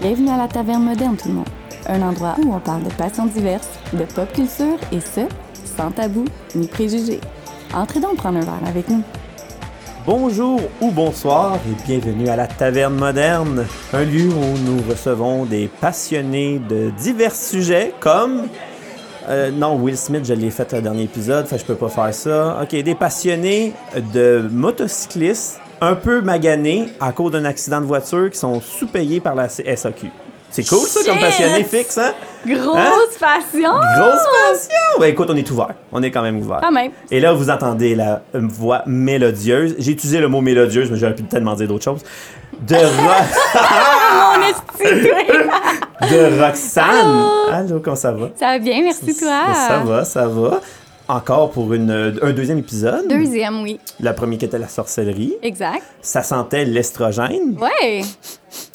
Bienvenue à la Taverne Moderne, tout le monde. Un endroit où on parle de passions diverses, de pop culture et ce, sans tabou ni préjugés. Entrez donc prendre un verre avec nous. Bonjour ou bonsoir et bienvenue à la Taverne Moderne, un lieu où nous recevons des passionnés de divers sujets comme... euh, non, Will Smith, je l'ai fait le dernier épisode, fait que je peux pas faire ça. Ok, des passionnés de motocyclistes un peu maganés à cause d'un accident de voiture qui sont sous-payés par la SAQ. C'est cool ça comme Yes! passionné fixe, hein? Grosse passion! Grosse passion! Ouais, écoute, on est ouvert. On est quand même ouvert. Quand même. Et là, vous entendez la euh, voix mélodieuse. J'ai utilisé le mot mélodieuse, mais j'aurais pu tellement dire d'autres choses. De, Ro- Mon esti, toi! de Roxane. Allô? Allô, comment ça va? Ça va bien, merci toi! Ça va, ça va. Encore pour une, un deuxième épisode. Deuxième, oui. La première qui était la sorcellerie. Exact. Ça sentait l'estrogène. Ouais!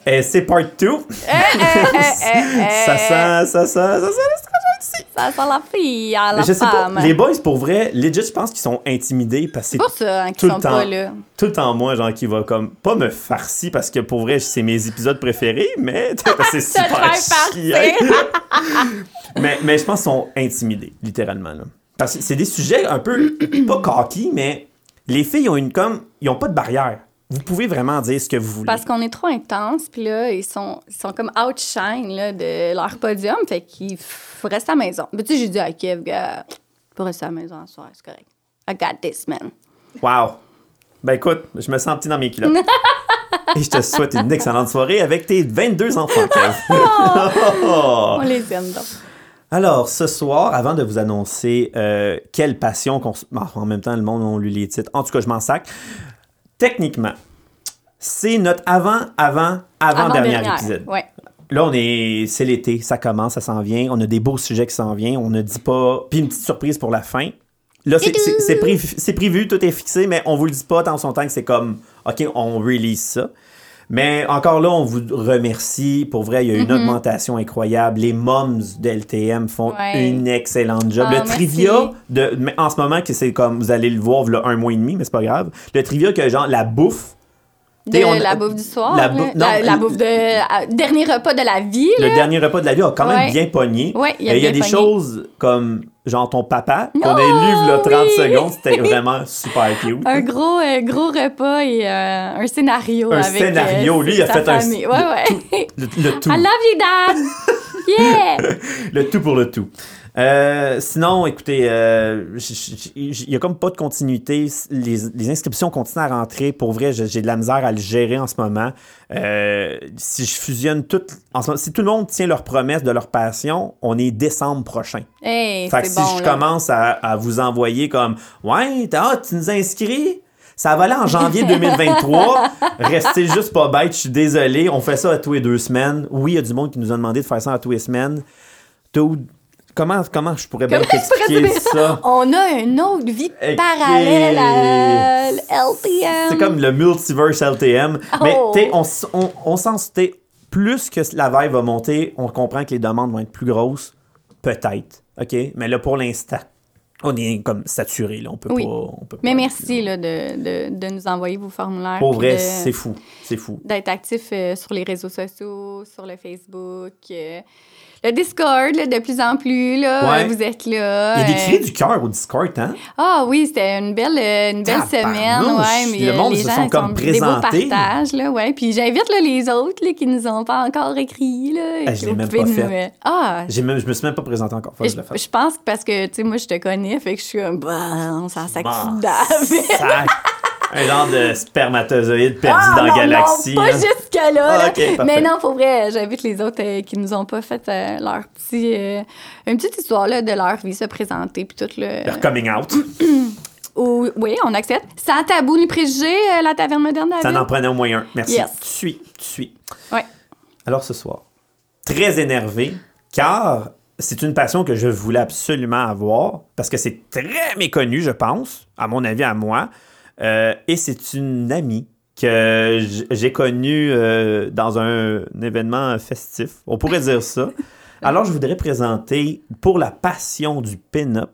Euh, Et c'est part 2. Eh, Ça sent, ça sent, ça sent l'estrogène ici. Ça sent la fille à la Mais je sais pas, femme. les boys, pour vrai, legit, je pense qu'ils sont intimidés parce que C'est c'est pour ça hein, tout qu'ils le sont temps, pas là. tout le temps moi, genre, qui va comme pas me farci parce que pour vrai, c'est mes épisodes préférés, mais c'est Ça te super fait chiant. mais, mais je pense qu'ils sont intimidés, littéralement. Là. Parce que c'est des sujets un peu pas cocky, mais les filles ont une comme ils ont pas de barrière. Vous pouvez vraiment dire ce que vous voulez. Parce qu'on est trop intense, puis là, ils sont, ils sont comme outshine là, de leur podium, fait qu'ils f- restent à la maison. Mais tu sais, j'ai dit à Kev, gars, pour rester à la maison ce soir, c'est correct. I got this, man. Wow. Ben écoute, je me sens petit dans mes culottes. Et je te souhaite une excellente soirée avec tes 22 enfants. Kev. Ah. On les aime donc. Alors, ce soir, avant de vous annoncer euh, quelle passion qu'on se... Ah, en même temps, le monde, on lu les titres. En tout cas, je m'en sac. Techniquement, c'est notre avant, avant, avant, dernier Avant-dernière, épisode. Ouais. Là, on est... C'est l'été, ça commence, ça s'en vient. On a des beaux sujets qui s'en viennent. On ne dit pas... Puis une petite surprise pour la fin. Là, c'est- c'est c'est prévu, c'est prévu, tout est fixé, mais on vous le dit pas tant son temps que c'est comme... OK, on release ça. Mais encore là, on vous remercie. Pour vrai, il y a une Mm-hmm. augmentation incroyable. Les moms de LTM font Ouais. une excellente job. Ah, le merci. trivia, de, mais en ce moment, que c'est comme vous allez le voir là, un mois et demi, mais c'est pas grave. Le trivia que genre la bouffe, De T'sais, on- la bouffe du soir. La, la bou- la, non, la le- bouffe de. euh, dernier repas de la vie, là. le dernier repas de la vie a quand même Ouais. bien pogné. Ouais, il a Euh, y bien a des pogné. choses comme genre ton papa, qu'on Oh, a lu là, 30 oui. secondes, c'était vraiment super cute. Un gros, euh, gros repas et euh, un scénario. Un avec, euh, scénario, lui, il a sa fait un- famille. Ouais, ouais. Le, le tout. I love you, Dad! Yeah! Le tout pour le tout. Euh, sinon, écoutez, euh, j- j- j- il n'y a comme pas de continuité. Les, les inscriptions continuent à rentrer. Pour vrai, j'ai j'ai de la misère à le gérer en ce moment. Euh, si je fusionne tout, en ce moment- si tout le monde tient leurs promesses de leur passion, on est décembre prochain. Hey, Fait que c'est si bon, je là. commence à, à vous envoyer comme Ouais, t'as hâte, tu nous as inscrits? Ça va là en janvier 2023. Restez juste pas bête, je suis désolé. On fait ça à tous les deux semaines. Oui, il y a du monde qui nous a demandé de faire ça à tous les semaines. Dude, comment, comment je pourrais bien Comment je pourrais t'expliquer dire ça? On a une autre vie Ok. parallèle à LTM. C'est comme le multiverse LTM. Mais Oh. t'sais, on, s- on, on s'en t'sais, plus que la vibe va monter, on comprend que les demandes vont être plus grosses. Peut-être. OK? Mais là, pour l'instant, on est comme saturé. Là. On peut Oui. pas. on peut Mais pas- merci là, de, de, de nous envoyer vos formulaires. Pour puis vrai, de- c'est fou. C'est fou. D'être actif euh, sur les réseaux sociaux, sur le Facebook, euh, le Discord, là, de plus en plus. Là, Ouais. euh, Vous êtes là. Il y a des euh, cris du cœur au Discord, hein? Ah oui, c'était une belle, euh, une belle Tabarnouche! semaine. Ouais, mais Le euh, monde les se gens sont ils comme Des beaux présentés. partages, là, ouais. Puis j'invite là, les autres là, qui nous ont pas encore écrit. Là, et Ah, je que l'ai vous même pouvez pas nous, fait. euh, Ah, J'ai même, je me suis même pas présenté encore. Faut que je, je le fasse. je pense que parce que, tu sais, moi, je te connais, fait que je suis bah, un bon, ça Bon, s'accidave. Ah, sac. Un genre de spermatozoïde perdu dans la galaxie. Ah, pas hein. jusque-là. Ah, là. ok, parfait. mais non, pour vrai, j'invite les autres euh, qui nous ont pas fait euh, leur petit. euh, une petite histoire là, de leur vie se présenter, puis tout le. Leur coming out. Ou- oui, on accepte. Sans tabou ni préjugé, euh, la taverne moderne Ça d'Aville. n'en prenait au moins un. Merci. Yes. Tu suis, tu suis. Ouais. Alors ce soir, très énervé, car c'est une passion que je voulais absolument avoir, parce que c'est très méconnu, je pense, à mon avis, à moi. Euh, et c'est une amie que j- j'ai connue euh, dans un, un événement festif. On pourrait dire ça. Euh. Alors, je voudrais présenter pour la passion du pin-up,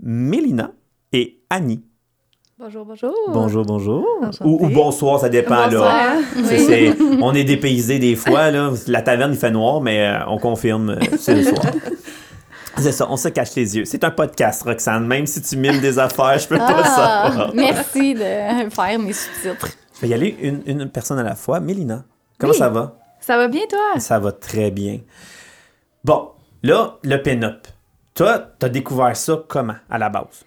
Mélina et Annie. Bonjour, bonjour. Bonjour, bonjour. Enchanté. Ou, ou bonsoir, ça dépend. Là. Bonsoir. C'est- Oui. c'est- on est dépaysé des fois. Là. La taverne, il fait noir, mais euh, on confirme, euh, c'est le soir. C'est ça, on se cache les yeux. C'est un podcast, Roxane. Même si tu mimes des affaires, je peux pas Ah, savoir. merci de faire mes sous-titres. Je vais y aller une, une personne à la fois. Mélina, comment Oui. ça va? Ça va bien, toi? Ça va très bien. Bon, là, le pin-up. Toi, t'as découvert ça comment, à la base?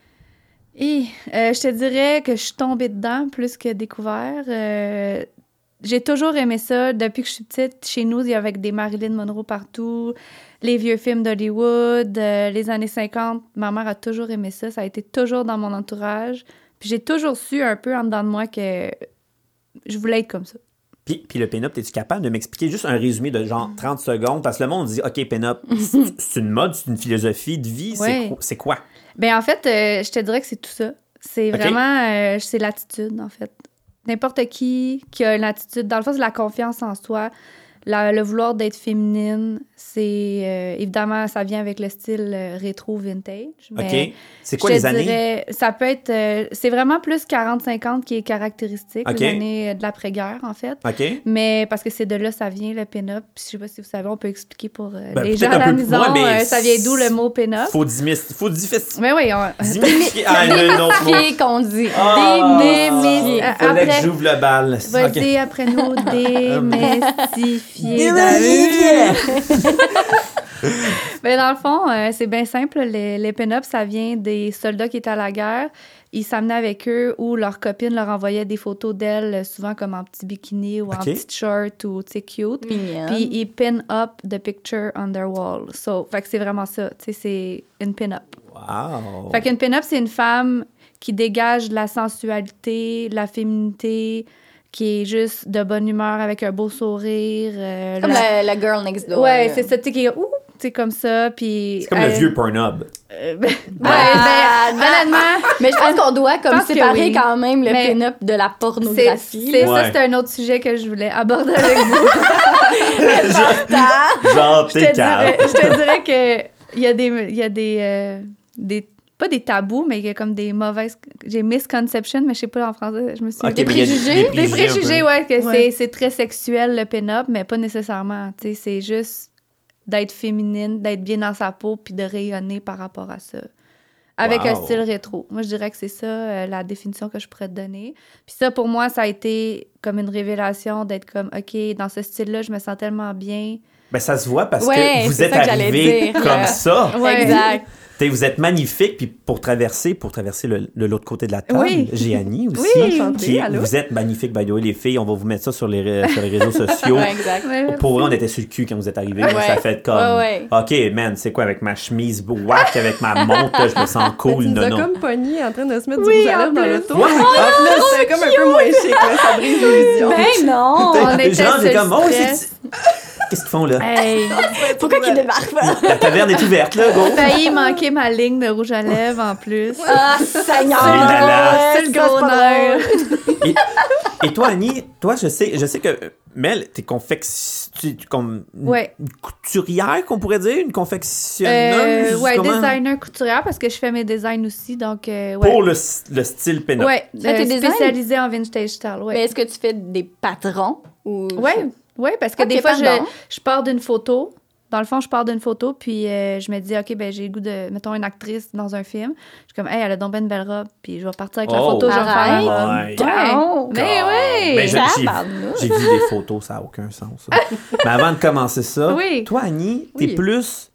Et euh, je te dirais que je suis tombée dedans plus que découvert. Euh, j'ai toujours aimé ça. Depuis que je suis petite, chez nous, il y avait des Marilyn Monroe partout, les vieux films d'Hollywood, euh, les années 50. Ma mère a toujours aimé ça. Ça a été toujours dans mon entourage. Puis j'ai toujours su un peu en dedans de moi que je voulais être comme ça. Puis, puis le pin-up, es-tu capable de m'expliquer juste un résumé de genre 30 secondes? Parce que le monde dit, OK, pin-up, c'est- c'est une mode, c'est une philosophie de vie, c'est Ouais. quoi- c'est quoi? Ben en fait, euh, je te dirais que c'est tout ça. C'est Ok. vraiment, euh, c'est l'attitude en fait. N'importe qui qui a une attitude, dans le fond, c'est la confiance en soi, la- le vouloir d'être féminine. C'est euh, évidemment, ça vient avec le style euh, rétro vintage. Mais OK? C'est quoi Ben, je les te années? dirais, ça peut être, euh, c'est vraiment plus 40-50 qui est caractéristique, Ok. les années euh, de l'après-guerre en fait. OK? Mais parce que c'est de là ça vient le pin-up. Je sais pas si vous savez, on peut expliquer pour euh, Ben, les peut-être un gens à la peu- maison, ouais, mais euh, ça vient d'où le mot pin-up. Faut dimis- Faut diffé- Mais oui, on, Dimifier. Ah, le nom. Qui qu'on dit? Ah, démystifier. Fallait que euh, Après- j'ouvre le bal. Vas-y, OK. Ah, après nous, démystifier. Mais dans le fond, euh, c'est bien simple. Les, les pin ça vient des soldats qui étaient à la guerre. Ils s'amenaient avec eux ou leurs copines leur envoyaient des photos d'elles, euh, souvent comme en petit bikini ou en Ok. petit short ou, tu sais, cute. Mignonne. Puis ils pin up the picture on their wall. So, fait que c'est vraiment ça. Tu sais, c'est une pin-up. Wow! Fait qu'une pin-up, c'est une femme qui dégage de la sensualité, de la féminité, qui est juste de bonne humeur avec un beau sourire. euh, Comme la- la, la girl next door. Ouais, là. c'est ça, tu sais, qui est ouh, tu sais, comme ça, puis. C'est comme le elle- vieux Pornhub. Euh, ben, Ah, ben, ah, honnêtement, Mais je pense qu'on doit comme pense que séparer oui. quand même le Mais pin-up de la c'est pornographie. c'est- Ouais. ça, c'est un autre sujet que je voulais aborder avec vous. là. Genre, je, te t'es calme. dirais, je te dirais que il y a des il y a des, euh, des pas des tabous mais il y a comme des mauvaises j'ai misconceptions mais je sais pas en français je me suis Ok, Des mais il y a préjugés. des un préjugés peu. ouais que Ouais. c'est- c'est très sexuel le pin-up mais pas nécessairement tu sais c'est juste d'être féminine d'être bien dans sa peau puis de rayonner par rapport à ça avec un Wow. style rétro. Moi, je dirais que c'est ça euh, la définition que je pourrais te donner. Puis ça, pour moi, ça a été comme une révélation d'être comme, OK, dans ce style-là, je me sens tellement bien. Ben, ça se voit parce Ouais, que vous c'est êtes ça que j'allais arrivé dire. comme Euh, ça. Ouais. Exact. T'sais, vous êtes magnifique, puis pour traverser, pour traverser le- de l'autre côté de la table, Oui. j'ai Annie aussi. Oui, enchantée, qui, allô. vous êtes magnifique, by the way, les filles. On va vous mettre ça sur les, ré- sur les réseaux sociaux. Ouais, exact. Ouais, Pour vrai, on était sur le cul quand vous êtes arrivés. là, Ouais. Ça fait comme. Ouais, OK, man, c'est quoi avec ma chemise whack, avec ma montre, là, je me sens Mais cool, tu nous non, as non. comme pogné en train de se mettre Oui, du rouge à en lèvres dans plus. Oh, l'auto. c'est comme un peu moins chic, là, ça brise l'illusion. Ben non! on était Genre, j'ai sur comme, le oh, stress. c'est- Qu'est-ce qu'ils font, là? Hey, Pourquoi qu'il débarque pas? La taverne est ouverte, là, go! failli manquer ma ligne de rouge à lèvres en plus. Ah, Seigneur! Et là, là. C'est le gros nerf. Et, et toi, Annie, toi, je sais, je sais que Mel, t'es confection, comme une, Ouais. une couturière, qu'on pourrait dire, une confectionneuse. Euh, ouais, comment? designer couturière parce que je fais mes designs aussi, donc euh, ouais. Pour le, s- le style pénal. ouais, Euh, fais Ah, tes designs? spécialisée en vintage style, ouais. Mais est-ce que tu fais des patrons? Ou... Ouais, ouais, parce que Ok, des fois, je, pardon. je pars d'une photo. Dans le fond, je pars d'une photo, puis euh, je me dis, OK, ben j'ai le goût de, mettons, une actrice dans un film. Je suis comme, hey, elle a donc ben une belle robe, puis je vais partir avec la Oh. photo, je vais en faire une robe. my Ouais. God. Mais ouais! Ben, je- Ça, j'ai- pardonne-nous. J'ai vu des photos, ça n'a aucun sens. ça. Mais avant de commencer ça, Oui. toi, Annie, t'es Oui. plus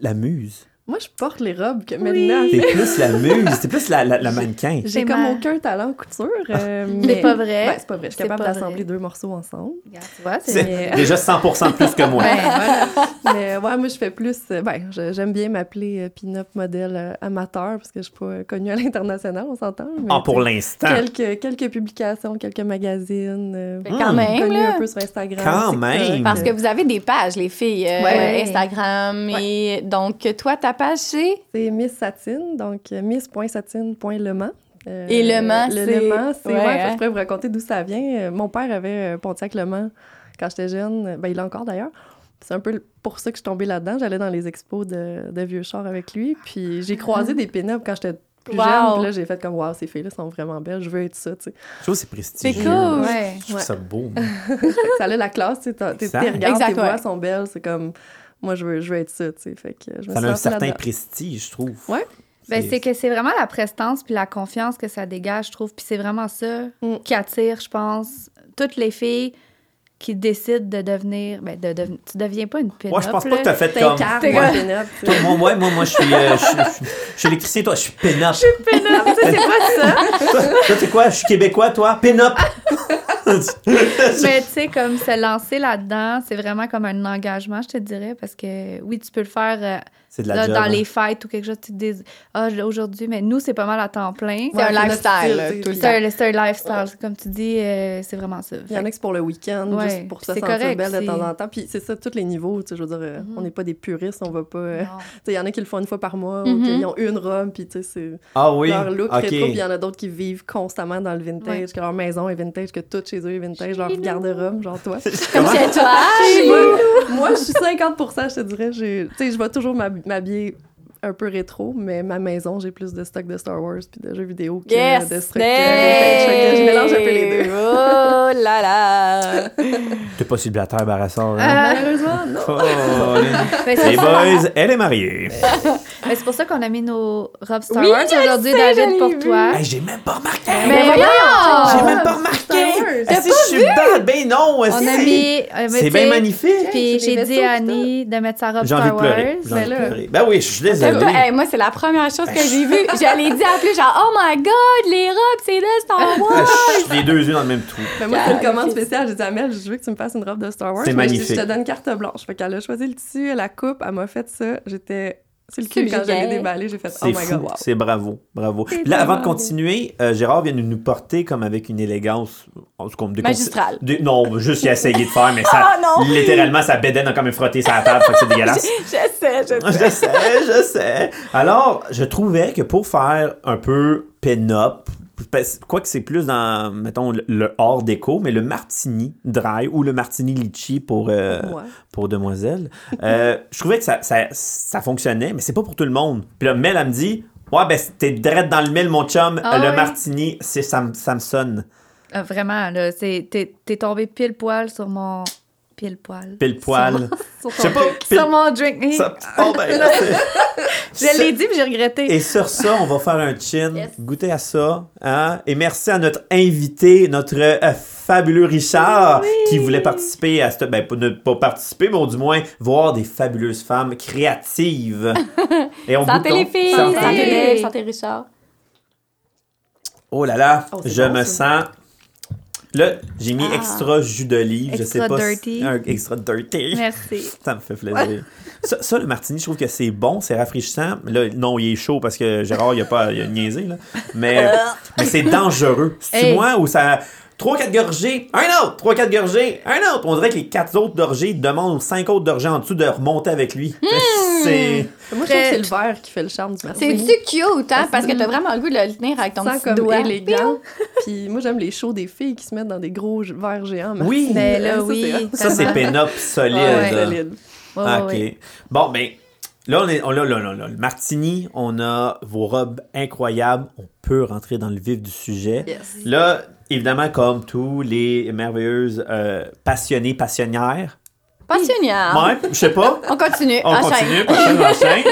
la muse. Moi, je porte les robes que Mélina a T'es fait. plus la muse, t'es plus la, la, la mannequin. J'ai C'est comme mal. aucun talent en couture. euh, C'est mais- pas vrai. Ouais, c'est pas vrai. Je suis C'est capable pas d'assembler vrai. deux morceaux ensemble. ben, Regarde, tu vois, c'est... C'est déjà 100% de plus que moi. Ouais. Voilà. mais ouais, moi, je fais plus. euh, ben, je- j'aime bien m'appeler euh, pin-up modèle euh, amateur parce que je suis pas euh, connue à l'international, on s'entend. mais Ah, pour tu sais, l'instant. Quelques, quelques publications, quelques magazines. euh, Mais Ben, quand Hmm. même, connue là. un peu sur Instagram. Quand TikTok. même. Parce que vous avez des pages, les filles, euh, Ouais. Instagram. Et donc, toi, ta page, c'est. C'est Miss Satine, donc euh, miss.satine.lement. Euh, Et Le Mans, Le, c'est- Le Mans, c'est... ouais, ouais, hein. Je pourrais vous raconter d'où ça vient. Euh, Mon père avait euh, Pontiac-Le Mans quand j'étais jeune. Ben, il l'a encore, d'ailleurs. C'est un peu pour ça que je suis tombée là-dedans. J'allais dans les expos de, de vieux chars avec lui. Puis j'ai croisé des pin-up quand j'étais plus Wow. jeune. Puis là, j'ai fait comme, waouh, ces filles-là sont vraiment belles, je veux être ça, tu sais. Je trouve que c'est C'est prestigieux. cool. là. Ouais. Je trouve Ouais. ça beau. moi. Fait que ça a la classe, tu sais, t'as- t'es- Ça. t'es regardes, tes Exact, ouais. voix sont belles, c'est comme, moi, je veux, je veux être ça, tu sais. Fait que je me Ça suis a un lancée certain là-dedans. prestige, je trouve. Ouais. Ben, c'est que c'est vraiment la prestance puis la confiance que ça dégage, je trouve. Puis c'est vraiment ça Mm. qui attire, je pense, toutes les filles qui décident de devenir. Ben, de deven- tu deviens pas une pin Moi, je pense pas que t'as fait comme. T'incarnes, T'es Ouais. ouais, pin-up, tu Toi, sais. moi, ouais, moi, moi, je suis, euh, je suis, je suis- je suis électricien, toi, je suis pin-up. c'est pas ça. Toi, toi, t'es quoi? Je suis québécois, toi? Pin-up! Mais tu sais, comme se lancer là-dedans, c'est vraiment comme un engagement, je te dirais, parce que oui, tu peux le faire euh, C'est de la là, job. dans hein. les fêtes ou quelque chose. Tu te dis, ah, je l'ai aujourd'hui, mais nous, c'est pas mal à temps plein. C'est un Ouais, lifestyle, là, c'est- tout le temps. C'est un, c'est un lifestyle, c'est comme tu dis, euh, c'est vraiment ça. Il y en a qui c'est pour le week-end, Ouais, juste pour puis se c'est sentir correct, belle de c'est- temps en temps. Puis c'est ça, tous les niveaux, tu sais, je veux dire, euh, Mhm. on n'est pas des puristes, on va pas... euh, Fait tu que non. sais, il y en a qui le font une fois par mois, Mhm. ou qui ont une robe, puis tu sais, c'est Ah oui? leur look ok. rétro, puis il y en a d'autres qui vivent constamment dans le vintage, Ouais. que leur maison est vintage, que tout chez eux est vintage, leur Chez nous. garde-robe, genre toi. Comme Comment? chez toi. Chez chez- moi, moi, je suis 50 je te dirais. J'ai- Tu sais, je vais toujours m'hab- m'habiller un peu rétro, mais ma maison, j'ai plus de stock de Star Wars puis de jeux vidéo que Yes! de stock de vintage. Fait que Je mélange un peu les deux. Oh là là! T'es pas célibataire, embarrassant. Hein? Euh, Malheureusement, non. Colin. Ben, c'est Les ça. boys, elle est mariée. Euh, Mais c'est pour ça qu'on a mis nos robes Star Oui, Wars je aujourd'hui, sais, je David, l'ai pour vu. toi. Hey, j'ai même pas remarqué. Mais oh, voyons! j'ai voyons! même pas Star Wars. remarqué. Ah, si je suis bad, ben non. On a si. mis. euh, mais C'est tu bien sais, magnifique. Puis C'est des j'ai dit vaisseaux, à Annie de mettre sa robe J'ai envie de Star Wars. pleurer. J'ai envie de mais là- pleurer. Ben oui, je suis T'as désolée. pas- hey, moi, c'est la première chose que j'ai vue. J'allais dire en plus, genre, oh my god, les robes, c'est là, Star Ah, Wars! je suis les deux yeux dans le même trou. Mais Ben, moi, c'est Ah, une commande spéciale. J'ai dit à Mel, je veux que tu me fasses une robe de Star Wars. C'est mais je dis, magnifique. Je te donne carte blanche. Fait qu'elle a choisi le tissu, elle a coupe, elle m'a fait ça. J'étais. C'est le cul quand je l'ai Subjuguée. déballé. J'ai fait, oh C'est my fou, god, wow. c'est bravo, bravo. Là, avant de continuer, euh, Gérard vient de nous porter comme avec une élégance, en tout cas, me déconse- Magistrale. Dé- non, juste il a essayé de faire, mais ça, Ah, non. littéralement, sa bédaine a quand même frotté sa table, fait que c'est dégueulasse. Je sais, je sais. je sais, je sais. Alors, je trouvais que pour faire un peu pin-up, parce- quoi que c'est plus dans, mettons, le- le hors déco, mais le martini dry ou le martini litchi pour, euh, Ouais. pour demoiselle, euh, je trouvais que ça, ça, ça fonctionnait, mais c'est pas pour tout le monde. Puis là, Mel, elle me dit Ouais, ben, t'es direct dans le mille, mon chum, Ah le ouais. martini, c'est, ça, me- ça me sonne. Ah, vraiment, là, c'est- t'es t'es tombé pile poil sur mon. Pile poil. Pile poil. Sur Je sais ton pas, truc. pile- Sur mon drink. Hey, ça- oh, ben, là, c'est- Je l'ai dit, mais j'ai regretté. Et sur ça, on va faire un chin, Yes. goûter à ça. hein. Et merci à notre invité, notre euh, fabuleux Richard, qui voulait participer à cette. Ben, pas- ne pas participer, mais au du moins voir des fabuleuses femmes créatives. Et on Santé goûte, les on- filles! Santé. Santé, Santé. les- santé Richard. Oh là là, Oh, c'est je bon, me sens. Là, j'ai mis Ah. extra jus d'olive, je sais Extra pas. si- dirty. un extra dirty. Merci. Ça me fait plaisir. ça, ça, le martini, je trouve que c'est bon, c'est rafraîchissant. Là, non, il est chaud parce que Gérard, il a pas il a niaisé, là. Mais, mais c'est dangereux. C'est Hey. moi où ça. 3-4 gorgées, un autre! 3-4 gorgées, un autre! On dirait que les 4 autres gorgées demandent aux 5 autres gorgées en dessous de remonter avec lui. C'est. Moi, je trouve que c'est Très- le verre qui fait le charme du marché. C'est du cute, hein, parce que t'as vraiment le goût de le tenir avec ton sent petit comme doigt. élégant. Puis moi, j'aime les shows des filles qui se mettent dans des gros g- verres géants. mais- Oui! Mais Ben, là, Ça, c'est- oui. Ça, c'est tellement. pénop solide. Ah ouais, Solide. solide. Ouais, ouais, Ah, OK. ouais. Bon, ben, là, on est, on, là, là, là, là, le martini, on a vos robes incroyables. On peut rentrer dans le vif du sujet. Yes. Là, évidemment, comme tous les merveilleuses euh, passionnés, passionnières. Passionnière. Ouais, je sais pas. On continue. Ah, On Ah, enchaîne. continue, prochaine, prochaine.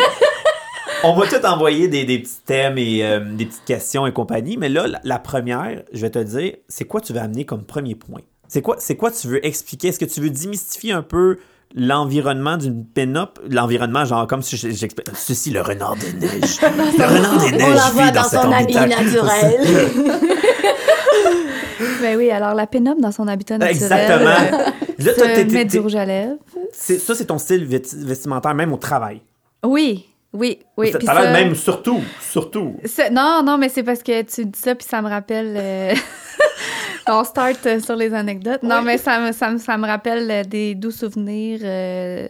On va tout envoyer des, des petits thèmes et euh, des petites questions et compagnie. Mais là, la, la première, je vais te dire, c'est quoi tu veux amener comme premier point? C'est quoi, c'est quoi tu veux expliquer? Est-ce que tu veux démystifier un peu l'environnement d'une pin-up? L'environnement, genre, comme si je- j'explique. Ceci, le renard des neiges. Le renard des neiges vit dans, cet habitat. Ben oui, alors la pin-up dans son habitat naturel. Exactement. Là, toi, t'es- Se t'es- mettre du t'es- rouge à lèvres. c'est- ça, c'est ton style vesti- vestimentaire, même au travail. Oui, oui, oui. Ça- puis T'as l'air ça- même surtout, surtout. Ça- non, non, mais c'est parce que tu dis ça, puis ça me rappelle. euh, On start euh, sur les anecdotes. Non, mais ça me, ça me, ça me rappelle euh, des doux souvenirs euh,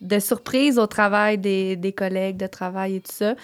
de surprises au travail des, des collègues de travail et tout ça.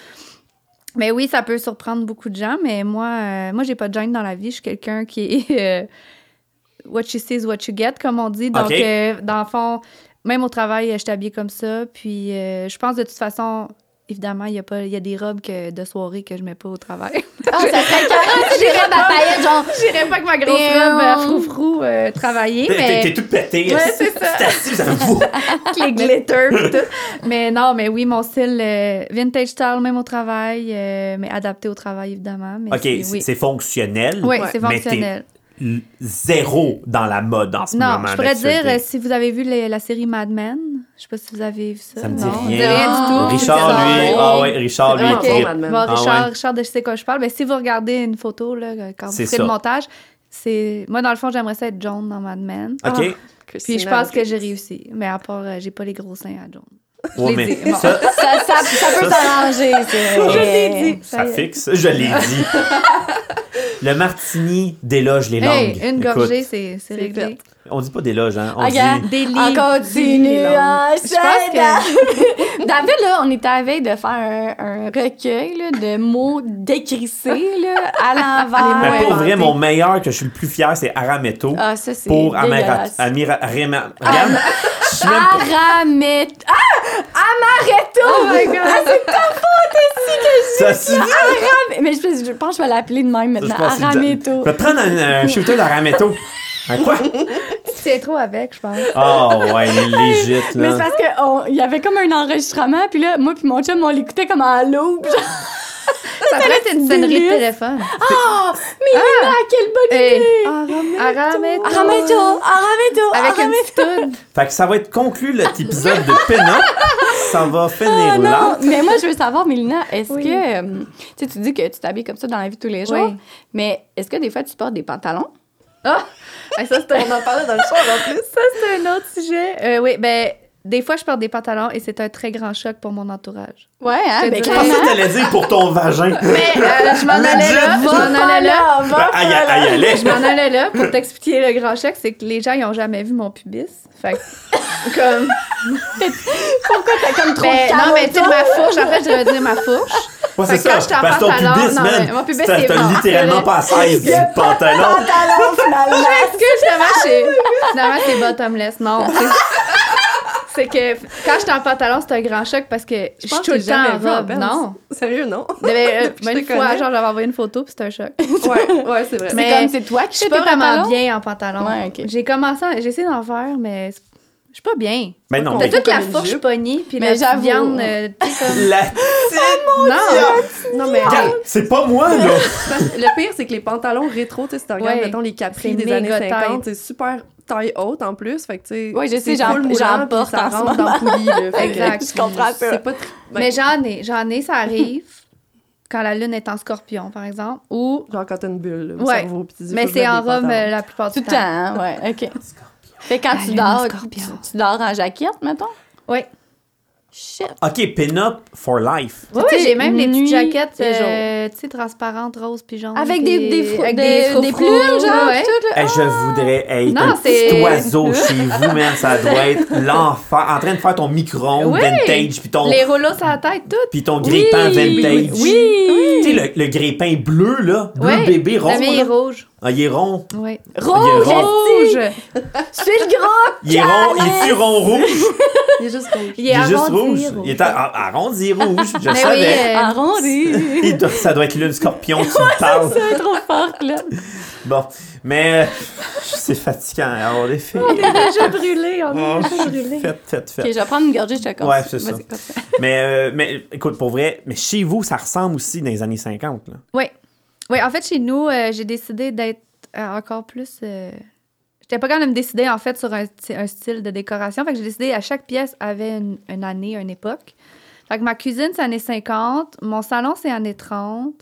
Mais oui, ça peut surprendre beaucoup de gens, mais moi, euh, moi j'ai pas de gêne dans la vie. Je suis quelqu'un qui est. euh, what you see is what you get, comme on dit. Donc, Ok. euh, dans le fond, même au travail, euh, je suis habillée comme ça. Puis, euh, je pense de toute façon, Évidemment, il y, a pas- il y a des robes que, de soirée que je mets pas au travail. Ah, ça serait carré, j'ai robes à paillettes, genre. J'irais pas que ma grosse Mais, robe à euh, frou-frou euh, travailler, T'es- T'es t'es mais toute pétée. Ouais, c'est ça. T'es assise, ça vous. avec les glitters pis tout. Mais non, mais oui, mon style euh, vintage style, même au travail, euh, mais adapté au travail, évidemment. Mais OK, c'est c'est- oui. c'est fonctionnel. Oui, Ouais. c'est Mais t'es- fonctionnel. L- Zéro dans la mode en ce Non, moment. je pourrais dire, d'actualité. euh, si vous avez vu les- la série Mad Men, je sais pas si vous avez vu ça. Ça me dit non, rien. Non. du tout. Richard, lui. Sorry. Ah ouais, Richard, lui. vraiment il bon, trippe. Mad Men. Bon, Ah Richard, ouais. Richard, de je sais quoi je parle. Mais si vous regardez une photo, là, quand vous C'est faites ça. le montage, c'est. Moi, dans le fond, j'aimerais ça être jaune dans Mad Men. OK. Puis je pense que j'ai réussi. Mais à part, euh, j'ai pas les gros seins à jaune. Je Ouais, l'ai mais dit. Bon. ça, Ça, ça, ça peut Ça, s'arranger, c'est Je vrai. l'ai dit. ça y est. fixe. Je l'ai dit. Le martini déloge les langues. Hey, une Écoute, gorgée, Ah, c'est c'est C'est réglé. On dit pas déloge, hein. On Regarde, dit... Des livres. On continue. hein, Je pense que. David, là, on était à la veille de faire un, un recueil là, de mots décrissés là, à Ah, Les l'envers. Mais mots ben, pour vrai, inventés. mon meilleur que je suis le plus fier, c'est Arameto. Ah, ça, c'est pour Amara... dégueulasse. Amira... Rema- Regarde, Ah. je suis même pas... Aramet... Ah! Amaretto! Oh my God. Ah, c'est ta faute ici Ah, que Ça, c'est- je dis Aram... Mais je, pense- je pense que je vais l'appeler de même Ça, je maintenant. pense que c'est- Arametto. Je vais prendre un, un shooter d'Arameto. Un quoi? Tu t'es trop avec, je pense. Ah ouais, légit, Mais c'est là. parce qu'il y avait comme un enregistrement, puis là, moi puis mon chum, on l'écoutait comme en loop. genre, Ça pourrait être une sonnerie de délice. téléphone. Ah! Mais Lina, quelle bonne Hey. idée! Arametto. Arametto! Arametto! Avec une Arametto. petite toune. Fait que ça va être conclu, cet épisode de Pénin. Ça va finir Ah là. non, mais moi je veux savoir, Mélina, est-ce Oui. que euh, tu sais, tu dis que tu t'habilles comme ça dans la vie de tous les jours, Oui. mais est-ce que des fois tu portes des pantalons? Ah! Hey, ça, c'est un- On en parlait dans le soir en plus. Ça, c'est un autre sujet. Euh, oui, ben, des fois, je porte des pantalons et c'est un très grand choc pour mon entourage. Ouais, hein, Je ben, te Je pensais clairement. que t'allais dire pour ton vagin. Mais euh, je m'en Le allais là, job. je m'en allais là. va Ben, Aïe, pas là. aïe, aïe, Je m'en allais là pour t'expliquer le grand choc, c'est que les gens, ils ont jamais vu mon pubis. Fait que, comme... Pourquoi t'as comme trop Ben, de non, mais tu sais, calme? ma fourche, en fait, je devrais dire ma fourche. Ouais, Fait c'est que quand ça. j'étais en Parce que ton pantalon, pubis, non, man, mais mon pubis, t'as- c'est t'as mort. littéralement pas à 16 du pantalon. Pantalon, finalement. Est-ce que finalement, c'est- Ah finalement, c'est bottomless? Non. c'est- C'est que quand j'étais en pantalon, c'était un grand choc parce que je suis pense tout que le j'ai jamais temps vu en en robe. Benz. Non. Sérieux, non? Ben, euh, Je ben, te une fois, connais. genre, j'avais envoyé une photo, puis c'était un choc. Ouais, ouais, c'est vrai. C'est Mais comme c'est toi qui Je suis fais pas tes vraiment pantalons? bien en pantalon. Ouais, ok. J'ai commencé, à- j'ai essayé d'en faire, mais c'est- je suis pas bien. Mais non, T'as mais Peut-être- toute la Comme une fourche jupe. pognée, puis Mais la petite j'avoue. viande, euh, tu sais, comme... la Oh non, Non, mais Regarde, c'est pas moi, là. Parce que le pire, c'est que les pantalons rétro, tu sais, si tu regardes, Ouais. mettons, les capris C'est des années méga tight. 50, c'est super taille haute en plus. Fait que, tu sais. Ouais, je sais, c'est j'en- full moulant, j'en puis porte ça en ce rentre dans le poulie, là. Fait que, Exact. Je comprends ça. C'est pas tr- ben, mais j'en ai, j'en ai, ça arrive quand la lune est en scorpion, par exemple, ou... genre quand t'as une bulle, là, au Ouais. cerveau, puis tu dis, Mais faut que je c'est mette en des robe pantalons. euh, la plupart Tout du le temps, temps. hein, ouais, OK. Fait que quand La tu lune dors, tu, scorpion. tu dors en jaquette, mettons? Oui, Shit. OK, pin-up for life. oui, Tu sais, j'ai même des nuit petites jaquettes, et jour. euh, tu sais, transparentes, roses, puis jaunes. Avec puis- des, des, frou- avec des, des frou-frous, plumes, genre, ouais. pis tout, là. Hey, je voudrais être Non, un petit c'est- oiseau chez vous, man. Ça doit être l'enfant en train de faire ton micro Oui. vintage, puis ton, Les rouleaux sur la tête, tout. puis ton grille-pain vintage. Oui! Tu sais, le, le grille-pain bleu, là, bleu Ouais. bébé Le rond. mien là. est rouge. Ah, il est rond. Oui. Rouge, Il est rouge! Rouge! Je suis le gros! Il est rond, il est-tu rond rouge? Il est juste rouge. Il Il est, est juste rouge. arrondi, Il est ar- ar- arrondi rouge, je Mais savais. oui, euh, Arrondi! Il doit- ça doit être lune scorpion, tu me parles. C'est trop fort, là. Bon, mais euh, c'est fatigant. hein, on est fait. On est déjà brûlé, on Oh, est déjà brûlé. Fait, fait, fait. OK, je vais prendre une gorgée, je te casse. Ouais, c'est ça. Vas-y, continue. Mais, euh, mais écoute, pour vrai, mais chez vous, ça ressemble aussi dans les années 50. Là. Oui. Oui, en fait, chez nous, euh, j'ai décidé d'être euh, encore plus. euh, J'étais pas capable de me décider, en fait, sur un, sti- un style de décoration. Fait que j'ai décidé, à chaque pièce avait une, une année, une époque. Fait que ma cuisine, c'est années 50. Mon salon, c'est années 30.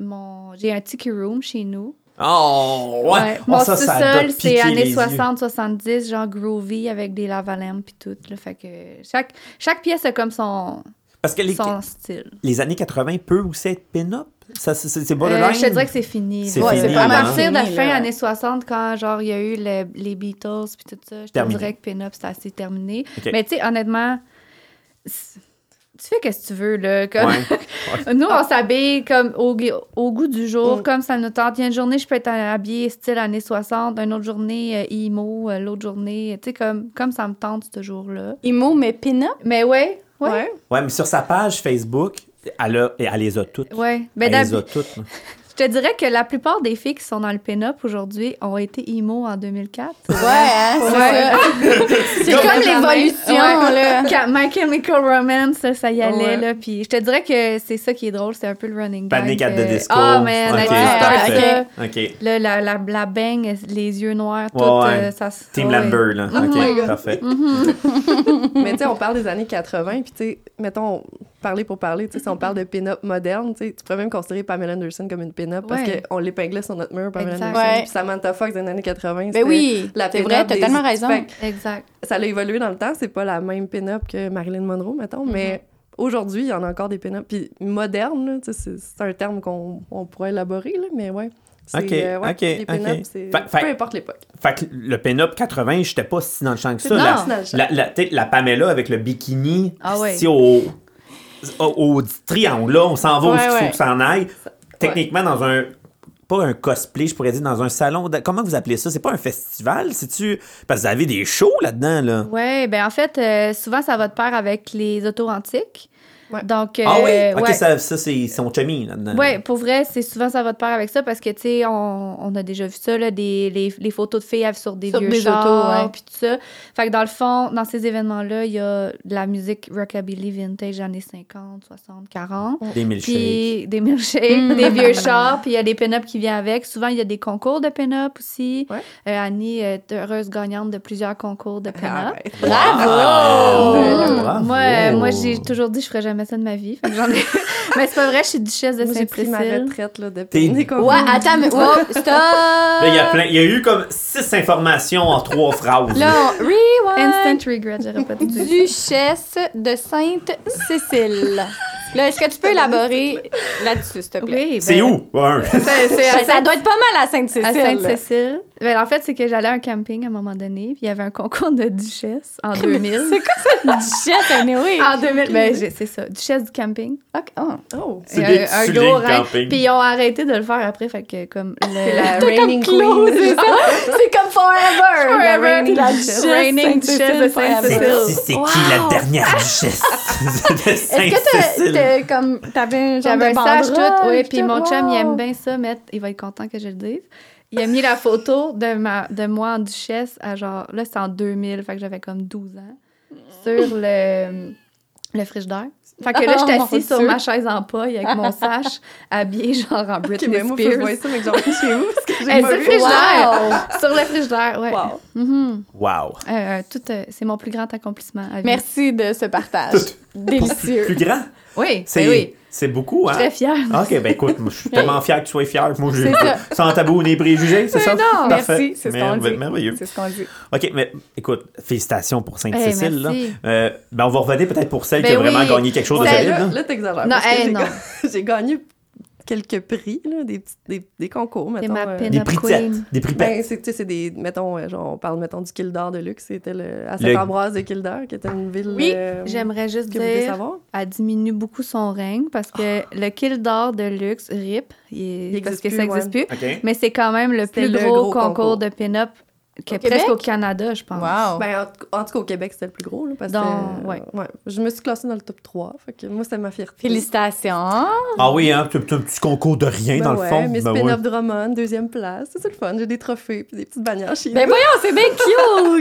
Mon... J'ai un tiki room chez nous. Oh, ouais. Ouais. Oh, Mon ça, ça doit sous-sol, piquer c'est années les yeux. 60, 70, genre groovy avec des lavalemmes puis tout. Là, fait que chaque, chaque pièce a comme son, Parce que les, son style. les années 80 peuvent aussi être pin-up. Ça, c'est- C'est c'est borderline. Euh, je te dirais que c'est fini. C'est là. fini, à hein. partir de la Fini, fin là. années 60, quand genre il y a eu le- les Beatles puis tout ça, je te Terminé. dirais que pin-up c'est assez terminé. Ok. Mais tu sais, honnêtement, c'est- tu fais qu'est-ce que tu veux là. Comme... Ouais. Euh, Nous, Ah. on s'habille comme au, gui- au goût du jour, Mm. comme ça nous tente. Il y a une journée, je peux être habillée style années 60, une autre journée euh, emo, euh, l'autre journée, tu sais, comme, comme ça me tente ce jour-là. Imo, mais pin-up? Mais ouais, Ouais. Ouais. Ouais, mais sur sa page Facebook, elle, a- elle les a toutes. Ouais. Ben, Elle les d'hab- a toutes. là. je te dirais que la plupart des filles qui sont dans le pin-up aujourd'hui ont été emo en 2004. Ouais, hein, c'est Ouais. ça. C'est comme l'évolution, Ouais. là. Quand My Chemical Romance, ça, ça y allait, Ouais. là. Puis je te dirais que c'est ça qui est drôle, c'est un peu le running gag. Panic at the euh, Disco. Ah, man, Ok, avec parfait. ça. OK. Là, la, la, la bang, les yeux noirs, tout, Ouais, ouais. euh, ça se... Team ouais. Oh Lambert, là. OK, parfait. Mais tu sais, on parle des années 80, puis tu sais, mettons, parler pour parler, tu sais, si on parle de pin-up moderne, tu sais, tu pourrais même considérer Pamela Anderson comme une pin-up parce Ouais. qu'on l'épinglait sur notre mur, Pamela Exact. Anderson. Ouais. Puis Samantha Fox des années 80. Ben c'était oui, la c'est pin-up vrai, t'as des- tellement raison. Fait que Exact. ça a évolué dans le temps, c'est pas la même pin-up que Marilyn Monroe, mettons, mais aujourd'hui, il y en a encore des pin-up. Puis moderne, là, tu sais, c'est c'est un terme qu'on on pourrait élaborer, là, mais ouais. C'est, euh, Ok, ouais, ok, Les pin-up, ok. c'est Fait- fait- peu importe l'époque. Fait que le pin-up 80, j'étais pas si dans le champ que ça. Non. La, Dans le champ. la, la, t'sais, la Pamela avec le bikini, Ah ouais. si au, au, au triangle, là, on s'en va où Ouais, il faut ouais. que ça en aille. Techniquement, dans un. Pas un cosplay, je pourrais dire, dans un salon. de- comment vous appelez ça C'est pas un festival, c'est-tu. Parce que vous avez des shows là-dedans, là. Ouais, ben en fait, euh, souvent, ça va de pair avec les autos antiques. Ouais. Donc, ah oui euh, Ok, ouais. ça, ça c'est son chummy là-dedans. Ouais, pour vrai, c'est souvent ça va de pair avec ça parce que, tu sais, on, on a déjà vu ça, là, des, les, les photos de filles sur des Sur vieux des chars, autos, ouais. puis tout ça. Fait que dans le fond, dans ces événements-là, il y a de la musique rockabilly vintage années 50, 60, 40. Des milkshakes. Puis des Mm. milkshakes, des vieux chars, puis il y a des pin-up qui viennent avec. Souvent, il y a des concours de pin-up aussi. Ouais. Euh, Annie est heureuse gagnante de plusieurs concours de pin-up. Arrête. Bravo! Euh, ben. Bravo! Moi, euh, Oh. moi j'ai toujours dit que je ferais jamais ça de ma vie. Fait que j'en ai- Mais c'est pas vrai, je suis duchesse de Moi, j'ai pris ma Sainte-Cécile. retraite là, T'es- depuis qu'on Ouais, attends, mais wow, stop! Là, Là, il y a plein. Il y a eu comme six informations en trois phrases. Là, on rewind! Instant regret, j'aurais pas dû. dire. Duchesse de Sainte-Cécile. Là, est-ce que tu peux élaborer là-dessus, s'il te plaît? Oui, c'est ben, où? Un. C'est- c'est- À ça Sainte- doit être pas mal à À Sainte-Cécile. Sainte-Cécile. Ben, en fait, c'est que j'allais à un camping à un moment donné, puis il y avait un concours de duchesse en 2000. C'est quoi cette duchesse, anyway? En 2000, ben, j'ai- c'est ça, duchesse du camping. Ah, Ok, oh. Oh! C'est Et des un- petits un souliers gros de rein. camping. Puis ils ont arrêté de le faire après, fait que comme le- C'est la Euh, C'est comme reigning Close, queen. c'est ça? C'est comme Forever! Forever. La reigning La duchesse reigning duchesse Sainte-Cécile de Sainte-Cécile. forever. C'est c'est qui la Wow. dernière duchesse de Est-ce que t'as- Sainte-Cécile? t'as comme t'avais un genre J'avais un de sage banderole, tout, oui. Puis tout, mon chum, il wow. aime bien ça mettre. Il va être content que je le dise. Il a mis la photo de, ma, de moi en duchesse à genre. Là, c'est en 2000, fait que j'avais comme 12 ans. Sur le, le frigidaire. Fait que là, Oh, j'étais mon assise sur Dieu. ma chaise en paille avec mon sache, habillée genre en Ok, Britney mais moi, faut que je Spears. voie ça, mais que j'en ai chez vous, parce que Eh, j'ai pas c'est vu. fait- frigidaire. Wow. sur le frigidaire, ouais. Wow. Mhm. Wow. Euh, euh, tout, euh, c'est mon plus grand accomplissement à vie. Merci de ce partage délicieux. Plus grand? Oui, C'est ben oui. c'est beaucoup, hein? Très fière. Ok, ben écoute, moi, je suis tellement fier que tu sois fier. Moi, je, C'est ça. sans tabou ni préjugés, c'est ça? non, Parfait. Merci, c'est ce qu'on Merve- dit. Merveilleux. C'est ce qu'on dit. Ok, mais écoute, félicitations pour Eh, Sainte-Cécile. là. merci. Euh, ben, on va revenir peut-être pour celle Ben qui a vraiment oui. gagné quelque chose de Ouais, solide. Ben là, là. là, t'exagères. Non, parce que eh, j'ai non. ga- J'ai gagné quelques prix, là, des, petits- des, des concours, mettons. ma euh, pin- Des Notre prix queen. têtes, des prix ben, pets. c'est, tu sais, c'est des, mettons, euh, genre, on parle, mettons, du Kildare de luxe, c'était le, à Le- Saint-Ambroise de Kildare, qui était une ville Oui, euh, J'aimerais juste que vous devez dire savoir. elle diminue beaucoup son règne parce que le kill d'or de luxe, RIP, il est- Il parce existe que ça plus, n'existe plus. Ok. Mais c'est quand même le C'était plus le gros, gros concours, concours. de pin-up que Au presque Québec? au Canada, je pense. Wow. Ben, en, tout- en tout cas, au Québec, c'était le plus gros, là, parce Dans- que... ouais. Je me suis classée dans le top 3, fait que moi, c'était ma fierté. Félicitations. Ah oui, hein, c'est un petit concours de rien Ben dans le ouais, fond. Miss Ben Pin ouais. of Drummond, deuxième place. Ça, c'est le fun. J'ai des trophées puis des petites bannières chez Ben nous. voyons, c'est bien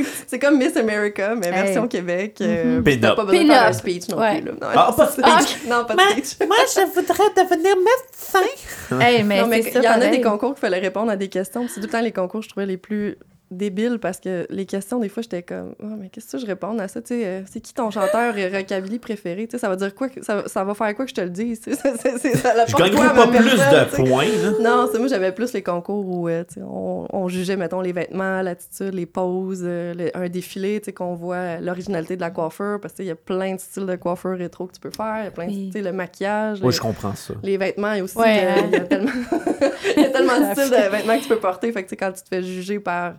cute. C'est comme Miss America, mais version Québec. Euh, Mhm. puis t'as Pin-up. pas besoin de Mm-hmm. Pin-up. faire un speech non Ouais. Ah. plus. là. Non, Ah, pas de c'est- speech. Non, pas de speech. Moi, je voudrais devenir médecin. Hey, mais Non, mais c'est il ça, y en a pareil. des concours qu'il fallait répondre à des questions. puis C'est tout le temps les concours que je trouvais les plus débiles parce que les questions, des fois, j'étais comme Ah, mais qu'est-ce que je réponds à ça? Tu sais, euh, c'est qui ton chanteur euh, rockabilly préféré? Tu sais, ça va dire quoi? que- Ça, ça va faire quoi que je te le dise? Tu sais, c'est- c'est- c'est- ça Je l'apporte quoi gagnerais à pas ma plus personne, tu de sais? points. là. Non, c'est moi, j'avais plus les concours où euh, tu sais, on, on jugeait, mettons, les vêtements, l'attitude, les poses, euh, le- un défilé, tu sais, qu'on voit euh, l'originalité de la coiffure, parce qu'il y a plein de styles de coiffure rétro que tu peux faire, il y a plein de, Oui. tu sais, le maquillage, Oui, le- je comprends ça. les vêtements, et aussi, Ouais, euh, hein. il y a tellement, il y a tellement de styles de vêtements que tu peux porter, fait que tu sais, quand tu te fais juger par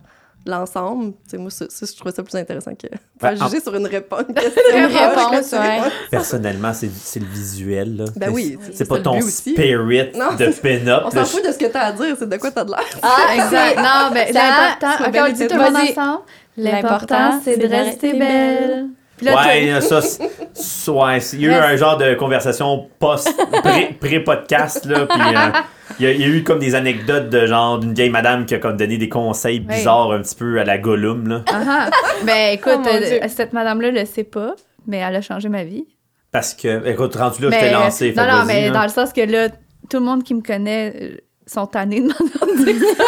l'ensemble, tu sais, moi, ça, ça, je trouvais ça plus intéressant que Ben, faire juger sur une réponse. une Une question. réponse, ouais. Personnellement, c'est c'est le visuel. Là. Ben oui, C'est- c'est- C'est c'est pas le ton but aussi. spirit Non, de pin-up. On là, s'en fout de ce que t'as à dire, c'est de quoi t'as de l'air. Ah, Exact. Non, mais Ça, ben, l'important, sois OK, on belle le dit et tout le monde vas-y. ensemble. L'important, L'important, c'est de rester belle. Puis là, ouais, t'as- là, ça, c'est- c'est- ouais, c'est- il y a eu Mais- un genre de conversation post, pré- pré-podcast, là, puis euh, il y, a- il y a eu comme des anecdotes de genre d'une vieille madame qui a comme donné des conseils Ouais. bizarres un petit peu à la Gollum, là. Ah, ah. ben Oh, écoute, mon euh, Dieu. cette madame-là le sait pas, mais elle a changé ma vie. Parce que, écoute, rendu là, je t'ai Mais, euh, lancé. non, fait non, vas-y, hein. mais là. dans le sens que là, tout le monde qui me connaît euh, sont tannés de m'entendre dire ça.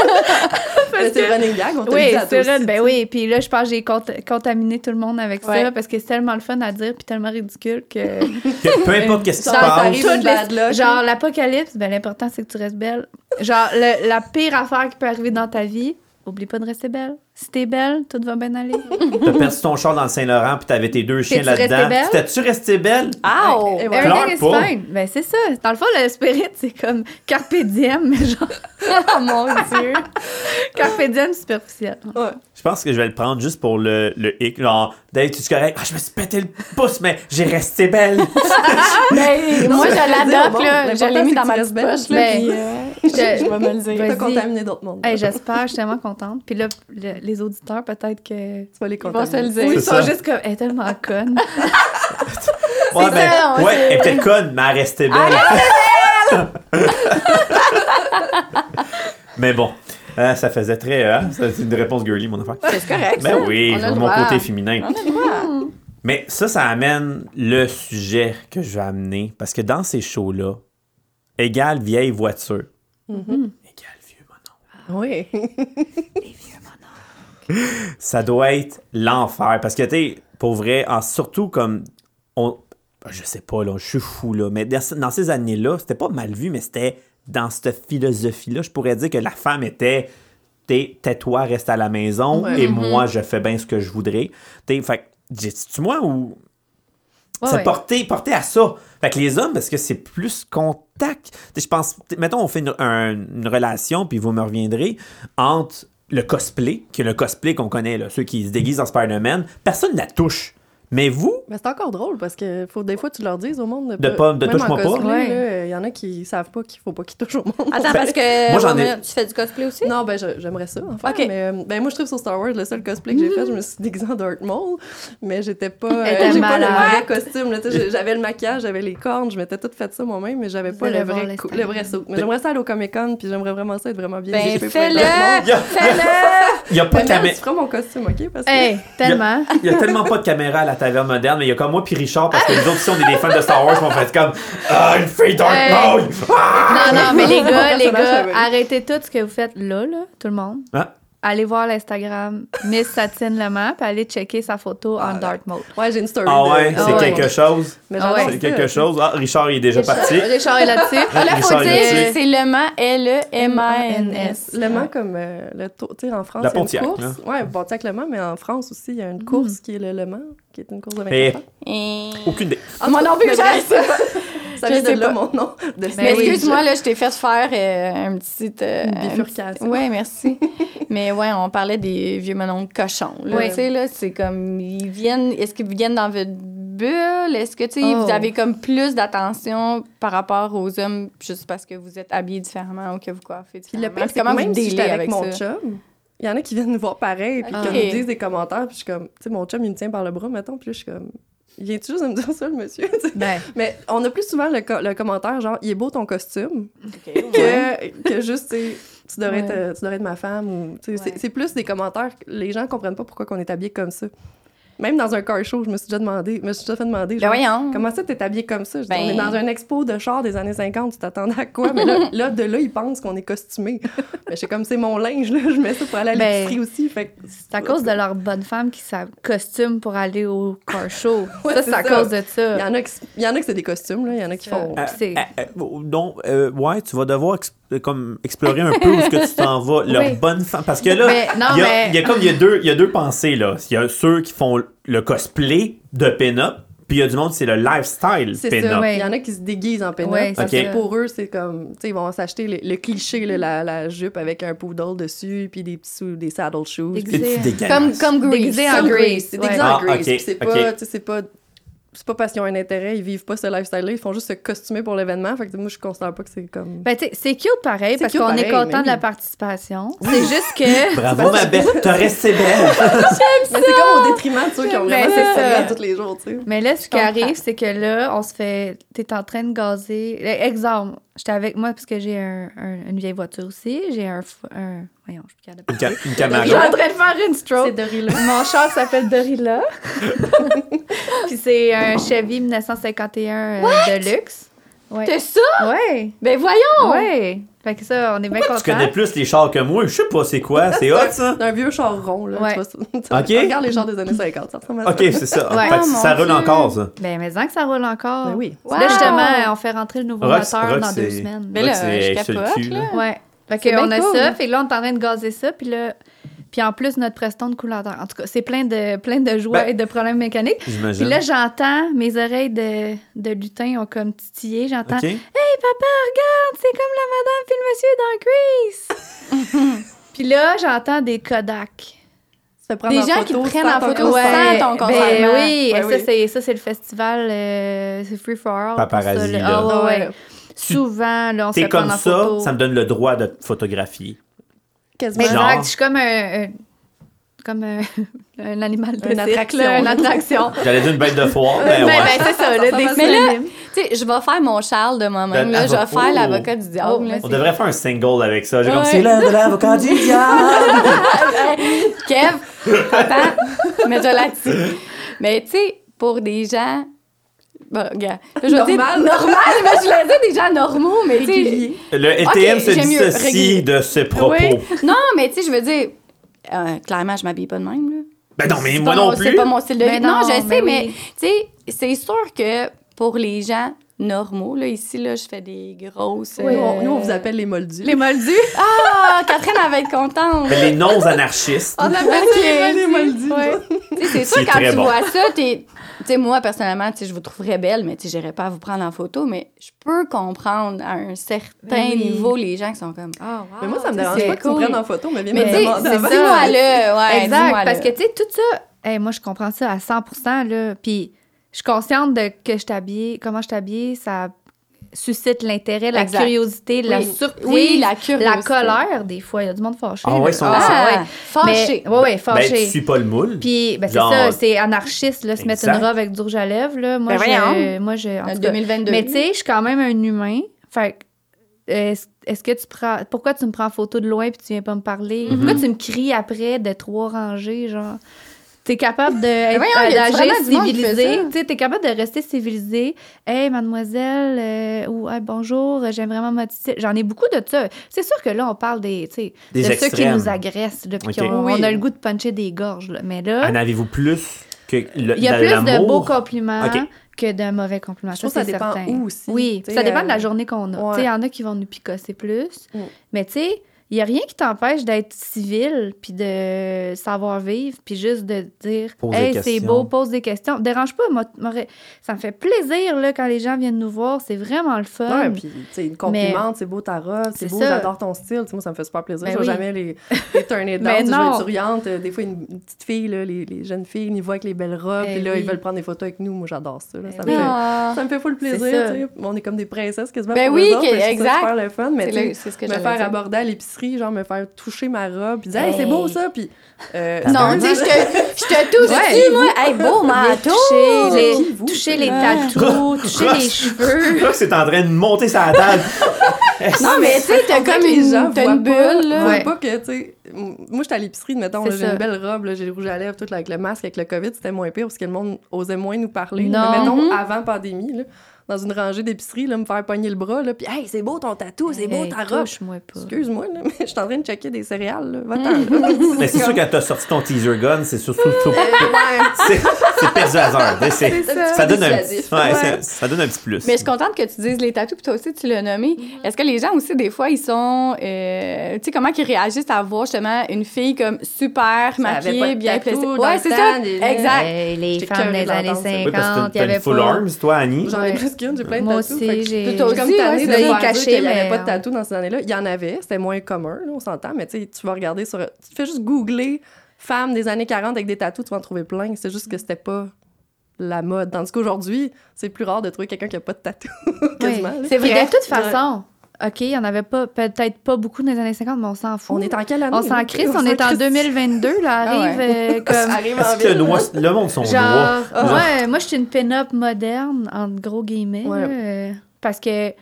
Parce Mais que- C'est running gag, on t'a Oui, dit à toi c'est aussi, vrai. Ben tu sais. oui, puis là, je pense que j'ai cont- contaminé tout le monde avec Ouais. ça parce que c'est tellement le fun à dire puis tellement ridicule que... Que peu importe qu'est-ce qui se Genre, passe. t'arrives- une bad luck. Genre, l'apocalypse, ben l'important, c'est que tu restes belle. Genre, le- la pire affaire qui peut arriver dans ta vie, oublie pas de rester belle. Si t'es belle, tout va bien aller. T'as perdu ton char dans le Saint-Laurent, puis t'avais tes deux chiens T'es-tu restée là-dedans. belle? T'es-tu resté belle? Ow! Et voilà. Everything is Pleure pas. fine. Ben, c'est ça. Dans le fond, le spirit, c'est comme carpe diem, mais genre Oh mon Dieu! carpe diem superficiel. Ouais. Je pense que je vais le prendre juste pour le, le hic. Genre, Dave, tu es correct? Ah, je me suis pété le pouce, mais j'ai resté belle. Ben, moi, je ça veut dire, l'adopte, bon, là. Je l'important, l'ai c'est mis que dans tu ma restes petite belle. poche, là, Ben, puis, euh, je, je vais me le dire. T'as Vas-y. contaminé d'autres mondes. Hey, J'espère, je suis tellement contente. Puis là, le- les auditeurs, peut-être que. tu vas les Ils vont se le contaminer. dire. C'est Ils ça. sont juste comme, elle est tellement conne. ouais, ben, ça, on ouais, sait. elle était conne, mais elle restait Ah, belle. mais bon, euh, ça faisait très. euh, ça, c'est une réponse girly, mon affaire. C'est correct. Ben ça. oui, On a le mon droit. Ah, côté féminin. On a le droit. Mais ça, ça amène le sujet que je vais amener. Parce que dans ces shows-là, égale vieille voiture, Mm-hmm. égale vieux monon. Oui. Ça doit être l'enfer. Parce que, tu sais, pour vrai, en- surtout comme. On, ben, je sais pas, là, je suis fou, là. Mais dans, dans ces années-là, c'était pas mal vu, mais c'était dans cette philosophie-là. Je pourrais dire que la femme était. t'es- Tais-toi, reste à la maison, Ouais. et moi, je fais bien ce que je voudrais. T'sais, fait tu moi ou Ouais, c'est ouais. porté, porté à ça. Fait que les hommes, parce que c'est plus contact. Tu sais, Je pense, t- mettons, on fait une, un- une relation, puis vous me reviendrez, entre le cosplay, qui est le cosplay qu'on connaît, là, ceux qui se déguisent en Spider-Man, personne ne la touche. Mais vous, Mais c'est encore drôle parce que faut, des fois, tu leur dis au monde De pas- de même touche-moi en pas. cosplay, Ouais. là, euh, Il y en a qui savent pas qu'il faut pas qu'ils touchent au monde. Attends, parce que. moi, j'en ai- Romain, Tu fais du cosplay aussi? Non, ben je- j'aimerais ça en faire. Ok. Mais euh, ben, moi, je trouve sur Star Wars, le seul cosplay que j'ai fait, je me suis déguisée en Darth Maul, mais j'étais pas. euh, Elle était j'ai pas le vrai malade. costume. là, tu sais, j'ai- j'avais le maquillage, j'avais les cornes, je m'étais toute faite ça moi-même, mais j'avais Vous pas le allez voir vrai, les cou- le Spider-Man. vrai saut. Mais j'aimerais ça aller au Comic Con, puis j'aimerais vraiment ça être vraiment bien Ben, équipée pour être fais-le! Darth Maul. il y a, Fais-le! y a pas de Ben, caméra. merde, tu feras mon costume, ok? Parce que Hey, tellement. Il y a tellement pas de caméra à la taverne moderne, mais il y a comme moi puis Richard, parce que nous autres, si on est des fans de Star Wars, on fait comme Ah, une fille Dark Hey. Maul! Ah! Non, non, mais les gars, les Personnage aveugle. gars, arrêtez tout ce que vous faites là, là, tout le monde. Hein? Allez voir l'Instagram Miss Satine Lemant, puis allez checker sa photo Ah, en dark mode. Ouais, j'ai une story. Ah de- ouais, Ah c'est ouais. quelque chose. Mais Ah j'adore ouais. ça. C'est quelque chose. Ah, Richard, il est déjà parti. Richard est là-dessus. Là, faut Richard dire, Gauthier. c'est le E man, L-E-M-A-N-S. NS. Le Mans, comme euh, le tour, tu sais, en France, La il y a une Pontiac, course. Ouais, Pontiac Le Mans, mais en France aussi, il y a une course qui est le Le Mans, qui est une course de 24 Et heures. Et- Ah, aucune idée. En Moi tout cas, non plus, mais je bref, sais pas. Ça Je vient de sais là, pas. mon nom. De Mais Ben oui, excuse-moi, là, je t'ai fait faire euh, un petit... euh, Une un petit- bifurcation. Ouais, merci. Mais ouais, on parlait des vieux monons de cochons. Là, Oui. Tu sais, là, c'est comme, ils viennent... Est-ce qu'ils viennent dans votre bulle? Est-ce que, tu sais, Oh. vous avez comme plus d'attention par rapport aux hommes juste parce que vous êtes habillés différemment ou que vous coiffez Puis le différemment? pire, c'est Ah, Comment que vous même si dealez j'étais avec, mon ça? chum, il y en a qui viennent nous voir pareil, puis Ah. qui Ok. nous disent des commentaires, puis je suis comme, tu sais, mon chum, il me tient par le bras, mettons, puis là, je suis comme, il vient tu juste de me dire ça, le monsieur? Tu sais. Ben, mais on a plus souvent le, co- le commentaire, genre, il est beau ton costume, Ok, ouais. que, que juste, tu sais, tu devrais, Ouais. être, tu devrais être ma femme, ou, tu sais, c'est- Ouais. c'est plus des commentaires, que les gens comprennent pas pourquoi qu'on est habillé comme ça. Même dans un car show, je me suis déjà demandé, je me suis déjà fait demander, Ben genre, voyons. Comment ça, t'es habillé comme ça? Je dis, Ben- on est dans un expo de chars des années 50, tu t'attendais à quoi? Mais là, là, de là, ils pensent qu'on est costumé. Mais c'est comme, c'est mon linge, là, je mets ça pour aller à Ben- l'épicerie aussi. Fait que- c'est à cause de leur bonne femme qui sa costume pour aller au car show. Ouais, ça, c'est c'est à ça. cause de Il y ça. en a qui, il y en a qui c'est des costumes, là. Il y en a qui Ça. font. Ah. c'est- euh, euh, non, euh, ouais, tu vas devoir ex- euh, comme explorer un peu où est-ce que tu t'en vas, leur Oui. bonne femme. Parce que là, Mais- non, il y, a- mais- il y a comme il y a deux, il y a deux pensées là. Il y a ceux qui font le cosplay de pin-up, puis il y a du monde c'est le lifestyle C'est pin-up. ça, ouais. il y en a qui se déguisent en pin-up. Ouais, parce c'est que ça. pour eux, c'est comme, tu sais, ils vont s'acheter le, le cliché, là, la, la jupe avec un poodle dessus, puis des petits sous, des saddle shoes. Ex- C'est C'est- dégueulasse. Comme, comme Grease. Déguisé en Comme Grease, Grease, C'est déguisé en ouais. Grease, Ah, ok, puis c'est ok. pas, tu sais, c'est pas c'est pas parce qu'ils ont un intérêt, ils vivent pas ce lifestyle-là, ils font juste se costumer pour l'événement. Fait que moi, je considère pas que c'est comme. Ben, tu sais, c'est cute pareil, C'est parce cute qu'on est pareil, content mais de la oui. participation. C'est juste que. Bravo, ma belle. T'as resté belle. Mais c'est comme au détriment de ceux qui ont Ben, vraiment c'est cette ça. vie-là tous les jours, tu sais. Mais là, ce qui comprends. arrive, c'est que là, on se fait. T'es en train de gazer. Eh, Exemple, j'étais avec moi parce que j'ai un- un- une vieille voiture aussi. J'ai un, f- un- Voyons, je suis plus Une, capable de ca- une parler. Je suis Camaro. en train de faire une C'est stroke. Dorila. Mon char s'appelle Dorilla. Puis c'est un Chevy 1951 euh, de luxe. Ouais. T'as ça? Ouais. Ben voyons! Ouais. Fait que ça, on est bien Pourquoi tu connais contents. plus les chars que moi? Je sais pas c'est quoi. C'est hot, ça? C'est un vieux char rond, là. Ouais. Tu vois, ça- tu Regarde les chars des années 50, ça ressemble à ça. OK, c'est ça. Ouais. Fait que Oh, ça mon roule Dieu. encore, ça. Ben, mais en que ça roule encore. Ben oui. Wow! Là, justement, on fait rentrer le nouveau Rox- moteur Rox, dans deux c'est- semaines. Ben Là, là, c'est- je c'est le capote, cul, là. là. Ouais. Fait C'est que on bien a cool. ça, fait que là, on est en train de gazer ça, puis là... Puis en plus, notre Preston de coulanteur. En tout cas, c'est plein de, plein de joies Ben- et de problèmes mécaniques. Puis J'imagine. là, j'entends, mes oreilles de, de lutin ont comme titillé. J'entends OK. Hey, papa, regarde, c'est comme la madame puis le monsieur dans Grease! puis là, j'entends des Kodak. Tu fais prendre Des en gens qui photo, te prennent en sans photo. ton consent. sent ton ben consentement. oui, Ouais, ça, oui. C'est, ça, c'est le festival euh, c'est Free for All. Paparazzi, ça, là. Ah, ouais, ouais. Ouais. Souvent, là, on se T'es fait comme prendre en ça, photo. ça me donne le droit de te photographier. Quasiment. Mais Genre. exact, je suis comme un, un- comme un, un animal de Une cirque, attraction. là, une attraction. J'allais dire une bête de foire, mais Ben, ouais. ben, c'est ça, là, des Mais là, synonymes. Tu sais, je vais faire mon Charles de moi-même. Ben, là, je vais avocat. faire Oh. l'avocat du diable. Oh, là. On devrait faire un single avec ça. J'ai comme Ouais. c'est l'heure de l'avocat du diable. Hey, Kev, attends, mets-toi là-dessus. Mais tu sais, pour des gens. Bon, regarde. Je veux dire Normal. normal, mais je voulais dire des gens normaux, mais tu sais. Régulier. Le NTM se j'aime mieux. dissocie Régulier. de ses propos. Oui. Non, mais tu sais, je veux dire. euh, clairement, je m'habille pas de même, là. Ben non, mais C'est moi pas non mon- plus. C'est pas mon style de Mais vie. Non, non, je mais sais, mais oui. tu sais, c'est sûr que pour les gens normaux, là, ici, là, je fais des grosses. Nous, on, euh, nous, on vous appelle les moldus. Les Moldus. Ah, Catherine, elle va être contente. Mais les non-anarchistes. On appelle Ok. ça les Moldus. Ouais. Tu sais, c'est C'est sûr, quand très tu bon. vois ça, t'es. Tu sais, moi, personnellement, tu sais, je vous trouverais belle, mais tu sais, j'irais pas vous prendre en photo, mais je peux comprendre à un certain Oui. niveau les gens qui sont comme. Ah, wow, Mais moi, ça me ça, dérange c'est pas que tu me cool. prennes en photo, mais viens Mais me tu sais, demander c'est avant. moi le Ouais, exact, dis-moi parce le. que, tu sais, tout ça, hey, moi, je comprends ça à 100 là. Puis, je suis consciente de que je t'habille, comment je t'habille, ça suscite l'intérêt, la Exact. curiosité, la Oui. surprise, Oui, la la curiosité. colère, des fois. Il y a du monde fâché. Ah là. ouais, ils sont- Ah, fâché. Mais- ouais, ouais, Ben, tu fâché. suis pas le moule. Puis, ben, c'est Genre- ça, c'est anarchiste, là, se mettre une Exact. robe avec du rouge à lèvres, là. Moi, Ben, je, voyons. moi, je, en En tout cas. 2022. Mais tu sais, je suis quand même un humain. Fait que, est-ce est-ce que tu prends. Pourquoi tu me prends en photo de loin puis tu viens pas me parler? Mhm. Pourquoi tu me cries après de trois rangées, genre? T'es capable de être- Ben voyons, y a-tu d'agir vraiment du monde qui fait civilisé. ça? Tu sais, t'es capable de rester civilisé. Hey, mademoiselle, euh, ou hey, bonjour, j'aime vraiment ma petite. J'en ai beaucoup de ça. C'est sûr que là, on parle des, tu sais, Des de ceux qui extrêmes. nous agressent, là, puis Ok. qu'on- Oui. on a le goût de puncher des gorges. là. Mais là. En avez-vous plus que le- Il y a de plus de l'amour? beaux compliments Ok. que de mauvais compliments. Je trouve que ça c'est dépend certain. où aussi, Oui, tu sais, ça dépend de euh, la journée qu'on ouais. a. Tu sais, Il y en a qui vont nous picosser plus. Mm. Mais tu sais, il n'y a rien qui t'empêche d'être civil puis de savoir vivre puis juste de dire Pose des Hey, c'est questions. beau, pose des questions. Dérange pas, moi, moi, ça me fait plaisir là, quand les gens viennent nous voir. C'est vraiment le fun. Ouais, puis tu sais, ils me complimentent, c'est beau ta robe, C'est c'est beau, ça. j'adore ton style. Tu sais, moi, ça me fait super plaisir. Ben je vais oui. jamais les, les turner down, Mais je vais non. être souriante. Euh, Des fois, une, une petite fille, là, les, les jeunes filles, ils nous voient avec les belles robes, Ben puis là, oui. ils veulent prendre des photos avec nous. Moi, j'adore ça. là. ça, Ben me oui. fait, Ah. ça me fait full plaisir. ça. tu sais. On est comme des princesses quasiment Ben pour oui, eux autres, que- fait que je trouve ça exact. super le fun, mais C'est tu sais, le- c'est ce que me j'allais faire dire. aborder à l'épicerie, genre me faire toucher ma robe, puis dire hey, c'est Hey. beau ça, puis euh, Non, tu sais, je te- je te touche Ouais. dessus, moi. Hey, beau manteau! toucher Oh! Qui, vous? les, toucher les tatous, toucher les cheveux. Là, c'est en train de monter sa table. Non, mais tu sais, t'as On dirait comme que les gens une, t'as une voient pas- bulle, là. voient Ouais. pas que, tu sais, m- moi, j'étais à l'épicerie, mettons, C'est là, j'ai ça. une belle robe, là, j'ai le rouge à lèvres, tout là, avec le masque, avec le COVID, c'était moins pire parce que le monde osait moins nous parler. là. Mais Non. mettons, Mm-hmm. avant pandémie, là, dans une rangée d'épicerie, là, me faire pogner le bras, là, puis hey, c'est beau ton tatou, Oh, c'est beau Hey, ta robe. touche-moi pas. Excuse-moi, là, mais je suis en train de checker des céréales, là. Va-t'en, là. mais c'est sûr, quand t'as sorti ton teaser gun, c'est sûr. surtout- c'est c'est persuaseur. tu sais, Euh, c'est- C'est ça. Ça donne, un petit, Dissuasif. ouais, Ouais. c'est- ça donne un petit plus. Mais je suis contente que tu dises les tatous, puis toi aussi, tu l'as nommé. Mm-hmm. Est-ce que les gens aussi, des fois, ils sont. euh, tu sais, comment ils réagissent à voir justement une fille comme super avait pas maquillée, de bien tatou placée? dans Ouais, le c'est temps, ça. des- Exact. Hey, les J'étais femmes curieuse des années d'entendre ça. Oui, parce que 50, il y t'as avait une full pas- arms, toi, Annie. J'en ai Ouais. plus qu'une, j'ai plein de Moi tatous. aussi, fait que j'ai- j'étais comme Aussi, tannée ouais, de c'est faire ça. dire Caché, qu'il n'y avait mais pas de on- tatous dans ces années-là. Il y en avait, c'était moins commun, là, on s'entend, mais tu sais, tu vas regarder sur. Tu fais juste googler femme des années 40 avec des tatous, tu vas en trouver plein. C'est juste que c'était pas la mode. Tandis qu'aujourd'hui, c'est plus rare de trouver quelqu'un qui a pas de tatou, Oui. quasiment. là. C'est Puis vrai. de toute façon, OK, il n'y en avait pas, peut-être pas beaucoup dans les années 50, mais on s'en fout. On est en quelle année? On s'en là? crisse, on est en 2022, là, Ah ouais. arrive euh, comme... Arrive en Est-ce que ville, le, là. noir- le monde sont droits? Genre, ouais, moi, je suis une pin-up moderne, entre gros guillemets, Ouais. là, euh, parce que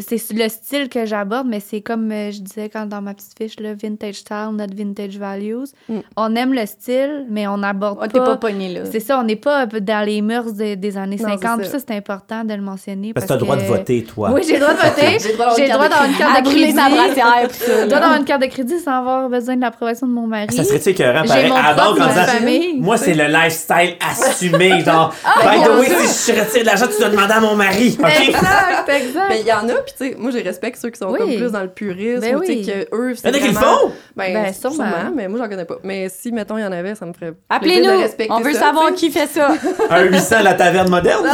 c'est le style que j'aborde, mais c'est comme euh, je disais quand dans ma petite fiche, là, vintage style, notre vintage values. Mm. Ah, On aime le style, mais on n'aborde On t'es pas pas... pogné là. C'est ça, on n'est pas dans les mœurs de- des années Euh, Non, c'est 50. ça. puis ça, c'est important de le mentionner. Parce que t'as le droit de que- voter, toi. Oui, j'ai le droit de voter. J'ai le droit J'ai le droit d'avoir une carte à de brûler crédit. sa brassière pis J'ai ça. le droit d'avoir une carte de crédit sans avoir besoin de l'approbation de mon mari. Ça serait-tu écœurant, J'ai pareil, mon à la banque propre Ah en nom de disant, famille. moi, c'est le lifestyle assumé, genre, mon by the way, Dieu. si je retire de l'argent, tu dois demander à mon mari, OK? Exact, exact. Ah, Mais il y en a, puis tu sais, moi, je respecte ceux qui sont Oui. comme plus dans le purisme, Ben ou tu sais, oui. que eux, c'est Il y en a qui le vraiment- font! Ben, Ben, sûrement. sûrement. mais moi, j'en connais pas. Mais si, mettons, il y en avait, ça me ferait plaisir de Appelez-nous. respecter On veut ça, savoir tu sais. qui fait ça. Un 800 à la taverne moderne?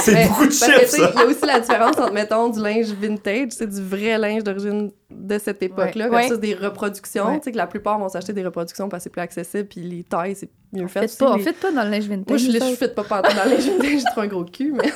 C'est Mais- beaucoup de Eh, parce que, chiffres, tu sais, ça. Il y a aussi la différence entre, mettons, du linge vintage, c'est du vrai linge d'origine de cette époque-là, Ouais. versus des reproductions. Ouais. Tu sais que la plupart vont s'acheter des reproductions parce que c'est plus accessible, puis les tailles, c'est mieux fait. Faites aussi. pas, Les- faites pas dans le linge vintage. Moi, je les suis choses. fit pas pantoute dans le linge vintage, j'ai trop un gros cul, mais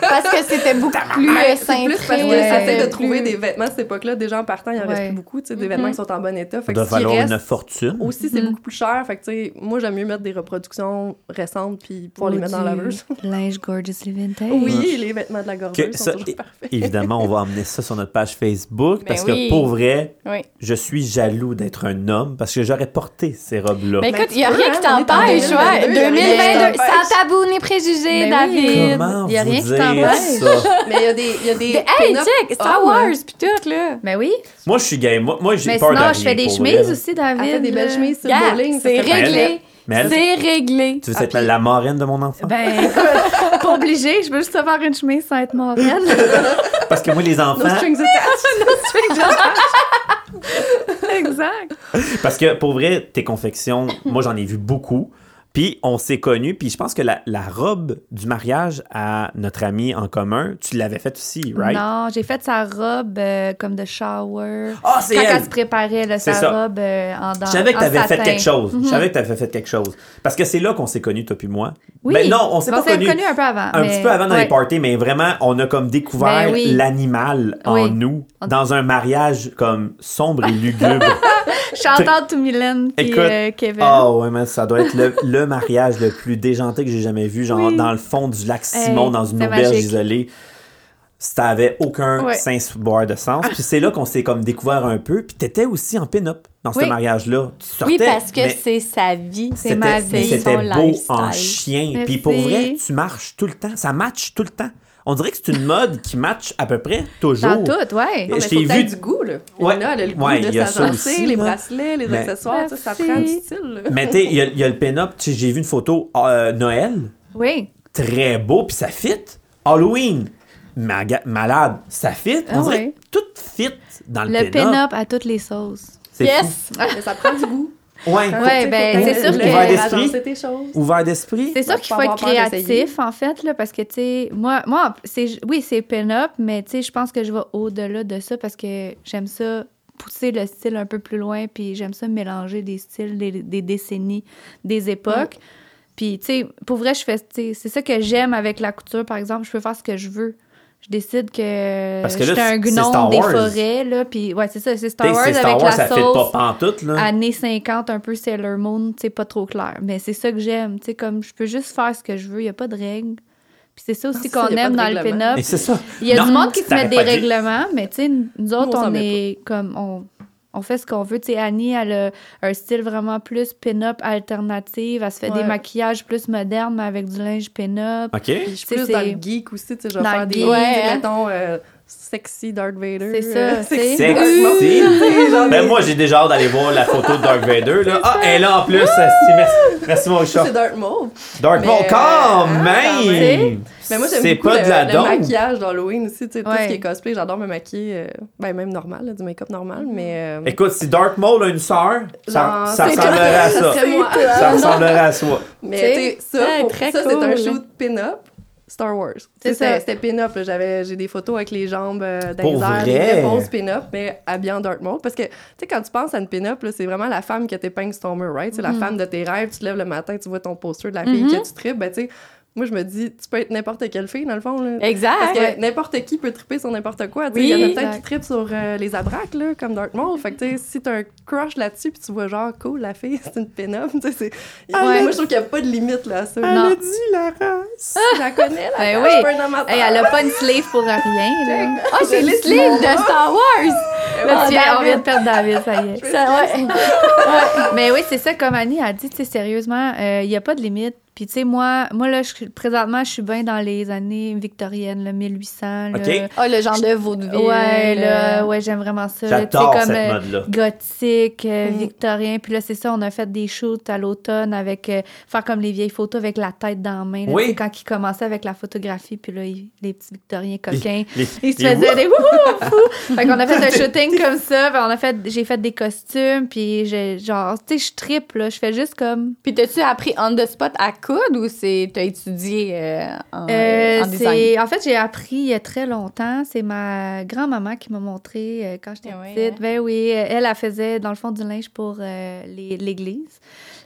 Parce que c'était beaucoup plus euh, c'est plus parce que cintré, ça essaie de c'était trouver plus- des vêtements à cette époque-là. Déjà, en partant, il en reste Ouais. plus beaucoup, tu sais, des vêtements qui sont en bon état. Fait Ça que doit ce qui falloir reste, une fortune. aussi, c'est Mhm. beaucoup plus cher. Fait que, tu sais, moi, j'aime mieux mettre des reproductions récentes puis pouvoir les Ou mettre dans la du laveuse. Linge gorgeously vintage. Oui, les vêtements de la gorgeuse Que sont ça- toujours parfaits. Évidemment, on va emmener ça sur notre page Facebook Ben parce oui. que pour vrai, Oui. je suis jaloux d'être un homme parce que j'aurais porté ces robes-là. Mais Ben, écoute, tu il n'y a peux, rien hein, qui on est en t'empêche, ouais. 2022, y a rien qui 2022, t'empêche. sans tabou ni préjugés, Ben oui. David. Comment y a vous rien qui dire t'empêche. ça? Mais il y a des. il Y a des Des- Hey, pin-up- check, Star Oh, Wars ouais. pis tout, là. Ben oui. Moi, je suis gay. Moi, moi, j'ai Mais peur de sinon, rien, je fais des pour chemises vrai. aussi, David. Elle fait des belles là. chemises sur Regarde, le bowling. ça c'est fait ré- réglé. Mais elle, C'est réglé. tu veux être la marraine de mon enfant? Ben, écoute, pas obligé. Je veux juste avoir une chemise sans être moraine. Parce que moi, les No enfants, strings attached. exact. Parce que pour vrai, tes confections, moi j'en ai vu beaucoup. Puis on s'est connus. Puis je pense que la, la robe du mariage à notre ami en commun, tu l'avais faite aussi, right? Non, j'ai fait sa robe euh, comme de shower. Ah, c'est Quand elle! elle se préparait, là, C'est sa ça. robe euh, en dents. Je savais que t'avais fait quelque chose. Mhm. Je savais que t'avais fait quelque chose. Parce que c'est là qu'on s'est connus, toi puis moi. Oui. Ben non, on s'est pas connus. connus un peu avant. Un Ah, mais- petit peu avant dans ouais. les parties, mais vraiment, on a comme découvert Ben oui. l'animal en Oui. nous On- Ben dans un mariage comme sombre et lugubre. Shout out to Mylène puis Écoute, euh, Kevin. Ah ouais, mais ça doit être le, le mariage le plus déjanté que j'ai jamais vu, genre Oui. dans le fond du lac Simon, Hey, dans une c'était auberge magique. isolée. Ça avait aucun Ouais. sens boire de sens. Puis c'est là qu'on s'est comme découvert un peu. Puis t'étais aussi en pin-up dans ce Oui. mariage-là. Tu sortais, Oui, parce que mais c'est sa vie. C'est ma c'était- vie, mais son C'était beau en lifestyle. chien. Merci. Puis pour vrai, tu marches tout le temps. Ça match tout le temps. On dirait que c'est une mode qui match à peu près toujours. Dans tout, ouais. Je Non, mais faut t'ai que t'aies vu- du goût, là. Ouais. Là, elle a le goût Ouais, il y de a ça aussi, s'agencer, les là. bracelets, les Mais- accessoires, ça, ça Merci. prend du style, là. Mais tu sais, il y, a- il y a le pin-up. Tu sais, J'ai vu une photo euh, Noël. Oui. très beau, puis ça fit. Halloween, maga- malade, ça fit. Ah On dirait ouais. que tout fit dans le, Le pin-up à toutes les sauces. C'est Yes! Mais ça prend du goût. fou. Ouais. Hein, Ouais, tu sais, ben, faut que c'est t'aies sûr le que- goût Ouvert d'agencer d'esprit. tes choses. Ouvert d'esprit. C'est sûr Ouais, qu'il faut faut être ben, avoir peur d'essayer. créatif, en fait, là, parce que, tu sais, moi, moi c'est, oui, c'est pin-up, mais, tu sais, je pense que je vais au-delà de ça parce que j'aime ça pousser le style un peu plus loin, puis j'aime ça mélanger des styles, des, des décennies, des époques. Puis, tu sais, pour vrai, je fais, tu sais, c'est ça que j'aime avec la couture, par exemple, je peux faire ce que je veux. Je décide que, Parce que là, je suis un c'est- c'est gnome Star des Wars. forêts, là, puis, ouais, c'est ça, c'est T'sais, Star Wars c'est avec Star Wars, ça la fit sauce pas pantoute, là. années 50, un peu Sailor Moon, tu sais, pas trop clair. Mais c'est ça que j'aime, tu sais, comme je peux juste faire ce que je veux, il n'y a pas de règles. Puis c'est ça aussi c'est Ah, ça, qu'on y a aime pas dans de le règlement. pin-up. Et c'est ça. Il y a Non, du monde qui se met t'arrêtes des pas de dire- règlements, mais tu sais, nous autres, on s'en on, met est comme, on, on fait ce qu'on veut. Tu sais, Annie, elle a un style vraiment plus pin-up alternative. Elle se fait Ouais. des maquillages plus modernes, mais avec du linge pin-up. OK? Puis je suis Tu sais, plus dans c'est- le geek aussi, tu sais, je vais Dans le faire des, geek. Ouais. mettons, euh, sexy Darth Vader. C'est ça, euh, tu sais. Sexy. Ben moi, j'ai déjà hâte d'aller voir la photo de Dark Vader, là. Ah, elle est là en plus. esti, merci, merci, mon Ça, chat. c'est Darth Maul. Dark Mais, Maul, quand euh, quand même! même. Mais moi, C'est j'aime beaucoup pas le, de la le dôme. maquillage d'Halloween aussi, tu sais, tout Ouais. ce qui est cosplay. J'adore me maquiller, euh, ben même normal, là, du make-up normal, mais... euh, Écoute, si Dark Maul a une sœur, ça, Genre, ça c'est- ressemblerait à ça. serait moi. Ça ressemblerait à ça. Mais tu sais, T'sais, ça, pour- très ça c'est un cool. show de pin-up. Star Wars. C'est C'est ça. ça. C'était pin-up. là. J'avais, j'ai des photos avec les jambes euh, dans Pour les airs. vrai? Des réponses pin-up, mais habillée en Dark Mode. Parce que, tu sais, quand tu penses à une pin-up, là, c'est vraiment la femme que t'épingles ton mur, right? C'est la femme de tes rêves. Tu te lèves le matin, tu vois ton poster de la fille Mhm. que tu tripes. Ben, tu sais, moi, je me dis, tu peux être n'importe quelle fille, dans le fond. Là. Exact. Parce que Ah, Ouais. n'importe qui peut triper sur n'importe quoi. tu sais. Oui, Il y en a exact. peut-être qui tripent sur euh, les abraques, là, comme Dark Maul. Fait que, tu sais, si t'as un crush là-dessus, puis tu vois genre, cool, la fille, c'est une pin-up, tu sais, c'est- Ouais. Moi, je trouve qu'il n'y a pas de limite, là, à ça. Non. dit la race. Je la connais, là. Ben je oui. suis pas un amateur. Hey, elle a pas une sleeve pour rien, là. Ah, j'ai le sleeve de Star Wars! Là, Oh, tu viens- on David. vient de perdre David, ça y est. Ça, ouais. Mais oui, c'est ça, comme Annie a dit, tu sais, sérieusement, euh, il n'y a pas de limite. Puis, tu sais, moi, moi, là, je- présentement, je suis bien dans les années victoriennes, le 1800. là. OK. Ah, le genre de vaudeville. Ouais, là, euh, ouais, j'aime vraiment ça. là, tu sais, J'adore comme, cette euh, mode-là. gothique, euh, Mm. victorien. Puis là, c'est ça, on a fait des shoots à l'automne avec euh, faire comme les vieilles photos avec la tête dans la main. là, Oui. tu sais, Quand ils commençaient avec la photographie, puis là, ils- les petits victoriens coquins. Les- Ils se les- faisaient des wouhou fou. Fait qu'on a fait un shooting comme ça. puis on a fait, j'ai fait des costumes. Puis j'ai- genre, tu sais, je tripe, là. Je fais juste comme. Puis t'as-tu appris on the spot à coude ou c'est t'as étudié euh, en, Euh, en design? c'est- en fait, j'ai appris il y a très longtemps. C'est ma grand-maman qui m'a montré euh, quand j'étais Ah ouais, petite. hein? Ben oui, euh, elle, elle faisait dans le fond du linge pour euh, les- l'église,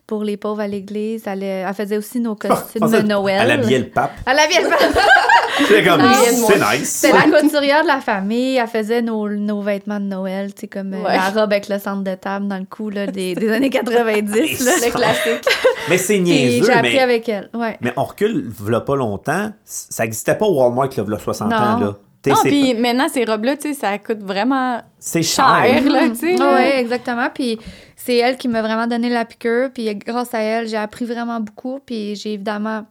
pour les pauvres à l'église. Elle, euh, elle faisait aussi nos costumes de pensais- Noël. Elle habillait le pape. Elle habillait le- C'est comme, Non. c'est nice. C'était la couturière de la famille. Elle faisait nos, nos vêtements de Noël, tu sais, comme euh, Ouais. la robe avec le centre de table dans le cou là, des, des années 90. là. Le classique. Mais c'est Puis niaiseux, j'ai appris mais, avec elle. Ouais. mais on recule, v'là pas longtemps. c- Ça n'existait pas au Walmart, là, v'là 60 ans, Non. là. T'sais, Non, c'est- puis maintenant, ces robes-là, tu sais, ça coûte vraiment C'est cher, cher. là, tu sais. là. Oui, Mm. exactement. Puis c'est elle qui m'a vraiment donné la piqûre. Puis grâce à elle, j'ai appris vraiment beaucoup. Puis j'ai évidemment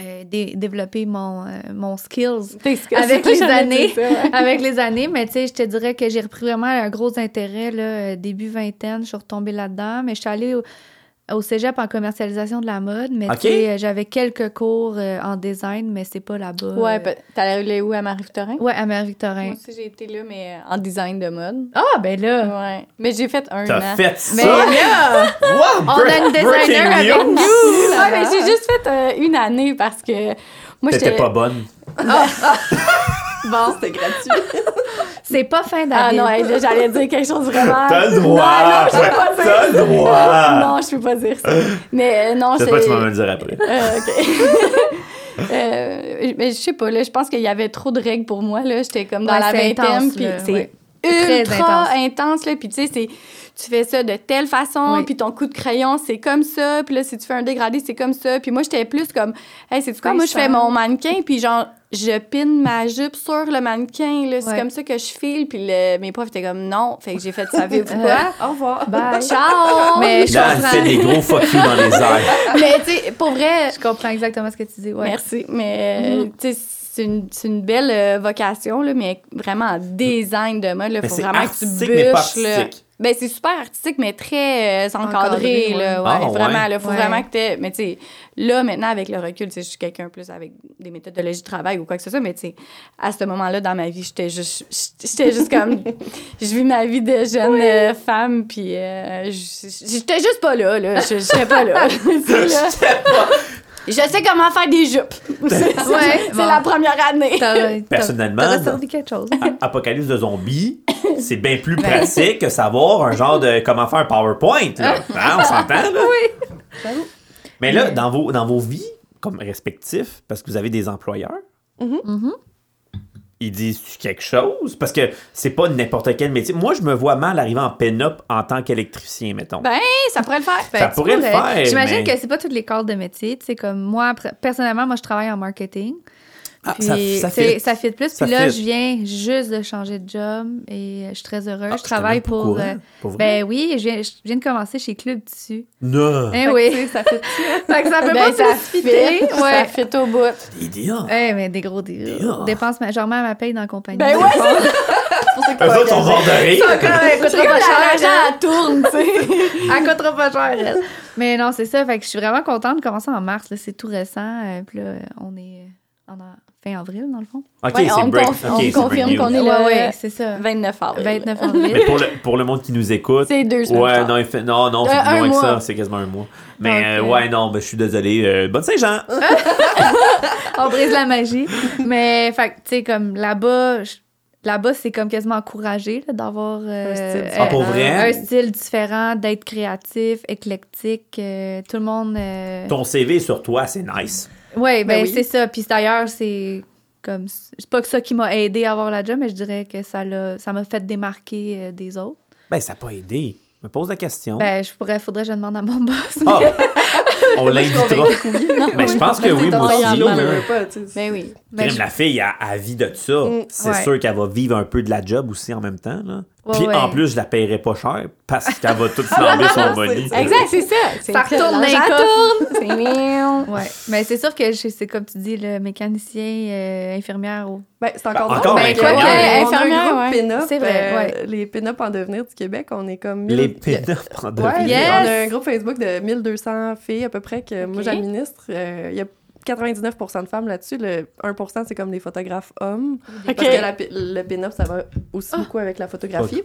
euh, dé- développé mon, euh, mon skills T'es- c'est- Avec c'est- les j'allais années. dire ça, ouais. avec les années. Mais tu sais, je te dirais que j'ai repris vraiment un gros intérêt. Là, euh, début vingtaine, je suis retombée là-dedans. Mais je suis allée au, au cégep en commercialisation de la mode. Mais Ok. tu sais, euh, j'avais quelques cours euh, en design, mais c'est pas là-bas. Ouais, euh, peut- t'allais aller où à Marie-Victorin? Ouais, à Mère Moi Victorin. aussi, j'ai été là, mais euh, en design de mode. Ah, ben là! Ouais. Mais j'ai fait un T'as an. fait ça? Mais Ah! là! Wow, On a une break- breaking designer avec news. nous! Ouais, mais j'ai juste fait euh, une année parce que moi, T'étais j'étais... pas bonne. Bon, c'était gratuit. C'est pas fin Ah d'année. non, hey, là, j'allais dire quelque chose de vraiment... T'as le Non, non, droit! je peux pas dire T'as le droit! Non, je peux pas dire ça. Mais euh, non, Je sais pas, tu vas me le dire après. Euh, OK. Euh, mais je sais pas, là, je pense qu'il y avait trop de règles pour moi, là. J'étais comme dans Ouais, la c'est vingtaine, intense, puis là, c'est ouais. Très ultra intense. là. Puis tu sais, c'est... Tu fais ça de telle façon, Oui. puis ton coup de crayon, c'est comme ça. Puis là, si tu fais un dégradé, c'est comme ça. Puis moi, j'étais plus comme, hey, c'est quoi? Oui, Moi, je ça. fais mon mannequin, puis genre, je pine ma jupe sur le mannequin. Là. C'est Ouais. comme ça que je file. Puis le- mes profs étaient comme, non. Fait que j'ai fait, savez-vous quoi? Au revoir. Bye. Ciao! Mais je Là, elle fait comprends. des gros fuck you dans les airs. Mais tu sais, pour vrai, Je comprends exactement ce que tu dis. Ouais. Merci. Mais euh, tu sais, c'est une, c'est une belle euh, vocation, là, mais vraiment en design de mode. Il Mais faut c'est vraiment que tu artistique, mais pas bûches. là. artistique. Ben, c'est super artistique, mais très euh, encadré. Encadré, là, ouais. ouais, Ah, vraiment, ouais. là, faut Ouais. vraiment que tu Mais tu sais, là, maintenant, avec le recul, tu sais, je suis quelqu'un plus avec des méthodologies de travail ou quoi que ce soit, mais tu sais, à ce moment-là, dans ma vie, j'étais juste, j'étais juste comme. Je vis ma vie de jeune euh, femme, puis euh, j- j'étais juste pas là, là. Je- J'étais pas là. C'est là. Je sais comment faire des jupes. C'est Ouais, c'est bon. la première année. T'as- t'as- Personnellement, T'aurais servi quelque chose. a- apocalypse de zombies, c'est bien plus pratique que savoir un genre de comment faire un PowerPoint. là. Hein, on s'entend, là? J'avoue. Mais là, dans vos, dans vos vies, comme respectifs, parce que vous avez des employeurs, ils disent quelque chose? Parce que c'est pas n'importe quel métier. Moi, je me vois mal arriver en pin-up en tant qu'électricien, mettons. Ben, ça pourrait le faire. ça Tu pourrait le pourrais. faire. J'imagine mais- que c'est pas tous les corps de métier. Tu sais, comme moi, pr- personnellement, moi, je travaille en marketing. Ah, Puis, ça- ça tu sais, fit. ça fit plus. Ça Puis là, fit. je viens juste de changer de job et euh, je suis très heureuse. Ah, je travaille j'étais même pas pour. au euh, courant, pour vrai. Ah. ben oui, je viens, je viens de commencer chez Club Tissu. Non! Eh Fait que, tu oui. sais, ça fait Fait que ça peut pas Ben, ça fit. plus fitter. Ça Ouais. fit au bout. Idéal! Eh, mais des gros deals. Yeah. Dépense majeurement ma paye dans la compagnie. Ben ouais, c'est Eux autres sont morts de rire. Elle comme coûtera pas cher, l'argent, elle tourne, tu sais. Elle coûtera pas cher, elle. Mais non, c'est ça. Fait que je suis vraiment contente de commencer en mars. là. C'est tout récent. Euh, puis là, on est euh, en en- fin avril, dans le fond. Ok, Ouais, c'est on break. conf- ok, on c'est confirme break qu'on news. est- le- c'est ça. 29 avril. 29 avril. Mais pour le, pour le monde qui nous écoute, C'est deux semaines. Euh, Ouais, plus non, tard. il fait- non, non, Euh, c'est un moins que mois. ça, c'est quasiment un mois. Mais Donc, euh, ouais, non, ben, je suis désolé. euh, bonne Saint-Jean! on brise la magie. Mais, fait que, tu sais, comme là-bas, je- là-bas, c'est comme quasiment encouragé là, d'avoir euh, Un style euh, Ah, pour vrai? un style différent, d'être créatif, éclectique. euh, tout le monde. euh, Ton CV sur toi, c'est nice. Ouais, ben, Ben oui. c'est ça. Puis d'ailleurs, c'est comme c'est pas que ça qui m'a aidé à avoir la job, mais je dirais que ça l'a, ça m'a fait démarquer euh, des autres. Ben, ça n'a pas aidé. Je me pose la question. Ben, je pourrais, faudrait que je demande à mon boss. Oh. Ah! on l'invitera. Mais je pense que oui, moi c'est aussi. ton là. regard. Ben, pas, tu sais. Mais Ben oui. Mais Crime, je- La fille a, a vie de ça. Mm, c'est ouais. sûr qu'elle va vivre un peu de la job aussi en même temps. Là. Ouais, Puis ouais. en plus, je la paierai pas cher parce qu'elle va tout flamber son c'est money. ça. Exact, c'est ça. C'est Ça retourne dans les ça coffres. tourne. C'est mignon. Ouais, mais c'est sûr que je- c'est comme tu dis, le mécanicien, euh, infirmière. au- Ben, c'est encore Ben, drôle, encore mais infirmière. quoi que, on a Infirmière, un groupe ouais. pin-up, C'est vrai, euh, ouais. les pin-up en devenir du Québec, on est comme mille- Les pénards en Ouais, devenir. Yes! on a un groupe Facebook de 1200 filles à peu près que moi Ok. j'administre. Euh, Il y a 99% de femmes là-dessus. Le 1% c'est comme des photographes hommes. OK. Parce que la pi- le pin-up, ça va aussi beaucoup avec la photographie.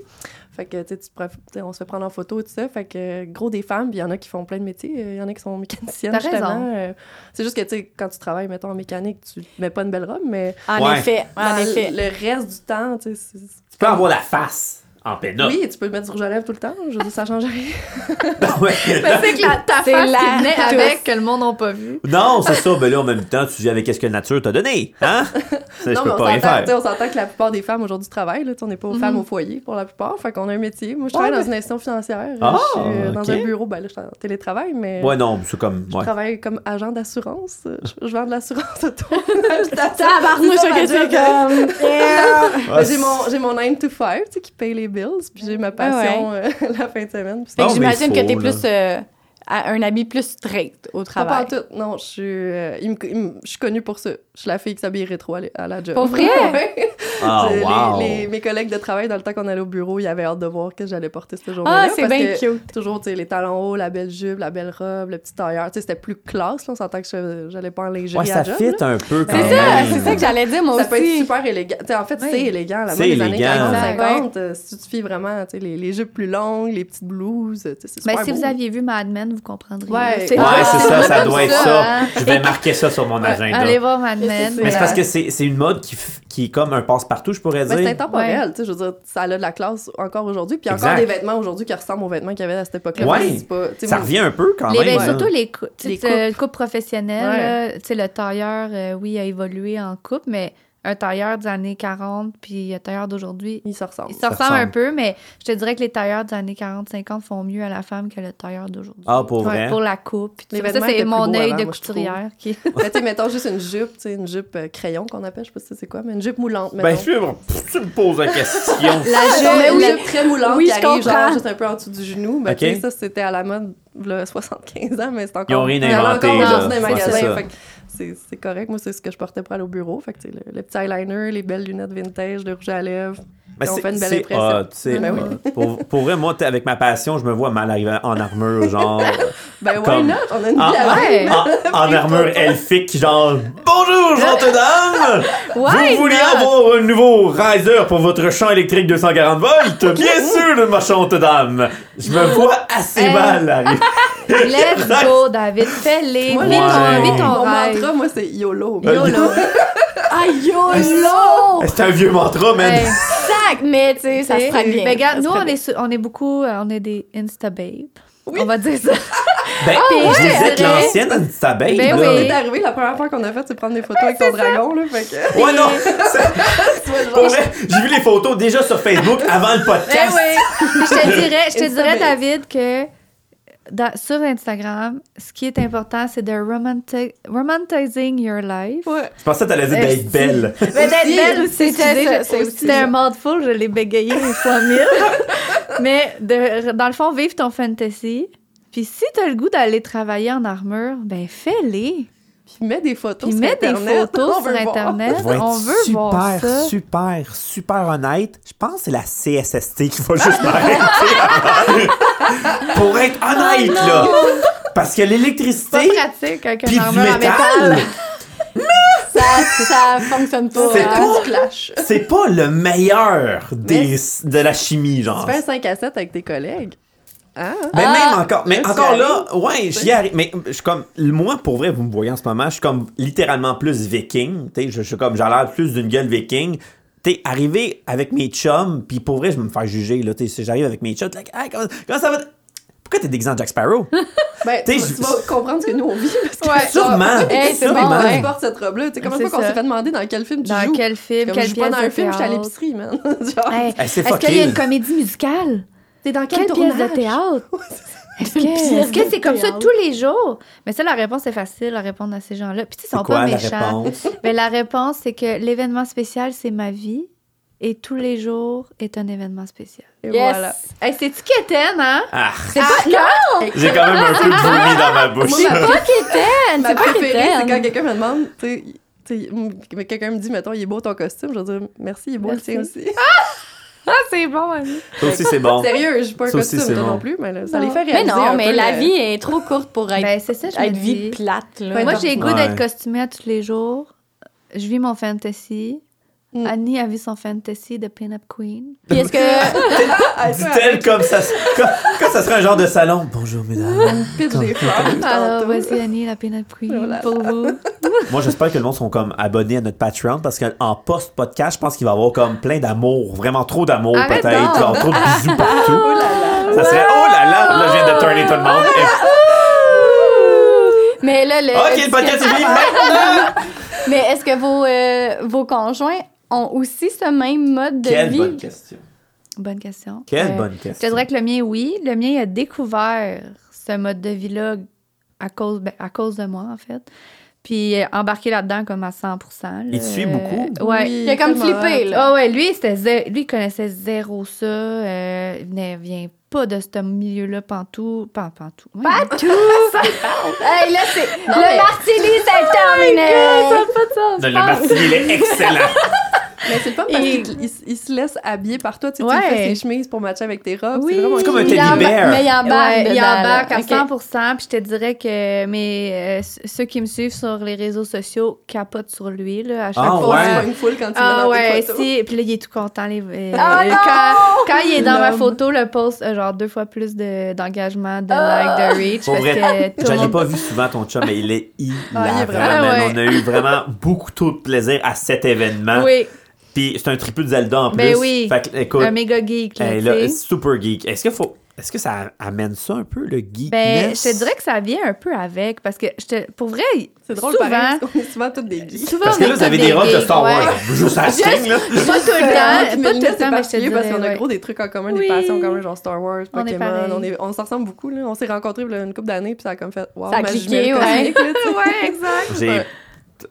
Fait que, tu sais, tu te prends- tu sais, on se fait prendre en photo et tout ça. Fait que, euh, gros des femmes, puis il y en a qui font plein de métiers. Euh, Il y en a qui sont mécaniciennes, T'as justement. raison. Euh, c'est juste que, tu sais, quand tu travailles, mettons, en mécanique, tu mets pas une belle robe, mais En Ouais. effet, en dans effet. le reste du temps, tu sais, c'est- Tu peux avoir la face en pénal. oui, tu peux mettre du rouge à lèvres tout le temps. Je veux dire, ça change rien. Ben Ben Mais c'est que la, ta C'est face la qui venait touche. avec, que le monde n'a pas vu. Non, c'est ça. Ben là, en même temps, tu vis avec ce que la nature t'a donné. Hein? Ça, je non, mais peux on pas rien s'entend, tu sais, faire. on s'entend que la plupart des femmes aujourd'hui travaillent. Là, tu sais, on n'est pas aux Mhm. femmes au foyer pour la plupart. Fait qu'on a un métier. Moi, je travaille dans une institution financière. Ah, je suis euh, dans ok. un bureau. Ben là, je suis en télétravail, mais Ouais, non, c'est comme. je ouais. travaille comme agent d'assurance. Je, je vends de l'assurance auto. Tabarnouche, C'est ça, ma ok, c'est comme. Yeah. Ah, Mais j'ai mon, j'ai mon 9 to 5 tu sais, qui paye les bills. Puis j'ai Ah, ma passion euh, la fin de semaine. Puis Fait c'est que Non, mais j'imagine il que faut, t'es là. plus. euh, à un habit plus strict au pas travail. pantoute. Non, je suis, euh, il me- il me- je suis connue pour ça. Je suis la fille qui s'habille rétro à, l- à la job. Pour vrai? Ouais. Ah, Les- wow. les- mes collègues de travail, dans le temps qu'on allait au bureau, ils avaient hâte de voir que j'allais porter ce jour-là. Ah, c'est bien cute. Toujours, tu sais, les talons hauts, la belle jupe, la belle robe, le petit tailleur. Tu sais, c'était plus classe, là. On s'entend que je- j'allais pas en lingerie Ouais, ça à job, fit là. un peu quand C'est ça, même. c'est ça que j'allais dire, moi Ça peut être aussi. super élégant. Tu sais, en fait, Oui. c'est élégant. La C'est mode des années élégant. 40-50, euh, si tu te fies vraiment, tu sais, les, les jupes plus longues, les petites blouses, tu sais, c'est Mais super Ben, si beau. vous aviez vu Mad Men, vous comprendriez. Ouais. Ouais, Ah, c'est ça, ça doit comme être ça. hein. Je vais marquer ça sur mon agenda. Allez voir Mad Men. Mais c'est Ouais. parce que c'est c'est une mode qui, f- qui est comme un passe-partout, je pourrais Ben, c'est dire. intemporel, tu sais, je veux dire, ça a de la classe encore aujourd'hui, puis Exact. encore des vêtements aujourd'hui qui ressemblent aux vêtements qu'il y avait à cette époque-là. Ouais. Fait que c'est pas- tu sais, Ça moi, revient un peu quand Les, même. hein. ben, là. surtout les, cou- tu sais, Les tu sais, coupes professionnelles. Ouais. là, tu sais, Le tailleur, euh, oui, a évolué en coupe, mais un tailleur des années 40 puis un tailleur d'aujourd'hui, Ils se ressemblent. ils se ressemblent ressemble. un peu, mais je te dirais que les tailleurs des années 40-50 font mieux à la femme que le tailleur d'aujourd'hui. Ah, pour Ouais, vrai? Pour la coupe. puis tout Les ça. ça, vêtements c'est étaient plus mon beaux œil avant, de moi, je trouve. couturière qui. Mais tu sais, mettons juste une jupe, tu sais, une jupe euh, crayon qu'on appelle, je sais pas si c'est quoi, mais une jupe moulante. Ben, mettons. sûr, pff, tu me poses la question. La Ah, non, mais jupe, une la- jupe très moulante Oui, qui je arrive comprends. genre juste un peu en dessous du genou. Ben, Ok. tu sais, ça, c'était à la mode, là, 75 ans, mais c'est encore. Ils ont rien il y en a inventé, encore là. dans des Ouais, magasins, c'est ça. fait que c'est- c'est correct. Moi, c'est ce que je portais pour aller au bureau. Fait que, tu sais, le, le petit eyeliner, les belles lunettes vintage, le rouge à lèvres. Mais Ben, on c'est- fait une belle c'est impression. hot, c'est Ben oui. hot. pour, pour vrai, moi, t'es- avec ma passion, je me vois mal arriver en armure, genre. Ben, why Comme- not? On a une vie Ah, à vivre. Ouais. en, en armure elfique, genre. Bonjour, gentes dames! Why Vous voulez not? avoir un nouveau riser pour votre champ électrique 240 volts? Bien sûr, ma chante dame! Je me vois assez Hey. mal arriver. Let's go, David. Fais-les. Moi, euh, Vis ton, Ouais. vis ton Mon rêve. mantra, moi, c'est YOLO. Euh, YOLO. Ah, YOLO! C'est un vieux mantra, man. Hey. Sac! Mais, tu sais, ben, ça se prend bien. Mais Ben, regarde, Ça se nous, prend on bien. est, sur- on est beaucoup, euh, on est des Insta-babes. On va dire ça. Ben, Ah, ouais, je disais que c'est vrai. l'ancienne, elle dit abeille, Ben là. oui. C'est arrivé, la première fois qu'on a fait, c'est prendre des photos avec ton dragon, là. Fait que, Ouais, non! c'est- tu vois, genre, Pour vrai, J'ai vu les photos déjà sur Facebook avant le Ben podcast. oui. Puis je te dirais, je te dirais Eh Insta-babe. David, que dans- sur Instagram, ce qui est important, c'est de romanti- romantising your life. Ouais. Je pensais que t'allais Eh, dire d'être belle. Mais d'être Aussi, belle aussi, c'était excusez, ça, je- c'est aussi c'était ça. un mouthful, je l'ai bégayé une fois mille. Mais de, dans le fond, vive ton fantasy. Puis si t'as le goût d'aller travailler en armure, ben fais-les. Puis mets des photos Puis sur mets des Internet. photos On sur veut voir. Internet. Je vais être On veut super, voir ça. super, super honnête. Je pense que c'est la CSST qui va juste m'arrêter. Pour être honnête, là. Parce que Ah Pas l'électricité, pratique hein, avec puis un du armure en métal, métal. Ça, ça fonctionne pas. C'est hein. pas- Du clash. c'est pas le meilleur des, Mais- de la chimie, genre. Tu fais un 5 à 7 avec tes collègues. Ah! Mais Ah! Ben, même encore, mais Là, tu encore y là, ouais, j'y arrive. Mais je suis comme, moi, pour vrai, vous me voyez en ce moment, je suis comme littéralement plus viking. Tu sais, je je suis comme, j'ai l'air plus d'une gueule viking. Tu sais, arrivé avec mes chums, puis pour vrai, je vais me faire juger, là. Tu sais, si j'arrive avec mes chums, t'es like, Hey, comment, comment ça va? Pourquoi t'es déguisé en Jack Sparrow? Eh, Ben, T'sais, tu, je- tu vas comprendre ce que nous on vit. Parce que Ouais. Sûrement! Hey, c'est bon, sûrement! ouais. tu portes cette robe-là. Tu sais, comment C'est fois qu'on ça. s'est fait demander dans quel film tu Dans joues? quel film, Comme, quelle je joue pas pièce dans de un film, théâtre. j'étais à l'épicerie, man. Genre, Hey, Hey, c'est Est-ce qu'il y a fucking. une comédie musicale? t'es dans Quelle quel pièce tournage? de théâtre? Est-ce que pièce est-ce que de c'est comme ça théâtre. tous les jours? Mais ça, la réponse est facile à répondre à ces gens-là. Puis, tu sais, ils C'est sont quoi pas la méchants. réponse? Mais la réponse, c'est que l'événement spécial, c'est ma vie. Et tous les jours est un événement spécial. Et Yes. voilà. Hey, c'est-tu quétaine, hein? Ah, C'est pas j'ai quand même un peu de vomi dans ma bouche. Moi, ma- pas quétaine! Ma C'est pas préférée, c'est quand quétaine! quelqu'un me demande, tu sais, tu sais, m- que quelqu'un me dit, mettons, il est beau ton costume, je vais dire, merci, il est beau Merci. le tien aussi. Ah, c'est bon, Annie. Ça aussi, c'est bon. Sérieux, je suis pas un Ça aussi, costume, c'est toi bon. non plus, mais là, ça Non. les fait Mais réaliser. non, un mais peu la le- vie est trop courte pour être, Ben, c'est ça, je me être vie dis. plate. Là. Ouais, Moi, j'ai le goût d'être Ouais. costumée à tous les jours. Je vis mon fantasy. Mm. Annie a vu son fantasy de pin-up queen. Puis Est-ce que. Ah, toi, Dit-elle comme ça. Comme, comme ça serait un genre de salon. Bonjour, mesdames. pitch des fleurs, Alors, tantôt. voici Annie, la pin-up queen, Ah, Oh là là. pour vous. Moi, j'espère que le monde sont comme abonnés à notre Patreon parce qu'en post-podcast, je pense qu'il va y avoir comme plein d'amour. Vraiment trop d'amour, Arrête peut-être. genre, trop de bisous partout. Oh là là. Ça serait. Oh là là! Là, je viens de turner tout le monde. Et- Mais là, le. Ok, le podcast est fini. Mais est-ce que vos, euh, vos conjoints ont aussi ce même mode de Quelle vie? bonne question. Bonne question. Quelle Euh, bonne Je te question. dirais que le mien, oui. Le mien, il a découvert ce mode de vie-là à cause, ben, à cause de moi, en fait. Puis euh, embarqué là-dedans comme à 100 là. Il te suit Euh, beaucoup? Ouais. Oui, Il a comme tellement flippé, hâte. là. Ah ouais, lui, c'était zé- lui, il connaissait zéro ça. Euh, il venait- vient pas de ce milieu-là, pantou. Pan, pantou. Ouais. Pas tout! hey, là, c'est. Le mais- martini, c'est Ça terminé! a pas de sens. Le martini, il est excellent. Mais c'est le fun parce Et- qu'il il- il se laisse habiller par toi. Tu sais, tu Ouais. lui fais ses chemises pour matcher avec tes robes. Oui. C'est vraiment C'est comme un Il teddy emba- bear. Mais il embarque. Ouais, il dedans, là. embarque à Ok. 100 Puis je te dirais que mes, euh, c- ceux qui me suivent sur les réseaux sociaux capotent sur lui là, à chaque Ah, fois. Faut que tu ouais. sois une foule quand tu vas Ah dans tes ouais, photos. si. Puis là, il est tout content. Les, euh, Ah non! quand, quand il est dans ma L'homme. photo, le post a genre deux fois plus de- d'engagement, de, Ah! likes, de reach. Pour parce vrai, que tout je le l'ai monde... pas vu souvent ton chum, mais il est hilarant. Ah, il est vraiment- Ah, man. ouais. On a eu vraiment beaucoup trop de plaisir à cet événement. Oui, Puis c'est un triple de Zelda en plus. Ben oui. Fait que, écoute, un méga geek. Là, hey, Ben, là, tu sais. super geek. Est-ce que faut, est-ce que ça amène ça un peu le geek ben, je te dirais que ça vient un peu avec. Parce que je te, pour vrai, C'est drôle, souvent, pareil, parce qu'on est souvent toutes des geeks. souvent Parce que on est là, vous tous avez des robes de geeks, Star Wars, ouais. juste à Sting, là. Pas tout le temps, Mais pas tout là, le temps, mais c'est je te particulier parce qu'on a dirais, gros des trucs en commun, Oui. des passions communes, genre Star Wars, On est Pokémon. pareil. On, est on s'en ressemble beaucoup. Là. On s'est rencontrés il y a une couple d'années, puis ça a comme fait Wow, Ça a ma cliqué, jumelle ouais. cosmique, là, tu sais. ouais, exact. J'ai. Ouais.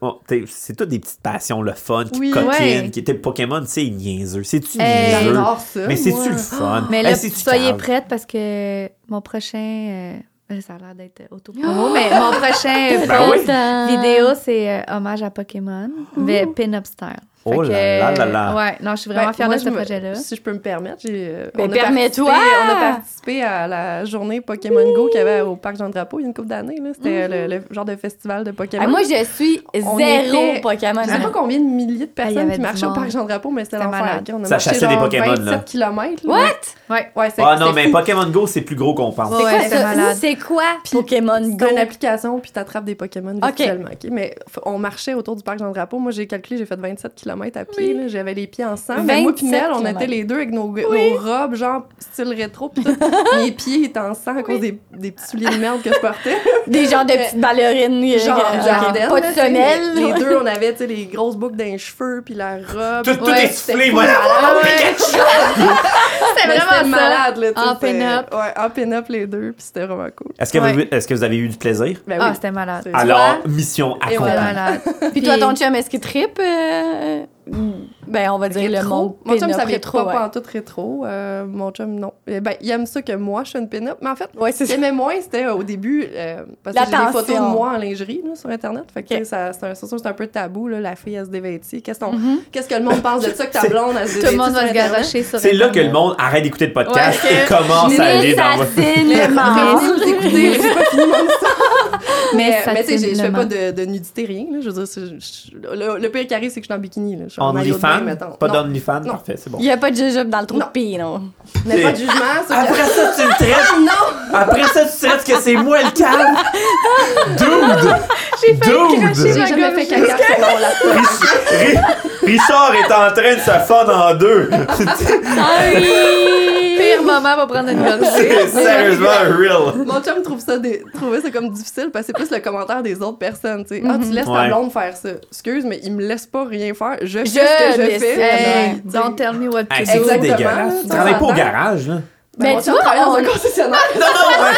oh, t'es- c'est toutes des petites passions, le fun, qui Oui. coquine, Ouais. qui était Pokémon, c'est niaiseux. C'est-tu Hey. niaiseux? J'adore ça. Mais moi. c'est-tu le fun? Mais là, Hey, c'est-tu soyez cave? prête parce que mon prochain. euh, ben, ça a l'air d'être auto Oh! mais mon prochain Ben oui. post vidéo, c'est euh, hommage à Pokémon, Mmh. mais pin-up style. Fait Oh que, euh, là là là là. Ouais, non, je suis vraiment Ben, fière moi, de ce je me- projet-là. Si je peux me permettre, j'ai. euh, Ben, on a permets-toi! participé- On a participé à la journée Pokémon Go qu'il y avait au Parc Jean-Drapeau il y a une couple d'années. là. Mhm. C'était le, le genre de festival de Pokémon. Ah, moi, je suis On zéro était- Pokémon. Je sais pas combien de milliers de Ah, il y personnes avait qui du marchaient au monde. parc Jean-Drapeau, mais c'était C'était l'enfer. malade. ok? On a Ça marché chassait des genre Pokémon, là. 27 km. What? Ouais, ouais, c'est Ah non, mais c'est fou. Pokémon Go, c'est plus gros qu'on pense. Ouais, Quoi, c'est ça? malade. C'est quoi Pokémon Go? C'est une application, puis t'attrapes des Pokémon Ok. virtuellement. ok? Mais f- on marchait autour du parc Jean-Drapeau. Moi, j'ai calculé, j'ai fait 27 km à pied. là. J'avais les pieds ensemble. Mais moi, puis 27 Mel, on kilomètres. était les deux avec nos, nos robes, genre style rétro. Puis tout. mes pieds étaient en sang à cause des, des petits souliers de merde que je portais. Des genres de petites ballerines. euh, genre, euh, jardin, Pas là, de tu sais, semelles. Les, les deux, on avait tu sais, les grosses boucles dans les cheveux, puis la robe. Tout, tout Ouais, est soufflé, c'était moi. malade. C'était Mais vraiment ça. c'était malade, là. tu sais, En c'était- pin-up. Ouais, en pin-up, les deux, puis c'était vraiment cool. Est-ce que, vous, Ouais. est-ce que vous avez eu du plaisir? Ben Ah, oui. c'était malade. C'est- Alors, mission Et C'était voilà. accomplie. malade. Puis toi, ton chum, est-ce qu'il tripe? euh, Ben, on va dire le Rétro. mot. Mon chum, ça vient rétro. pas pantoute rétro. Euh, mon chum, non. Eh Ben, il aime ça que moi, je suis une pin-up. Mais en fait, Ouais, c'est il ça. aimait moins, c'était euh, au début, euh, parce que j'ai des L'attention. photos de moi en lingerie là, sur Internet. Fait que Ok. tu sais, ça, c'est un- c'est sûr que c'est un peu tabou, là, la fille, elle se dévêtit. Qu'est-ce qu'on- qu'est-ce que le monde pense de ça que ta blonde, elle se Tout dévêtit le monde sur va se Internet? garocher sur C'est là que le Internet. monde arrête d'écouter le podcast Ouais, et commence à aller dans... Assassine le Mais venez nous écouter, j'ai pas fini mon histoire. Mais, ça mais tu sais, j'ai- je fais tient pas de, de nudité, rien. là. Je veux dire, c'est- je- le, le pire qui arrive, c'est que je suis en bikini. Là. Je suis en maillot de bain, OnlyFans? mettons. Pas Non, d'OnlyFans? Non. Parfait, c'est bon. Il n'y a pas de jujube dans le trou de pis, non. mais pas de jugement. c'est que- Après ça, tu me traites. Non! Après ça, tu traites que c'est moi le calme. Dude! Dude! J'ai jamais fait caca sur mon laptop. Ri- Richard est en train de se fendre en deux. Pire moment pour prendre une bonne C'est sérieusement real. Mon chum trouve ça des... trouvait ça comme difficile parce que c'est plus le commentaire des autres personnes. tu sais. Ah, tu laisses Mhm. ta Ouais. blonde faire ça. Excuse, mais il me laisse pas rien faire. Je fais Je ce que je décide. fais. Hey, Ouais. Tu sais. don't tell me what to Hey, do. c'est Exactement. dégueulasse. Tu Dans travailles la pas au tête. garage, là? Mais Ben, mon tu chum vois, travaille dans un on- concessionnaire. Non, non, ouais.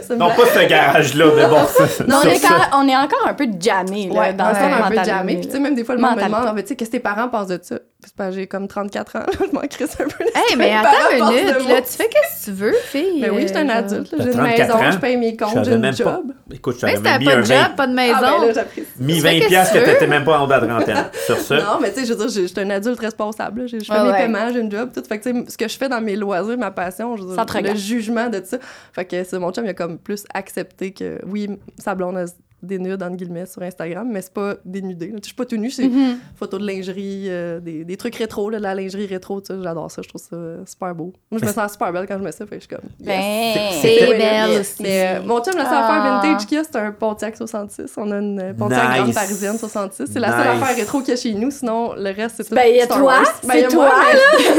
C'est une non, blague. pas ce garage-là, mais bon, ça, Non, on sur est, ça. quand- on est encore un peu jammé, là, Ouais, dans dans cette ça, on est un peu mentalité, jamais. là. Puis, tu sais, même des fois, le monde me Mentalité. demande, en fait, tu sais, qu'est-ce que tes parents pensent de ça? C'est pas, j'ai comme 34 ans, je m'en crisse un peu. Hey, mais Mes attends parents une pensent de minute, moi. là, tu fais qu'est-ce que tu veux, fille? Mais Ben oui, je suis un Euh, adulte, là. T'as j'ai une 34 maison, ans? je paye mes Je comptes, savais j'ai une même pas. job. Écoute, je Mais t'avais si t'as même Ben, mis pas un de job, 20, pas de Ah, ben là, maison. j'apprécie. mis tu fais 20 qu'est-ce piastres que que tu t'étais même pas en bas de trentaine. Sur ce, Non, mais tu sais, je veux dire, je je suis un adulte responsable. là. Je je fais Ouais, mes Ah ouais. paiements, j'ai une job, tout. Fait que, tu sais, ce que je fais dans mes loisirs, ma passion, je veux dire, Ça te le regarde. jugement de ça. Fait que c'est mon chum, il a comme plus accepté que, oui, sa blonde a des nudes, entre guillemets, sur Instagram, mais c'est pas dénudé. là. Tu sais, Je suis pas tout nu, c'est Mhm. photos de lingerie, euh, des, des trucs rétro, là, de la lingerie rétro, tu sais, j'adore ça, je trouve ça super beau. Moi, je me sens super belle quand je mets ça, fait que je suis comme... yes. Ben, C'est Ouais, belle yes. aussi. Mais euh, mon chum, la seule Ah. affaire vintage qu'il y a, c'est un Pontiac 66. On a une euh, Pontiac Nice. Grande Parisienne 66. C'est la seule Nice. affaire rétro qu'il y a chez nous. Sinon, le reste, c'est tout. Ben, il y a Star toi, Wars. c'est il y a toi, moi, mais-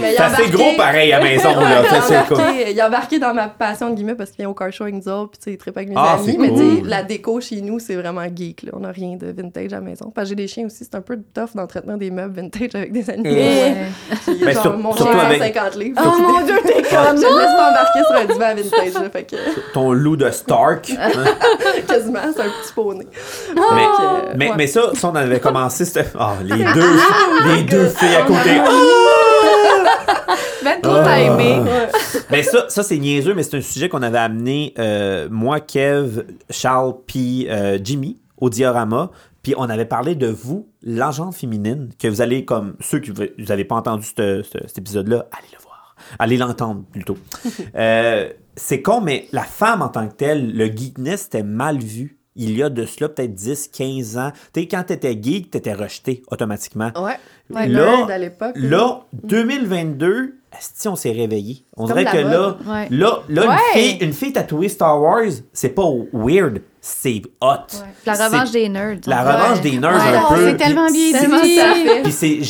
mais il c'est a assez embarqué- gros pareil à maison, là. Ouais, Ça, il, a c'est cool. embarqué, il a embarqué dans ma passion, de guillemets, parce qu'il vient au car show avec nous autres, puis tu sais, il trippe avec mes Ah, amis. c'est Mais tu sais, cool. la déco chez nous, c'est vraiment geek, là. On n'a rien de vintage à la maison. Parce que j'ai des chiens aussi, c'est un peu tough d'entretenir des meubles vintage avec des animaux. Ouais. Ouais. Puis, Ben, genre, sur- mon surtout chien avec- 150 livres. Oh mon Dieu, t'es Je comme... me laisse pas embarquer sur un divan vintage, là, fait que... Ton loup de Stark. hein. Quasiment, c'est un petit poney. Mais, Oh. Fait que, mais, ouais. mais ça, si on avait commencé, c'était. Ah, les deux, les deux filles à côté. Ben, trop Ah. t'as aimé. Ouais. Mais ça, ça c'est niaiseux, mais c'est un sujet qu'on avait amené, euh, moi, Kev, Charles, puis euh, Jimmy, au Diorama. Puis on avait parlé de vous, l'agent féminine, que vous allez, comme ceux qui vous n'avez pas entendu ce- ce- cet épisode-là, allez le voir. Allez l'entendre, plutôt. Euh, c'est con, mais la femme en tant que telle, le geekness, c'était mal vu. Il y a de cela peut-être 10, 15 ans. Tu sais, quand t'étais geek, t'étais rejeté automatiquement. Ouais. Ouais, là, nerd à l'époque. là, 2022, asti, on s'est réveillé. On C'est dirait comme que la là, mode. Ouais. là, là, Ouais. une, fille, une fille tatouée Star Wars, c'est pas weird, c'est hot. La C'est revanche des nerds. La Ouais. revanche des nerds Ouais, un non, peu. c'est puis tellement bien c'est- Tellement dit. ça fait. Puis c'est tellement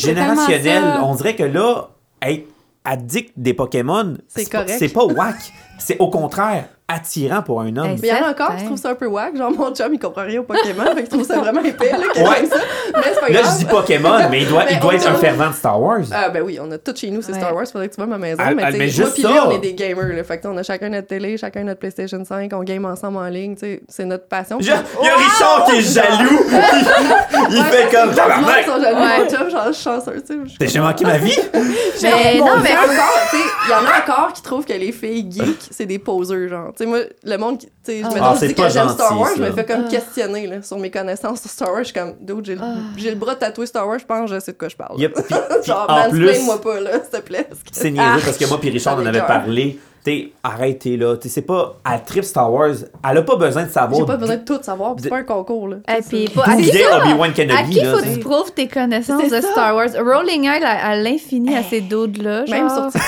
générationnel. ça. On dirait que là, être addict des Pokémon, C'est pas- correct. C'est pas whack. C'est au contraire attirant pour un homme. Hey, Mais il y en a encore Certain. qui trouvent ça un peu wack. Genre, mon chum, il comprend rien au Pokémon. fait qu'il trouve ça vraiment épais, là, que Ouais. j'aime ça. Mais c'est pas Là, grave. je dis Pokémon, mais il doit, il Mais doit on être un a- fervent de Star Wars. Ah, ben oui, on a tout chez nous, c'est Ouais. Star Wars. Faudrait que tu vois ma maison. Ah, mais ah, tu mais sais, moi juste pis ça. lui, on est des gamers, là. Fait que, on a chacun notre télé, chacun notre PlayStation 5, on game ensemble en ligne. Tu sais, c'est notre passion. Je- Il y a Richard qui est jaloux. il il fait comme. Tout le Tabarnak! monde sont jaloux. Ouais. Mon chum, genre, je suis chanceux, tu sais. Je- J'ai manqué ma vie? Mais non, mais encore, Ah! tu sais, il y en a encore qui trouvent que les filles geeks, c'est des poseurs, genre. Tu sais, moi, le monde, qui- tu sais, je me Ah, dis c'est que pas j'aime gentil, Star Wars, je ça. me fais comme Ah. questionner, là, sur mes connaissances sur Star Wars. Je suis comme, dude, j'ai le- Ah. j'ai le bras tatoué Star Wars, je pense, je sais de quoi je parle. Il y a- puis- puis Genre, en plus, mansplain-moi pas, là, s'il te plaît. c'est niaiseux parce que moi puis Richard, Ah, ça on avait m'écoeure. parlé. T'sais, arrêtez là. T'sais, c'est pas... Elle trip Star Wars. Elle a pas besoin de savoir... J'ai pas besoin de tout savoir, pis c'est pas un concours, là. Et puis, pas- d'où à qui vient ça- Obi-Wan À Kenobi, qui là, faut que t'sais. tu prouves tes connaissances C'est de ça. Star Wars? Rolling Eye à, à l'infini à ces doudes là Même sur TikTok.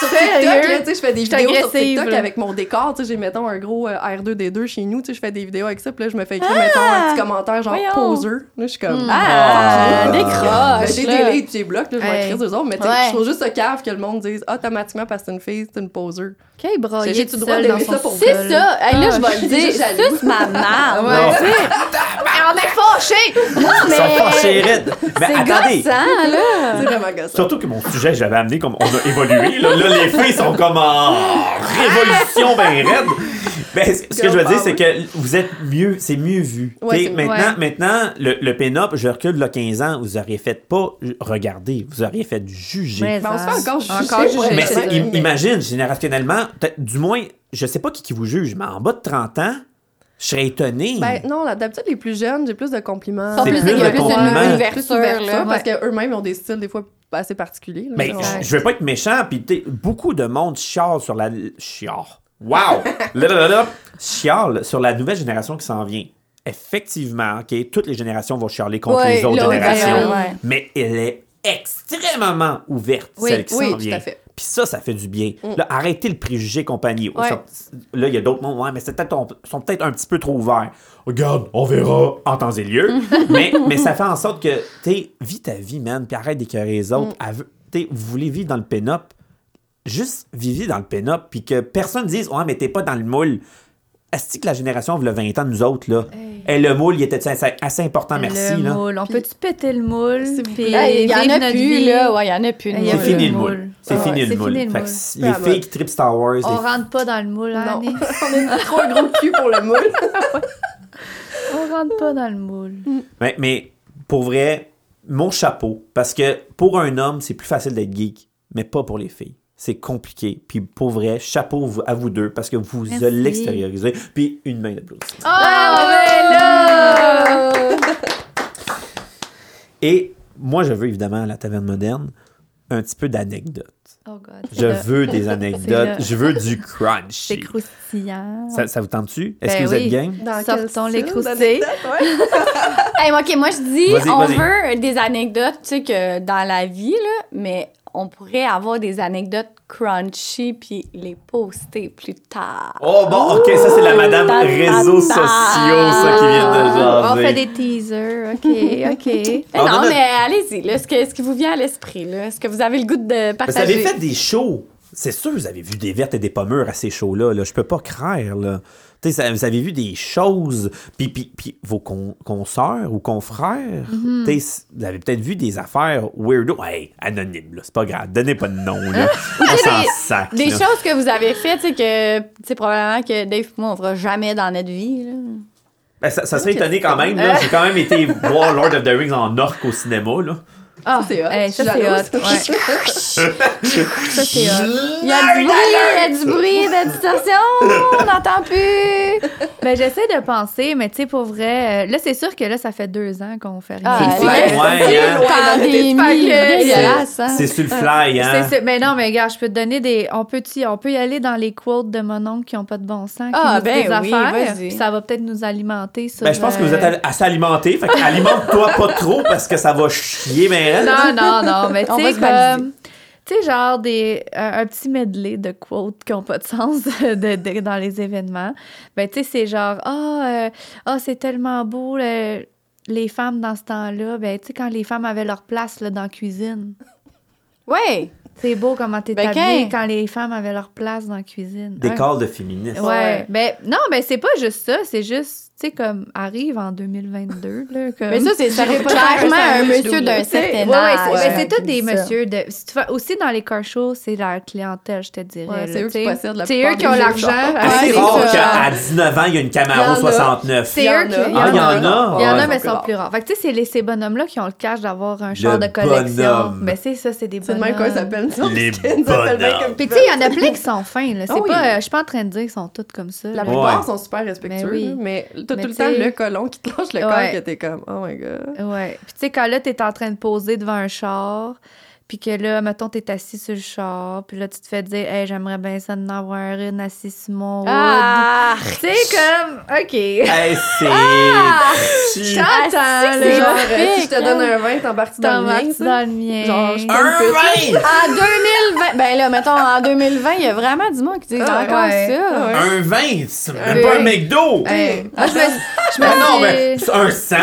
Sur Sérieux? TikTok, là, tu sais, je fais des J'étais vidéos sur agressive, TikTok là. avec mon décor. Tu sais, j'ai, mettons, un gros euh, R2-D2 chez nous. Tu sais, je fais des vidéos avec ça. Puis là, je me fais écrire, Ah! mettons, un petit commentaire genre Voyons. poseur. Là, je suis Hmm. comme... Ah, Ah. Ah, décroche, j'ai là. des liens, j'ai blocs, là, je Hey. vais écrire deux autres, mais tu sais, Ouais. je trouve juste ce cave que le monde dise ah, automatiquement parce que c'est une fille, c'est une poser. Quel broyer J'ai-tu tout le droit seul d'aimer dans son ça pour sol. C'est ça. Hey, là, Ah, je vais le je suis dire. déjà Suce ma marde. Ouais. Non. tu sais. Mais on est fâchés! Non, Ils mais... sont fâchés raides. Mais C'est attendez. gossant, là. C'est vraiment gossant. Surtout que mon sujet, je l'avais amené comme on a évolué. Là, Là, les filles sont comme en révolution ben raide. Ben, ce ce que je veux dire, c'est que vous êtes mieux, c'est mieux vu. Ouais, T'sais, c'est- maintenant, ouais. maintenant, le, le pin-up, je recule de 15 ans, vous auriez fait pas regarder, vous auriez fait juger. Mais Mais on se fait encore juger. Encore juger. Ouais, Mais c'est c'est- ça. im- imagine, générationnellement, peut-être- du moins, je sais pas qui, qui vous juge, mais en bas de 30 ans, je serais étonné. Ben non, là, d'habitude, les plus jeunes, j'ai plus de compliments. En C'est plus, plus il y a de plus compliments. une Plus ouverture, là. ouverture, parce qu'eux-mêmes ont des styles des fois assez particuliers. là, mais genre. je- je vais pas être méchant, puis tu sais, beaucoup de monde chiale sur la... Chiale. Wow! Là, là, là, là. chiale sur la nouvelle génération qui s'en vient. Effectivement, OK, toutes les générations vont chialer contre Ouais, les autres l'autre, générations, euh, ouais. mais elle est extrêmement ouverte, Oui, celle qui oui, s'en tout vient. à fait. Mm. Puis ça, ça fait du bien. Là, arrêtez le préjugé compagnie. Ouais. Ça- Là, il y a d'autres mondes, ouais, mais c'est peut-être- on- sont peut-être un petit peu trop ouverts. Regarde, on verra en temps et lieu. mais, mais ça fait en sorte que, tu sais, vis ta vie, man, puis arrête d'écœurer les autres. Mm. Ave- Tu sais, vous voulez vivre dans le pin-up, juste vivez dans le pin-up, puis que personne dise, ouais, mais t'es pas dans le moule. Est-ce que la génération, le 20 ans, nous autres, là, et le moule, il était assez, assez important, Eh, ah, merci, le là. moule. On Puis- peut-tu péter le moule? S'il vous puis Là, Il y en vivre a notre plus, vie? là. Ouais, il y en a plus. de C'est C'est moule. fini le le moule. moule. C'est Ah ouais, fini le c'est moule. fini le Fait moule. que Ah les ouais. filles qui tripent Star Wars, On les rentre pas dans le moule, Non. Annie. On est trop un gros cul pour le moule. On rentre pas dans le moule. Mais, mais pour vrai, mon chapeau, parce que pour un homme, c'est plus facile d'être geek, mais pas pour les filles. C'est compliqué. Puis pour vrai, chapeau vous- à vous deux, parce que vous Merci. l'extériorisez. Puis une main d'applaudissements. Ah, là! Et moi, je veux évidemment à la taverne moderne un petit peu d'anecdotes. Oh God. Je veux des anecdotes. là. Je veux du C'est crunch. croustillant. Ça, ça vous tente-tu? Est-ce Ben que vous oui. êtes game? Dans Sortons quel style les croustilles. d'anecdote, ouais. Hey, OK, moi, je dis, Vas-y, on vas-y. veut des anecdotes, tu sais, que dans la vie, là, mais on pourrait avoir des anecdotes crunchy puis les poster plus tard. Oh bon, ok, ça c'est la madame Ta- ta- réseaux ta- sociaux, ça qui vient de Ah, On jaser. fait des teasers. OK, OK. Mais On en Eh non, a- mais allez-y, là, ce, que, ce qui vous vient à l'esprit, là, est-ce que vous avez le goût de Mais vous avez partager? fait des shows. C'est sûr, vous avez vu des vertes et des pommures à ces shows-là. Là. Je peux pas craindre. Là. Tu sais, ça- Vous avez vu des choses. Puis, puis, puis vos con- consoeurs ou confrères, Mm-hmm. tu sais, c- vous avez peut-être vu des affaires weirdo. Hey, anonyme, là, c'est pas grave. Donnez pas de nom. Là. On s'en des- sac. Des là. choses que vous avez faites, tu sais, que, tu sais, probablement que Dave et moi, on fera jamais dans notre vie, là. Ben, ça, ça serait étonné quand même. Euh. là. J'ai quand même été voir Lord of the Rings en orc au cinéma. Là. Ah, c'est hot. hey, ça, Je suis c'est jalouse. hot. ouais. Ça, c'est hot. Il y a du bruit, il y a du bruit de distorsion, on n'entend plus! Ben, j'essaie de penser, mais tu sais, pour vrai, euh, là, c'est sûr que là, ça fait deux ans qu'on fait rien. Ah, c'est ouais. Ouais, hein. Pandémie, Fait que- dégueulasse, hein? C'est sur le fly. Hein? C'est ça. Mais non, mais regarde, je peux te donner des. On peut, y- on peut y aller dans les quotes de mon oncle qui n'ont pas de bon sens. qui Ah, nous disent ben des oui, affaires, vas-y. puis Ça va peut-être nous alimenter sur. Ben, je pense que vous euh, êtes al- assez alimenté. Fait que alimente-toi pas trop parce que ça va chier, mais elle. Non, non, non, mais tu On va sais, se baliser. comme. Tu sais, genre des, euh, un, un petit medley de quotes qui n'ont pas de sens de, de- dans les événements. Ben, tu sais, c'est genre, ah, euh, ah, c'est tellement beau, le- les femmes dans ce temps-là. Ben, tu sais, quand les femmes avaient leur place là, dans la cuisine. Ouais! C'est beau comment t'es Ben, habillée quand- quand les femmes avaient leur place dans la cuisine. Des Hein? corps de féministes. Ouais. Ben, non, ben, c'est pas juste ça. C'est juste, tu sais, comme, arrive en 2022, là. Comme... Mais ça, c'est ça J'aurais pas clairement ça, un je monsieur double. d'un Tu sais, certain Ouais, ouais, âge. c'est ben, c'est tout tous des ça. messieurs. De, si tu fais- aussi, dans les car shows, c'est leur clientèle, je te dirais. Ouais, là, c'est eux qui t'sais. possèdent la C'est plupart eux qui des ont jeux Ah, l'argent. d'argent. Ouais, Assez c'est rare ça. qu'à à 19 ans, il y a une Camaro Il y en a. 69. C'est Il y eux en qui. il a. y Ah, il y en Il y en a. a, Ouais. mais ils Encore. sont plus rares. Fait que, tu sais, c'est les- ces bonhommes-là qui ont le cash d'avoir un char de collection. bonhomme. Mais c'est ça, c'est des C'est de bonhommes. même qu'on s'appelle. ça. Les Ils s'appellent bien bonhommes. comme- Puis, tu sais, il y en a plein qui sont fins, là. C'est Ah oui. pas. euh, je suis pas en train de dire qu'ils sont tous comme ça. La là. plupart Ouais. sont super Mais respectueux, Ben oui. là, mais t'as Mais tout le tu temps sais- le colon qui te lâche le corps Ouais. que t'es comme « Oh my God Ouais. Puis tu sais, quand là, t'es en train de poser devant un char, puis que là, mettons, t'es assis sur le char, puis là, tu te fais dire, hey, j'aimerais bien ça d'en avoir une assise sur mon hood. Ah! Tu sais, comme, OK. Hey, Eh, c'est. Tu- T'entends, c'est !» bon. là. Genre, euh, si je te donne un vin, t'embarques dans T'en le vas mien, ça? dans le mien. Genre, je- Un vin! En 2020, ben là, mettons, en 2020, il y a vraiment du monde qui dit Ah, encore ouais. ça. Ah, ouais. Un vin! C'est même Un pas un vin. McDo! Hey, moi, Ah, je me, Euh, je me Ben non, suis- mais c'est un 100,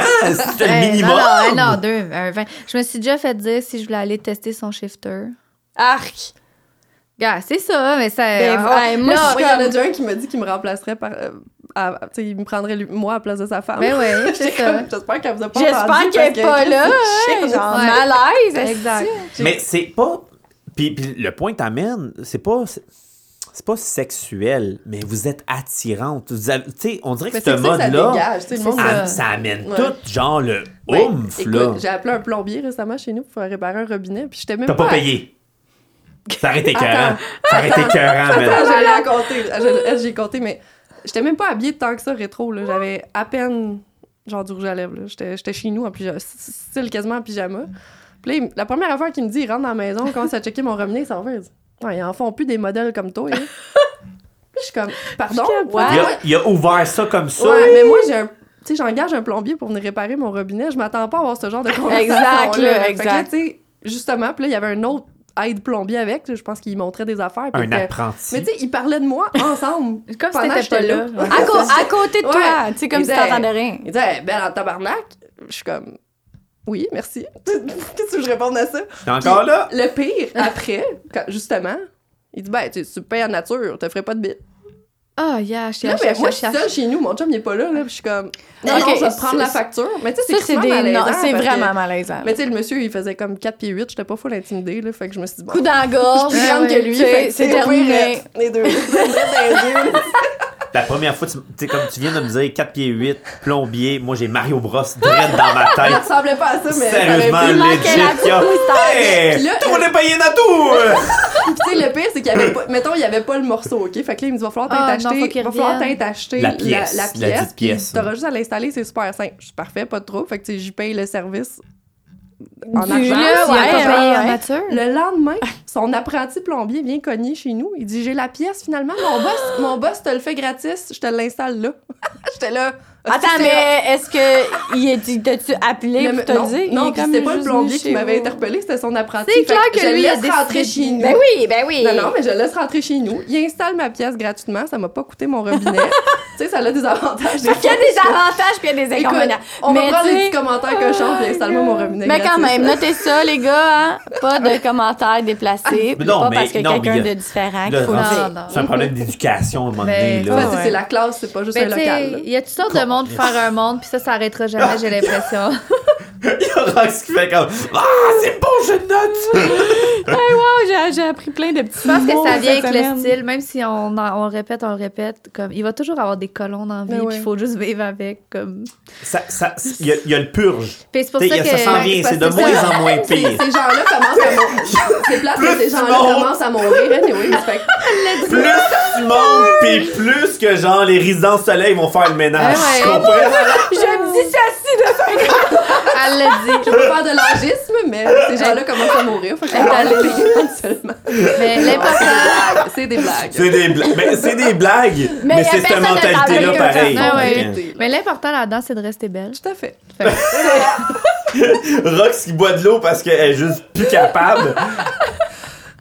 c'est le Hey, non, minimum! Non, non, deux, un vingt. Je me suis déjà fait dire si je voulais aller tester son shifter. Arc! Gars, c'est ça, mais ça. ah, Ben, on- ouais, moi, là, je Moi, il y en a déjà un qui m'a dit qu'il me remplacerait par... euh, à- tu sais, il me prendrait lui- moi à la place de sa femme. Ben ouais, c'est J'étais ça. comme, J'espère qu'elle vous a pas J'espère entendu, qu'elle n'est pas parce que- là, c'est hein, chiant. genre Ouais. malaise. est-ce Exact. que- Mais c'est pas. Puis, puis le point que t'amènes, c'est pas. c'est- C'est pas sexuel, mais vous êtes attirante. Vous avez- tu sais, on dirait que Mais ce c'est ça que ça mode-là, dégage, tu sais, le monde... ça, ça. ça amène Ouais. tout, genre le Ouais. oomph, Écoute, là. J'ai appelé un plombier récemment chez nous pour réparer un robinet, puis j'étais même T'as pas à- payé. Ça aurait été écœurant. Attends. Ça aurait été écœurant, man. Attends, je l'ai Ah. raconté. Ah, Je- je- J'ai compté, mais j'étais même pas habillée tant que ça rétro. Ah. là. J'avais à peine genre du rouge à lèvres. là. J'étais j'étais chez nous en pyjama, style quasiment en pyjama. Puis là, il- la première affaire qu'il me dit, il rentre dans la maison, il commence à checker mon robinet, il s'en va. Il dit Ouais, Ils en font plus des modèles comme toi. hein. Puis Je suis comme, pardon? Ouais. Il, a, il a ouvert ça comme ça. Ah Ouais, mais moi, j'ai un. Tu sais, j'engage un plombier pour venir réparer mon robinet. Je m'attends pas à avoir ce genre de conversation. Exact, là, Fait que exact. tu sais, justement, puis là, il y avait un autre aide plombier avec. Je pense qu'il montrait des affaires. puis Un il fait- apprenti. Mais tu sais, il parlait de moi ensemble. Ah, Comme si Pendant que t'étais pas j'étais là. là. À, co- à côté de Ouais. toi, tu sais, comme Il si disait- t'entendais rien. Il disait, Eh, belle en tabarnak. Je suis comme, oui, merci. Qu'est-ce que je réponds à ça? T'es encore là? Le pire, après, quand- justement, il dit, ben, tu tu payes en nature, te ferais pas de bille. Ah, yeah, je suis Là, ben, moi, je suis seule cherche. chez nous, mon chum, il est pas là, là, puis je suis comme, non, Ok, non, je vais te c'est- prendre la facture. Mais tu sais, Ça, c'est c'est des. non, vraiment C'est vraiment malaisant. Mais tu sais, le monsieur, il faisait comme 4 pieds 8, j'étais pas full intimidée, là, fait que je me suis dit, bon. Coup dans la gorge, plus grande ouais, que lui, tu sais, fait que c'est au pire, terminé. euh, Les deux. Les deux. La première fois, tu sais, comme tu viens de me dire 4 pieds 8, plombier, moi j'ai Mario Bros direct dans ma Ça tête. ressemblait pas à ça, mais. ça aurait Sérieusement, pu. Il manquait legit, la y'a- Puis Hey! là- Tout le monde est payé dans tout! Puis tu sais, le pire, c'est qu'il y avait pas. Mettons, il y avait pas le morceau, OK? Fait que là, il me dit, va falloir Ah, non, faut t'acheter. qu'il Va falloir revienne. t'acheter La pièce, La, la pièce. dite puis pièce, T'auras oui. juste à l'installer, c'est super simple. Je suis parfait, pas de trouble. Fait que tu sais, j'y paye le service en Du- argent. là, Ah s'il y a ouais, pas ouais. de- en Le lendemain, son apprenti plombier vient cogner chez nous. Il dit J'ai la pièce finalement, mon boss, mon boss te le fait gratis, je te l'installe là. J'étais là. Attends, Ah, C'est- mais est-ce que il est- il t'a-tu appelé Non, pour te non, le dire? Il Non, est puis comme c'était pas le juste plombier venu qui chez m'avait vous. interpellé, c'était son apprenti. C'est Fait clair que je lui le a laisse rentrer décidé. chez nous. Ben oui, ben oui. Non, non, mais je le laisse rentrer chez nous. Il installe ma pièce gratuitement, ça m'a pas coûté mon robinet. tu sais, ça a des avantages. Fait qu'il y a des avantages puis il y a des Écoute, inconvénients. On Mais va prendre tu les sais- oh petits commentaires que je chante, puis installe-moi mon robinet. Mais quand gratis. même, notez ça, les gars, hein? Pas de commentaires déplacés. Ah, Mais non, pas mais- parce que non, mais quelqu'un il y a- de différent qu'il là, faut le non, dire. non. C'est un problème d'éducation à un moment donné, Ben, là. Ouais, tu sais, ouais. C'est la classe, c'est pas juste un Ben, tu local. là. sais, il y a toutes sortes de monde pour faire un monde, puis ça s'arrêtera jamais, j'ai l'impression. Il y a Rox qui fait comme Ah, c'est bon, je note! Oh, j'ai- j'ai appris plein de petits Je pense que mots ça vient cette avec le semaine. style, même si on, en- on le répète, on le répète, comme il va toujours avoir des colons dans la vie, Ben puis il ouais. faut juste vivre avec. Comme... Ça, ça, il y, a- il y a le purge. Puis c'est pour Tu ça sais, il y a- que. ça s'en vient, parce c'est de que moins ça- en moins pire. Ces gens-là commencent à mourir. C'est plate que ces Plus gens-là tu montes. commencent à mourir. Anyway, fait que- Plus tu montes, pis plus que genre les résidences soleil vont faire le ménage. Ouais, ouais. Tu comprends? Je me dis ceci de faire Elle l'a dit. je veux faire de l'agisme, mais ces gens-là commencent à mourir. Faut que je seulement. Mais l'important. C'est des blagues. C'est des blagues. Ben, c'est des blagues, mais, Mais y a c'est cette personne à table mentalité-là avec pareil. Ah ouais. Tout Mais l'important là-dedans, c'est de rester belle. à fait. Rox qui boit de l'eau parce qu'elle est juste plus capable.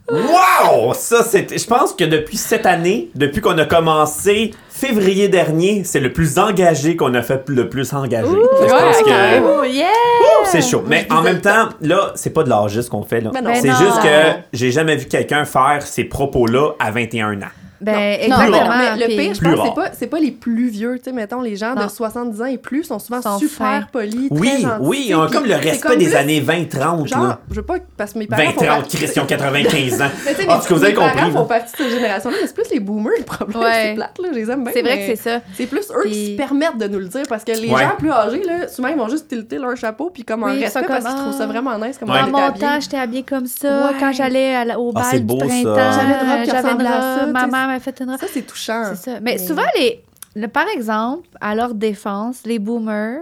Wow! Ça, c'est. Je pense que depuis cette année, depuis qu'on a commencé février dernier, c'est le plus engagé qu'on a fait le plus engagé. je pense ouais, que. quand même. Oh yeah! Ouh, C'est chaud. Mais en même temps, là, c'est pas de l'âgiste qu'on fait. là. Ben non. C'est Ben juste non. que j'ai jamais vu quelqu'un faire ces propos-là à 21 ans. Ben, Non, exactement. non, Mais le puis- pire, je Plus pense, rare. c'est pas, c'est pas les plus vieux. Tu sais, mettons, les gens Non. de 70 ans et plus sont souvent Sont super fins. polis, très Oui, gentils. oui, on a Puis comme le c'est respect comme des plus, années 20-30. Genre, ben là. je veux pas, parce que mes parents 20, font 30, partie- Christian, 95 ans. Mais tu sais, En tout cas, mes- vous avez mes compris. parents font là. partie de cette génération-là, mais c'est plus les boomers le problème. Ouais. C'est plate, là, je les aime bien. C'est vrai que mais- c'est ça. C'est plus eux Puis- qui se permettent de nous le dire parce que les Ouais. gens plus âgés, là, souvent, ils vont juste tilter leur chapeau puis comme un Oui, ils respect sont parce comme, qu'ils trouvent ah, ça vraiment nice comme Ouais. Dans on était mon habillés. temps, j'étais habillée comme ça. Ouais. Quand j'allais à la- au Ah, bal c'est du beau, ça. printemps, J'avais une robe qui j'avais ressemblait une à ça, robe, ma tu sais. mère m'a fait une robe. Ça, c'est touchant. C'est ça. Hein. Mais Mais- souvent, les, le- par exemple, à leur défense, les boomers,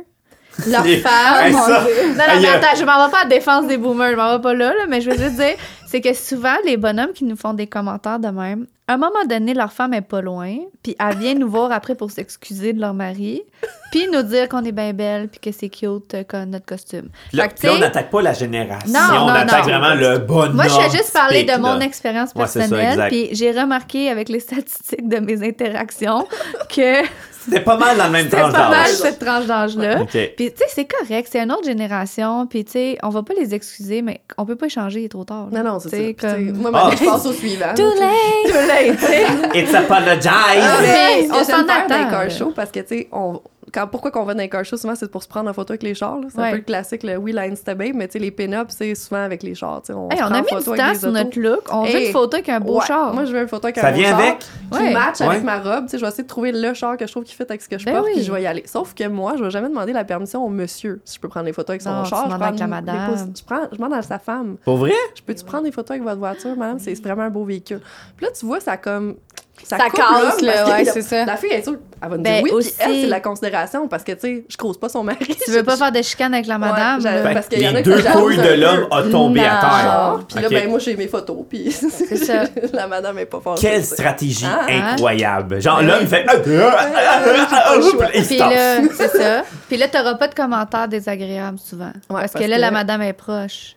leurs Les- femmes. Ah, Hey, mon ça, Dieu. Non, non, aïe, mais euh. attends, je m'en vais pas à la défense des boomers, je m'en vais pas là, là, mais je veux juste dire, c'est que souvent, les bonhommes qui nous font des commentaires de même, à un moment donné, leur femme est pas loin, puis elle vient nous voir après pour s'excuser de leur mari, puis nous dire qu'on est bien belle, puis que c'est cute euh, comme notre costume. Puis Là, Fait que, puis là, on tu sais, n'attaque pas la génération. Non, on non, attaque non. vraiment le bonhomme. moi, je vais juste parler de typique, mon Oh là. expérience Ouais, c'est ça, personnelle, exact. puis j'ai remarqué avec les statistiques de mes interactions que C'était pas mal dans le même C'est pas tranche mal d'âge. cette tranche d'âge-là. OK. Puis, tu sais, c'est correct, c'est une autre génération. Puis, tu sais, on va pas les excuser, mais on peut pas échanger, il est trop tard. là. Non, non, c'est ça. Tu sais, Puis, tu sais, comme- Moi, Ah. maintenant, je passe au suivant. Too Ben, late. Too late, tu sais. It's Ah, apologized. mais mais on on s'en s'en attend attend, dans les là. car shows parce que tu sais on quand pourquoi qu'on va dans les car shows souvent c'est pour se prendre en photo avec les chars là. c'est Ouais. un peu le classique le we line stay babe mais tu sais les pin ups c'est souvent avec les chars tu sais on Hey, se on prend a en mis du photo temps avec sur les notre autos. look. On veut Hey. une photo avec un beau Ouais. char. Moi, je veux une photo avec un Ça beau vient char avec? qui Ouais. match Ouais. avec ma robe. Tu sais, je vais essayer de trouver le char que je trouve qui fit avec ce que je Ben porte, oui. puis je vais y aller. Sauf que moi, je vais jamais demander la permission au monsieur si je peux prendre des photos avec son Non, tu char. Je demandes prends avec la une- madame. les pos- Je, prends, je demande à sa femme. Pour vrai? Je peux-tu prendre des photos avec votre voiture, madame? C'est vraiment un beau véhicule. Puis là, tu vois, ça a comme Ça coupe casse, l'homme là, parce que ouais, la- c'est ça. La fille, elle est sûre, elle va nous Ben, dire oui, aussi- puis elle, c'est de la considération, parce que, tu sais, je cause pas son mari. Tu veux pas faire de chicane avec la Ouais, madame? Ben, j'allais- là. Fait parce que qu'il y en a les que deux ça couilles jase de un l'homme ont tombé à Non. terre. Genre, puis là, Ok. ben, moi, j'ai mes photos, puis ça. la madame est pas forte. Quelle stratégie Oh, Ah, ah. incroyable! Genre, Ouais. l'homme fait. Ah, ah, ah, ah, ah, oups, il se Puis tasse. là, c'est ça. Puis là, t'auras pas de commentaires désagréables souvent. parce, que parce là, que- la madame est proche.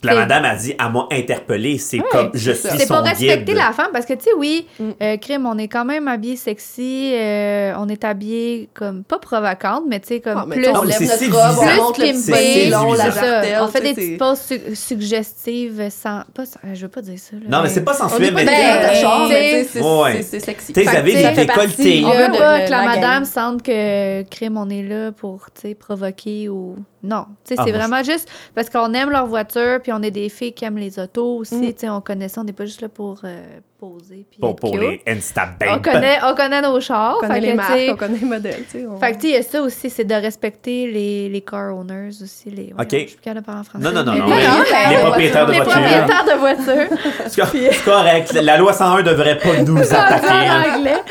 Puis la fait- madame a dit, elle m'a interpellé, c'est comme je c'est ça. suis C'est son pour respecter guide. la femme parce que, tu sais, oui, Mm. euh, crime, on est quand même habillé sexy, euh, on est habillé comme, pas provocante, mais tu sais, comme Ah, mais plus. on mais lève c'est notre séduisant. robe, on plus montre le petit pimpé, pimpée. bébé long, la c'est C'est ça. jartelle. On fait tu sais, des petites pauses su- suggestives sans. Pas, sans- je veux pas dire ça. là, Non, mais c'est pas On n'est sensuel, pas mais. des Ben, gars de char, tu mais tu sais, ouais. sais, c'est- c'est sexy. Tu sais, Fait ils que, tu avaient sais, des fait partie, décolletés. On là, veut de- pas de que la, la madame gang. sente que crime, on est là pour tu sais, provoquer ou. Non. Tu sais, Ah, c'est moi, vraiment juste parce qu'on aime leur voiture, puis on est des filles qui aiment les autos aussi. Mm. Tu sais, on connaît ça, on n'est pas juste là pour euh, poser. Puis Pour, être pour cute. les insta on, connaît, on connaît nos chars. On connaît fait les que, tu marques, sais, on connaît les modèles, tu sais. on- Fait que, tu sais, il y a ça aussi, c'est de respecter les, les car owners aussi. Les, voyons, OK. Je suis plus capable de parler en français. Non, non, non, Mais non. les- les- non, Les mais- propriétaires de Les voitures. propriétaires de voitures. C'est cor- c'est correct. La loi 101 devrait pas nous Ça, attaquer. ça, hein. en anglais.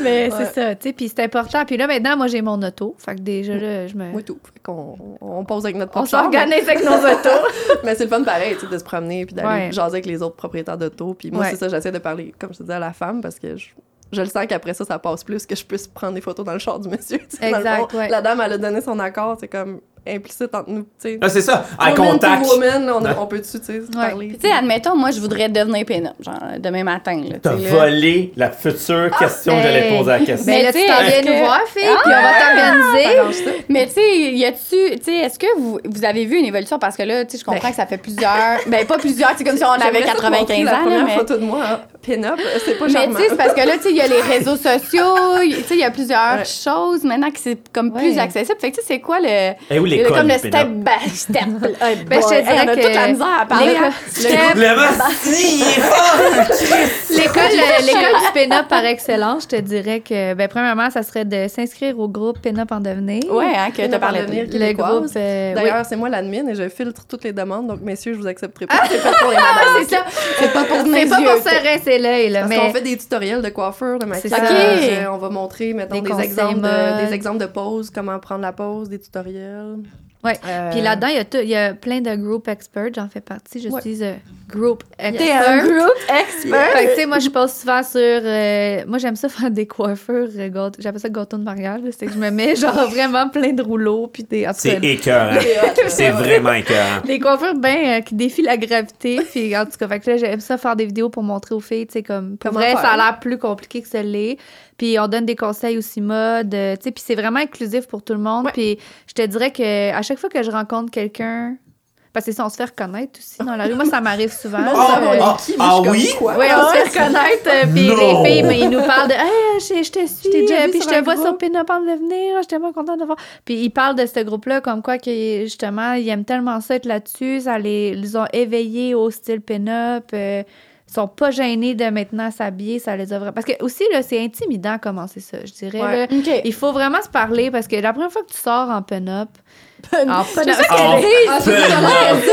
Mais Ouais. c'est ça, tu sais. Puis c'est important. Puis là, maintenant, moi, j'ai mon auto. Fait que déjà, là, je me. Moi et tout. Fait qu'on on, on pose avec notre on propre char, mais- s'organise avec nos autos. Mais c'est le fun pareil, tu sais, de se promener puis d'aller Ouais. jaser avec les autres propriétaires d'auto. Puis moi, Ouais. c'est ça, j'essaie de parler, comme je te disais, à la femme parce que je, je le sens qu'après ça, ça passe plus que je puisse prendre des photos dans le char du monsieur. tu sais, dans le Exact, fond. ouais. La dame, elle a donné son accord, c'est comme implicite entre nous, tu sais. Non, Ah, c'est ça. Eye Woman to contact. woman, on, on peut-tu, tu sais, se parler. Puis, tu sais, admettons, moi, je voudrais devenir pénible, genre, demain matin. Là, T'as tu sais, là. volé la future question que j'allais hey. poser à la question. Mais là, tu tu sais, t'en est-ce viens nous que- voir, fille, puis on va t'organiser. Arrange ça. Mais tu sais, y a-tu, tu sais, est-ce que vous, vous avez vu une évolution parce que là, tu sais, je comprends Ben. que ça fait plusieurs, ben pas plusieurs, c'est comme si on avait J'aimerais ça te 95 montrer La ans là, première mais photo de moi, hein, pin-up, c'est pas mais charmant. tu sais, c'est parce que là, tu sais, il y a les réseaux sociaux, y- tu sais, il y a plusieurs Ouais. choses maintenant qui c'est comme plus Ouais. accessible. Fait que tu sais, c'est quoi le, Et où le- Eh l'école? comme le Pénard? step by step. là. Ben, je te Hey, dirais on a que toute la misère à parler. l'école- hein. step- Le mastic, il est fort. L'école, euh, l'école du pin-up par excellence, je te dirais que, ben, premièrement, ça serait de s'inscrire au groupe pin-up en devenir. Ouais, hein, que Pin-up t'as en parlé. devenir. de- Le Québécoise. groupe. euh, oui. D'ailleurs, c'est moi l'admin et je filtre toutes les demandes, donc messieurs, je vous accepterai pas. C'est pas pour les madames. Ah, c'est ça. C'est pas pour mes C'est pas yeux, pour t'sais. se rincer l'œil, là. Parce Mais qu'on fait des tutoriels de coiffure, de maquillage. ça. euh, On va montrer, mettons, Des des, conseils exemples de, mode. des exemples de poses, comment prendre la pose, des tutoriels. Ouais. Euh, Puis là-dedans, il y a tout- il y, a plein de group experts. J'en fais partie. Je Ouais. suis euh, group expert. T'es un group expert. Fait que, tu sais, moi, je pose souvent sur. euh, moi, j'aime ça faire des coiffures. euh, gâte- J'appelle ça gâteau de mariage. là. C'est que je me mets, genre, vraiment plein de rouleaux. Puis des. en tout cas, C'est écœurant. C'est vraiment écœurant. Des coiffures bien euh, qui défient la gravité. Puis, en tout cas, fait que là, j'aime ça faire des vidéos pour montrer aux filles, tu sais, comme. Pour Comment vrai, faire. ça a l'air plus compliqué que ça l'est. Puis, on donne des conseils aussi mode. euh, tu sais, puis c'est vraiment inclusif pour tout le monde. Ouais. Puis, je te dirais que à chaque fois que je rencontre quelqu'un. Parce que ça, on se fait reconnaître aussi dans la rue. Moi, ça m'arrive souvent. Moi, Ah, ça va, ah, les qui, mais je suis ah comme, oui? quoi? Ah, Oui, on se fait reconnaître. euh, Puis Non. les filles, mais ils nous parlent de Hey, je, je te suis, t'ai déjà euh, vu puis je sur te un vois groupe. sur Pin-Up en devenir, je suis tellement contente de voir. Puis ils parlent de ce groupe-là, comme quoi, que, justement, ils aiment tellement ça être là-dessus, ça les, les ont éveillés au style Pin-Up. euh, ils sont pas gênés de maintenant s'habiller, ça les a vraiment. Parce que aussi, là, c'est intimidant comment c'est ça, je dirais. Ouais. là. Ok. Il faut vraiment se parler parce que la première fois que tu sors en pin-up, en pin-up, En Ils pin-up. disent, Pin-up,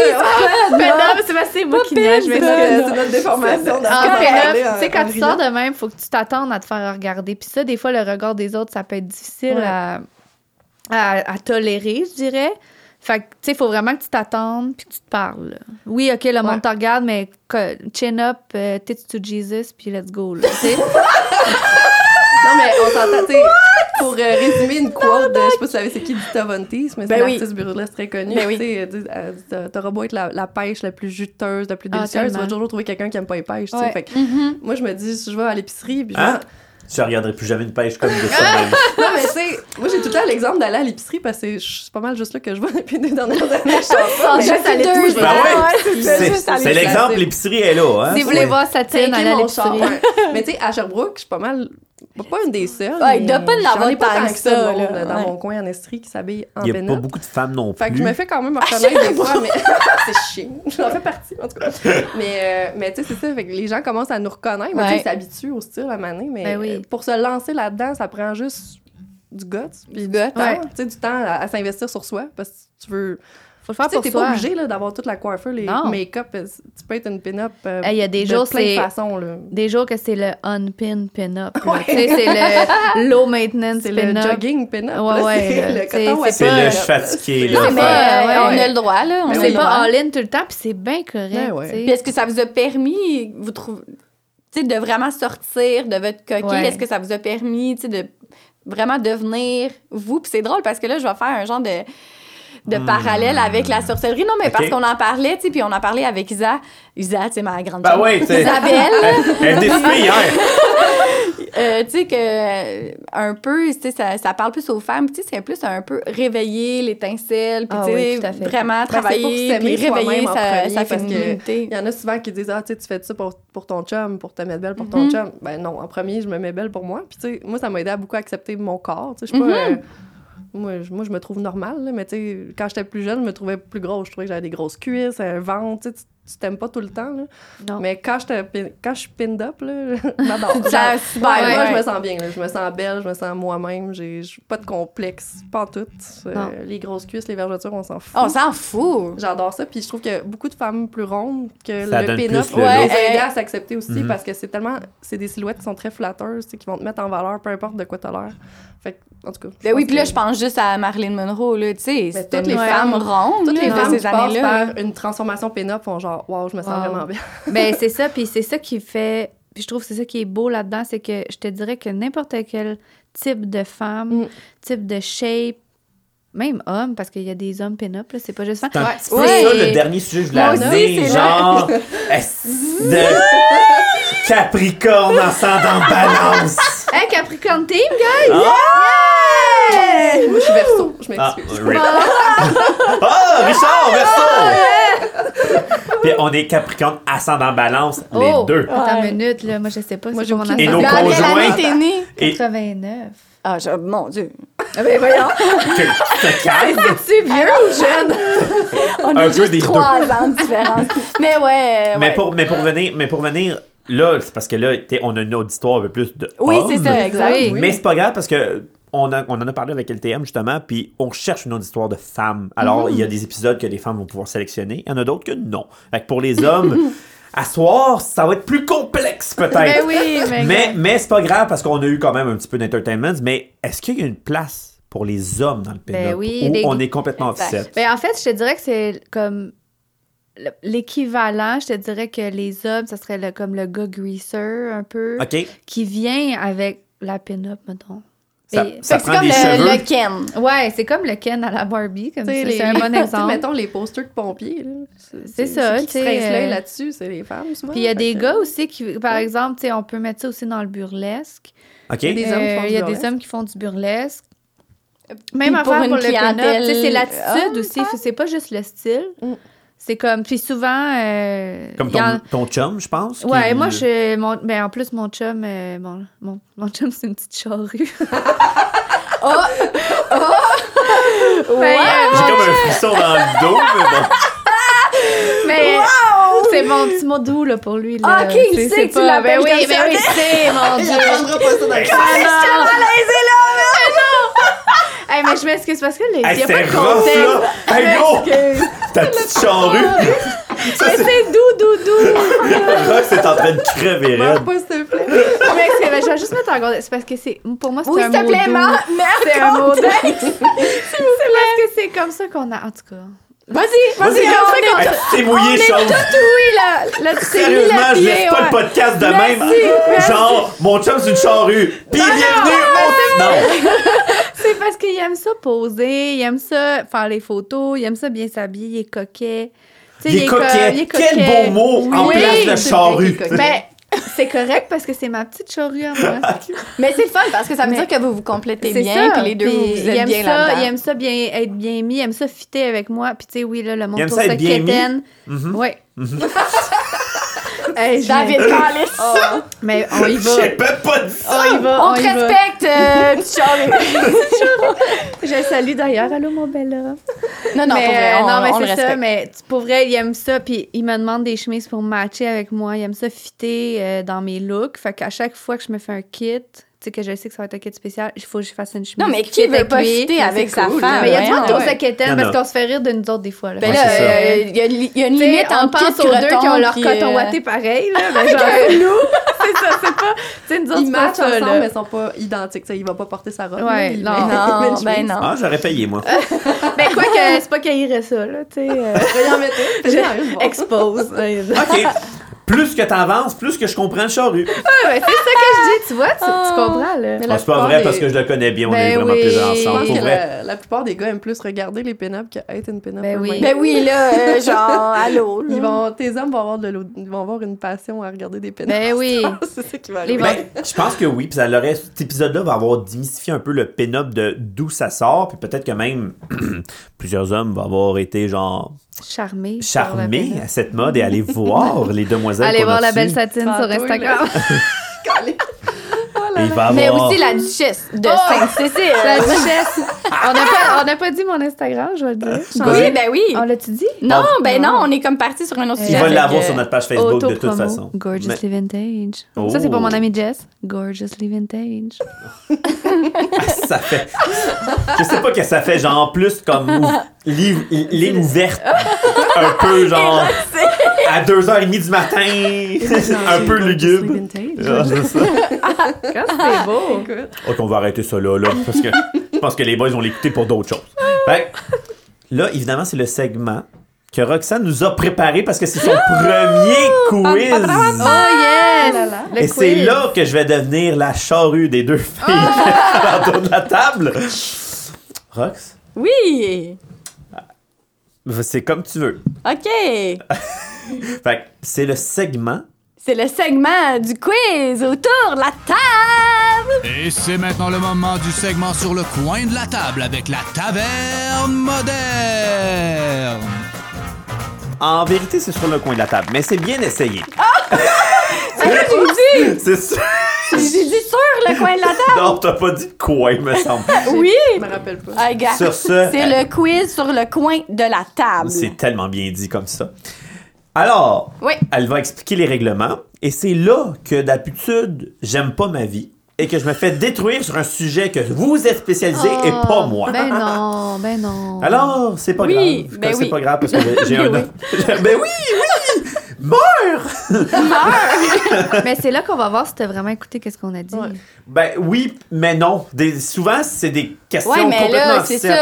c'est parce que c'est moi qui niaise, je C'est m'excuse. notre- c'est notre déformation. En Ah, fait, parler euh, là, tu sais, quand tu sors de même, faut que tu t'attendes à te faire regarder. Puis ça, des fois, le regard des autres, ça peut être difficile Ouais. à, à- à tolérer, je dirais. Fait que, tu sais, faut vraiment que tu t'attendes puis que tu te parles. là. Oui, OK, le Ouais. monde te regarde, mais co- chin up, euh, tits to Jesus, puis let's go, là, tu sais. Non, mais on s'entend, tu sais, pour euh, résumer une quote de, je sais pas si vous savez c'est qui, Dita Von Teese, mais c'est Ben une oui. artiste burlesque très connue. Ben oui. Tu sais, elle dit- elle dit, t'as- t'auras beau être la, la pêche la plus juteuse, la plus Ah, délicieuse, tu vas tellement. toujours trouver quelqu'un qui aime pas les pêches, tu sais. Ouais. Mm-hmm. Fait que moi, je me dis, si je vais à l'épicerie, puis je Hein? vais- Je regarderai plus jamais une pêche comme de ça. de ma vie. Non, mais tu sais, moi, j'ai tout le temps l'exemple d'aller à l'épicerie parce que c'est c'est pas mal juste là que je vois depuis les dernières années. Je sors pas, mais Juste juste aller deux tout, je ans, vais Ben ouais. ouais, c'est ça, juste C'est aller c'est se placer. l'exemple, l'épicerie est là. Hein? si vous voulez Ouais. voir sa tête Tanker aller à mon char, l'épicerie. ouais. Mais tu sais, à Sherbrooke, je suis pas mal. Pas une des seules. Ouais, il doit mais pas en j'en ai avoir pas tant tant que que ça, ça, de monde, là, dans ouais. mon coin en Estrie qui s'habille en Il n'y a pas bénette. beaucoup de femmes non plus. Fait que je me fais quand Ah, même reconnaître des fois, mais c'est chiant. J'en fais partie, en tout cas. Mais, euh, mais tu sais, c'est ça. Fait que les gens commencent à nous reconnaître. Mais tu sais, Ouais. ils s'habituent au style à maner. Mais Ben oui. euh, pour se lancer là-dedans, ça prend juste du guts. Puis du ouais. temps. Tu sais, du temps à, à s'investir sur soi. Parce que tu veux Faut le faire Tu sais, pour t'es soi. pas obligé là, d'avoir toute la coiffure, les Non. make-up. euh, c- Tu peux être une pin-up euh, Eh, Il y a des de jours, plein de c'est façons. Là. des jours que c'est le unpin pin-up. là. Tu sais, c'est le low maintenance C'est le pin-up. jogging pin-up. Ouais, là, ouais, c'est là, le tu sais, coton c'est C'est pas- le là. je fatigué. Non, là, mais faire- euh, ouais, on ouais. a le droit, là. On Mais a C'est le pas droit. all-in tout le temps, puis c'est bien correct. Ouais, ouais. tu sais. Puis est-ce que ça vous a permis, vous trouvez, tu sais, de vraiment sortir de votre coquille? Ouais. Est-ce que ça vous a permis, tu sais, de vraiment devenir vous? Puis c'est drôle parce que là, je vais faire un genre de de Hmm. parallèle avec la sorcellerie. Non, mais Ok. parce qu'on en parlait, tu sais, puis on en parlait avec Isa. Isa, tu sais, ma grande Ben sœur. ouais, tu sais. Isabelle, Elle elle est décidée hier. euh, tu sais, que euh, un peu, tu sais, ça, ça parle plus aux femmes, tu sais, c'est plus un peu réveiller l'étincelle, puis Ah tu sais, oui, tout à fait. vraiment Ben, c'est pour travailler, s'aimer puis réveiller soi-même en sa, premier, sa parce que- féminité. Il y en a souvent qui disent Ah, tu sais, tu fais ça pour, pour ton chum, pour te mettre belle pour ton Mhm. chum. Ben non, en premier, je me mets belle pour moi. Puis, tu sais, moi, ça m'a aidé à beaucoup accepter mon corps. Tu sais, je suis pas. euh, moi, je, moi, je me trouve normale, là, mais tu sais, quand j'étais plus jeune, je me trouvais plus grosse. Je trouvais que j'avais des grosses cuisses, un ventre. Tu sais, tu- tu t'aimes pas tout le temps. Là. Non. Mais quand je, te pin- quand je suis pinned up, là, j'adore. Ça, Ouais, super, moi, ouais. je me sens bien. là. Je me sens belle, je me sens moi-même. J'ai j'ai pas de complexe, pas en tout. Euh, Non. les grosses cuisses, les vergetures, on s'en fout. On s'en fout. J'adore ça. Puis je trouve que beaucoup de femmes plus rondes que Ça le donne pin-up plus ouais, le look. les aider à s'accepter aussi Mhm. parce que c'est tellement. C'est des silhouettes qui sont très flatteuses, tu sais, qui vont te mettre en valeur, peu importe de quoi t'as l'air. Fait que, en tout cas. Ben oui, puis là, pense je pense juste à Marilyn Monroe, là, tu sais, c'est toutes une les femme femmes- ronde, que toutes les là, femmes dans qui ces années-là. passent par une transformation pin-up font genre, waouh, je me sens Wow. vraiment bien. ben c'est ça, puis c'est ça qui fait. Puis je trouve que c'est ça qui est beau là-dedans, c'est que je te dirais que n'importe quel type de femme, Mm. type de shape, même homme, parce qu'il y a des hommes pin-up, là, c'est pas juste femme. C'est un petit peu Ouais. ça le dernier sujet que je voulais Moi aussi, amener, c'est genre est-ce de Capricorne ascendant Balance. Hey, Capricorn Team, Moi, je suis verso, je m'excuse. Ah, rip. Ah, Richard Verso. Puis on est Capricorne ascendant Balance Oh! les deux. Attends Ouais. une minute, là, moi je sais pas. Moi, c'est j'ai pas mon aucune Et affaire. nos Dans quelle conjoints. année t'es née? Et 89. Ah, je- mon Dieu. Ah ben voyons. que te calme. C'est vieux ou jeune? On Un a peu juste des trois ans de différence. mais ouais, ouais. Mais pour mais pour venir mais pour venir là, c'est parce que là t'es- on a une auditoire un peu plus de Oui, c'est hommes. ça, exact. Oui. Mais c'est pas grave parce que on, a- on en a parlé avec LTM justement, puis on cherche une auditoire de femmes. Mm-hmm. Alors, il y a des épisodes que les femmes vont pouvoir sélectionner, il y en a d'autres que non. Fait que pour les hommes, à soir, ça va être plus complexe Ben peut-être. oui, mais. mais mais c'est pas grave parce qu'on a eu quand même un petit peu d'entertainment, mais est-ce qu'il y a une place pour les hommes dans le Ben pin-up oui, où les- on est complètement Exact. offset? Ben, en fait, je te dirais que c'est comme le- l'équivalent, je te dirais que les hommes, ça serait le, comme le gars greaser un peu, OK? qui vient avec la pin-up, mettons. Ça, Et- ça Fait que c'est prend comme des le, cheveux. le Ken. Ouais, c'est comme le Ken à la Barbie, comme Tu sais, ça, les- c'est un bon les- tu sais, exemple. Mettons les posters de pompiers. là. C'est ça, c'est Qui tu se sais, rince l'œil euh, là-dessus, c'est les femmes souvent. Puis il y a Fait des que- gars aussi qui, par exemple, tu sais, on peut mettre ça aussi dans le burlesque. OK? Des hommes qui font Euh, du Il y a des burlesque. hommes qui font du burlesque. Même pour affaire une pour le pin-up, clientèle euh, tu sais, c'est l'attitude homme, aussi, c'est pas juste le style. Mm. C'est comme, puis souvent... euh, Comme il ton, y en- ton chum, je pense. Ouais, qui- moi, je, mon- ben, en plus, mon chum, euh, mon, mon, mon chum, c'est une petite charrue. Oh! Mais, euh, J'ai comme un frisson dans le dos, mais bon. mais, c'est mon petit mot doux là, pour lui. Là. Ah, ok, il C'est- sait c'est que tu pas- l'appelles Ben oui, comme ben ça, oui, ok. c'est mon Il Dieu. apprendra pas ça dans le Ah, non. là! Hey, mais je m'excuse parce que les, il Hey, y a c'est pas de rough, là! contexte. Hey, gros! Ta petite charrue! Ça, Mais c'est c'est doux, doux, doux. Rox est en train de crever, Meurs raide. pas, s'il te plaît. Mais c'est- ben, je vais juste mettre en contexte. C'est parce que c'est, pour moi, c'est Oui, un s'il mot te plaît, doux. merde! C'est un mot doux. c'est parce que c'est comme ça qu'on a. En tout cas. Vas-y, Vas-y, vas-y, on vas-y, Hey, C'est mouillé, chose! Oui, là, là tu t'es mis Sérieusement, la je pied, laisse pas le ouais. podcast de Merci, même. merci. Genre, mon chum, c'est une charrue. Puis bienvenue, mon... Non! C'est parce qu'il aime ça poser, il aime ça faire les photos, il aime ça bien s'habiller, il est coquet. Tu sais, Il est coquet. comme- il est Quel beau mot en Oui. place de c'est charrue. vrai qu'il est Ben, c'est correct parce que c'est ma petite charrue à moi. Mais c'est le fun parce que ça veut Mais- dire que vous vous complétez C'est bien, ça. puis les deux, Puis vous, vous il êtes aime bien ça, Il là-dedans. aime ça bien être bien mis, il aime ça fitter avec moi. Puis tu sais, oui, là, le monde aime trouve ça ça être bien mis. quétaine. Ouais. Hey, Mm-hmm. je- David Carlis! Mais on y va. J'ai même pas dit ça! Oh, On y va. On y te va. respecte, euh, petit Charlie. Je le salue d'ailleurs. Allô, mon bel homme. Non, non, mais, pour vrai, euh, on, non, mais on le c'est ça, respecte. mais tu- pour vrai, il aime ça, puis il me demande des chemises pour matcher avec moi, il aime ça fitter euh, dans mes looks, fait qu'à chaque fois que je me fais un kit, tu sais que je sais que ça va être un kit spécial, il faut que je fasse une chemise. Non, mais qui qui fit veut avec pas lui. fitter mais avec c'est sa cool, femme? Mais il y a du monde qui Voyons. ont sa quétaine Non, parce non. qu'on se fait rire de nous autres des fois. Là. Ben Ouais, là, c'est ça. euh, il y a une li- il y a une T'sais, limite on entre pense kit aux deux qui ont creton leur puis, coton euh, watté pareil, là. Ben, genre, c'est ça, c'est pas. Tu sais, nous autres, Ils c'est pas matchent ça, ensemble, là. mais ils sont pas identiques. Tu sais, il va pas porter sa robe. Ouais, là, il non. Non, ben met- il met une chemise. non. Ah, j'aurais payé, moi. Ben, quoi que, c'est pas qu'il irait ça, là, tu sais. euh, Ah, Veuillez en mettre une, veuillez en une, bon. expose. hein. ouais, OK. ouais, plus que t'avances, plus que je comprends le charru. c'est ça que je dis, tu vois, tu, tu comprends, là. Mais la Ah, c'est pas plupart vrai des- parce que je le connais bien. On Ben a eu vraiment oui. plaisir Je Je ensemble. pense Pour que vrai. la, la plupart des gars aiment plus regarder les pin-ups que être une pin-up. Ben oui. Ben eux-mêmes. Ben oui, là, euh, genre, allô. là. Ils vont, tes hommes vont avoir, de l'eau- ils vont avoir une passion à regarder des pin-ups. Ben oui. c'est ça qui va Les arriver. ventes- Ben, je pense que oui. Puis ça l'aurait- cet épisode-là va avoir démystifié un peu le pin-up de d'où ça sort. Puis peut-être que même plusieurs hommes vont avoir été genre Charmé. charmés à cette mode et aller voir les demoiselles. Allez qu'on a voir la reçues. belle satine Tantôt, sur Instagram. Calé. Et il va Mais avoir- aussi la duchesse de Oh! Sainte-Cécile. La duchesse. On n'a pas, on n'a pas dit mon Instagram, je vais le dire. Ah, Oui, ben oui. On l'a-tu dit? Non, ben Non. non, on est comme parti sur un autre Il sujet. Il Ah, va Fait l'avoir que- sur notre page Facebook de toute Auto-promo, façon. Mais- Gorgeously Vintage. Oh. Ça, c'est pour mon amie Jess. Gorgeously Vintage. ça fait. Je sais pas que ça fait genre plus comme ou- ligne, ligne ouverte. Un peu genre. À 2h30 du matin. un peu lugubre. Ah, c'est ça. c'est beau. Écoute, Ok, on va arrêter ça là, là, parce que je pense que les boys vont l'écouter pour d'autres choses. Fait que, là, évidemment, c'est le segment que Roxane nous a préparé parce que c'est son Ah! premier quiz. Oh yes! Oh là là. Le Et c'est quiz. là que je vais devenir la charrue des deux filles Ah! autour de la table. Rox, Oui. c'est comme tu veux. OK. Fait que c'est le segment. C'est le segment du quiz autour de la table. Et c'est maintenant le moment du segment sur le coin de la table avec la taverne moderne. En vérité, c'est sur le coin de la table, mais c'est bien essayé. Ah, J'ai dit, C'est sûr. j'ai dit sur le coin de la table. Non, t'as pas dit de quoi, il me semble. Ah, Oui. je me rappelle pas. Ah, gars, Sur ce- euh, c'est le quiz sur le coin de la table. C'est tellement bien dit comme ça. Alors, Oui. elle va expliquer les règlements. Et c'est là que d'habitude, j'aime pas ma vie et que je me fais détruire sur un sujet que vous êtes spécialisé et Oh, pas moi. Ben non, ben non. Alors, c'est pas Oui, grave. ben c'est oui. pas grave parce que j'ai- j'ai un. Ben ben oui, oui! Meurs! Mais c'est là qu'on va voir si t'as vraiment écouté qu'est-ce qu'on a dit. Ouais. Ben oui, mais non. Des, souvent, c'est des questions Ouais, mais complètement là, c'est obscènes.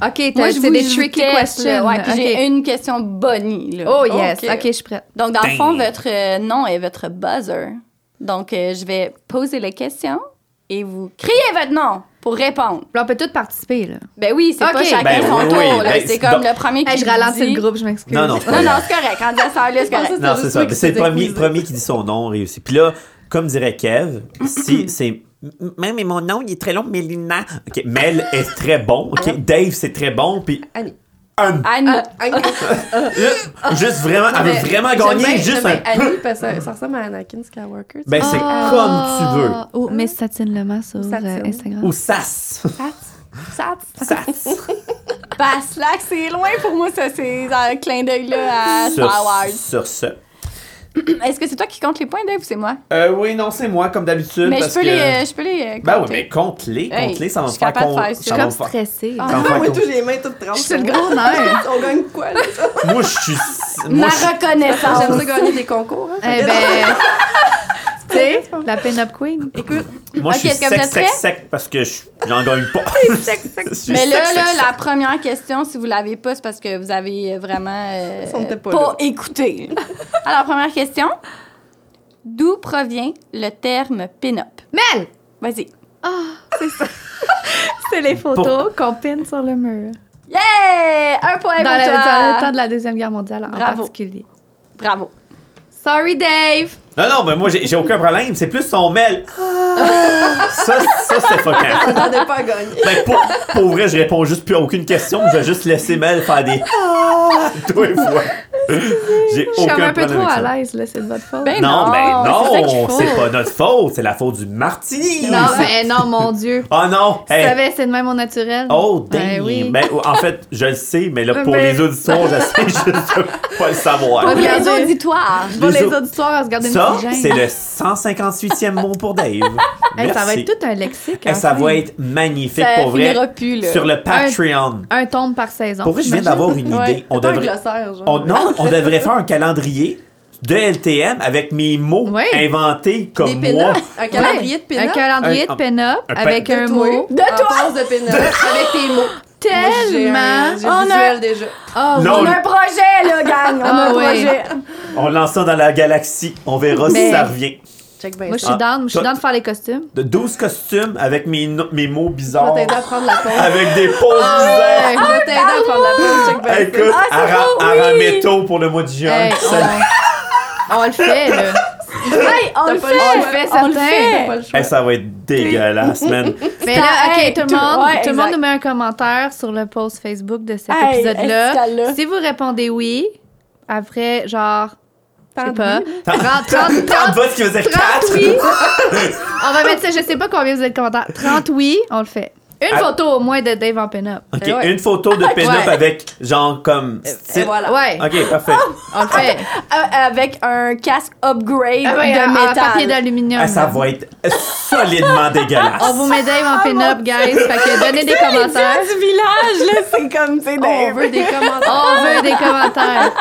ça. OK, Moi, t'as- je c'est vous- des je vous tricky teste, questions. là. Ouais, puis OK. j'ai une question bonnie. Là. Oh yes, OK. OK, je suis prête. Donc, dans Dang. le fond, votre euh, nom est votre buzzer. Donc, euh, je vais poser la question et vous criez votre nom pour répondre. Puis on peut tous participer, là. Ben oui, c'est Ok. pas chacun Ben son oui, tour. oui, là. ben, c'est comme donc- le premier qui Hey, je ralentis dit- le groupe, je m'excuse. Non, non, c'est Non, pas non, grave. c'est correct. Quand ça sort, là, c'est pensais correct. que Non, c'est juste ça. Ben, lui qui C'est le s'était premier, quizzé. premier qui dit son nom réussi. Puis là, comme dirait Kev, si c'est. Même mais mon nom, il est très long, mais Lina. OK, Mel est très bon. Hein? OK, Dave, c'est très bon. Puis Annie. Anne. Ah. Anne, Annie. Juste, juste vraiment, elle Mais veut vraiment j'aime bien- Ah. gagner. Juste j'aime un. bien Annie, parce que ça ressemble à Anakin Skywalker. tu Ben, c'est comme tu veux. Ou Miss Satine Lema sur Satine. euh, Instagram. Ou Sass. sais. Ça, tu- Sass. passe là, que c'est loin pour moi, ça, c'est un clin d'œil là, à sur, Star Wars. sur ce. Est-ce que c'est toi qui compte les points, Dave, ou c'est moi? Euh, oui, non, c'est moi, comme d'habitude. Mais je parce peux, que... les, euh, je peux les. euh, Ben oui, compter. mais compte-les, Hey, compte-les, ça je va me suis faire capable de con- faire ça. ça Je va suis me comme faire- stressée. ça va me Ah, faire moi, con- tous les mains toutes trempées. Je suis le gros nerf. On gagne quoi, là? Moi, je suis. Ma Moi, je suis- reconnaissance. J'aime ça gagner des concours. hein. Eh ben, tu sais, la pin-up queen. Écoute, Moi, Ok, je est-ce suis que vous sec, êtes sec, prêts? sec parce que je- j'en gagne pas. Je suis Mais là, sec, là, sec, la sec. première question, si vous l'avez pas, c'est parce que vous avez vraiment euh, Ça, on était pas là. écouté. Alors, première question. D'où provient le terme pin-up? Mel! Vas-y. C'est les photos qu'on pine sur le mur. Yeah! Un point Dans, pour la- toi. dans le temps de la Deuxième Guerre mondiale en Bravo. particulier. Bravo. Sorry, Dave! Non, non, mais moi, j'ai j'ai aucun problème. C'est plus son mail. ça, ça c'est fucking. j'attendais pas à gagner. Ben, pour, pour vrai, je réponds juste plus à aucune question. Je vais juste laisser Mel faire des. tous les fois. J'ai Ah! Je suis aucun comme un peu problème trop avec ça. à l'aise, là, c'est de votre faute. Ben Non, non, mais c'est ça qu'il non, faut. c'est pas notre faute, c'est la faute du martini. non, C'est- ben non, mon Dieu. Oh non! Tu hey. savais, c'est de même mon naturel. Oh, damn! Ben oui. Ben, en fait, je le sais, mais là, pour Mais- les auditeurs, j'essaie juste de pas le savoir. Pour les Regardez. auditoires. Pour les les au- auditoires à se garder Ça, une petite c'est gêne. le 158e mot pour Dave. Hey, ça va Merci. être tout un lexique. hein, Eh, ça enfin. va être magnifique Ça pour vrai. finira plus, là. Sur le Patreon. Un tombe par saison. Pour vrai, je viens t'imagines? d'avoir une idée. Ouais. On Fais pas un devrait. glossaire, genre. on- non, on devrait faire un calendrier de LTM avec mes mots Oui. inventés Des comme moi. pin-ups. Un calendrier de Ouais, pin-up. Un calendrier de Un- pin-up un- avec un- un mot. Ah, De toi. En passe de pin-up. Avec tes mots. J'ai un- Tellement. J'ai On le a- visuel déjà. Oh, Non, On a un projet, là, gang. On a Ah un oui. projet. On lance ça dans la galaxie. On verra si Mais- ça revient. Check bien Moi, je ça. suis down. Je suis Ah, down de faire les costumes. De 12 costumes avec mes, no- mes mots Je vais bizarres. t'aider à prendre la pause. Avec des pauses bizarres. Je vais t'aider à prendre la pause. Check bien ça. Écoute, Ah, c'est Ara- beau, oui! Arameto pour le mois de juin. Hey, Ça- on... on le fait, là. Hey, on T'as le pas le fait. choix. On le fait, On le certain. fait. T'as pas le Hey, choix. ça va être dégueulasse, man. Mais là, OK, Hey, tout le tout- monde, ouais, tout le monde exact. nous met un commentaire sur le post Facebook de cet Hey, épisode-là. est-ce qu'elle a- Si vous répondez oui, après, genre, je sais Tant pas, 30, 30, 30 votes qui veut dire 30 4. oui. on va mettre ça, je sais pas combien vous êtes commentaires. 30 oui, on le fait. Une Ah. photo au moins de Dave en pin-up. Ok, Eh ouais. une photo de pin-up Ouais. avec genre comme. Et style. voilà. Ouais, Ok, parfait. on le fait. Euh, avec un casque upgrade Ah ouais, en- de en papier métal. d'aluminium. Ah, ça là. va être solidement On dégueulasse. vous met Dave en pin-up, guys. Fait que donnez des commentaires. du village, là, c'est comme, c'est On veut des commentaires. On veut des commentaires.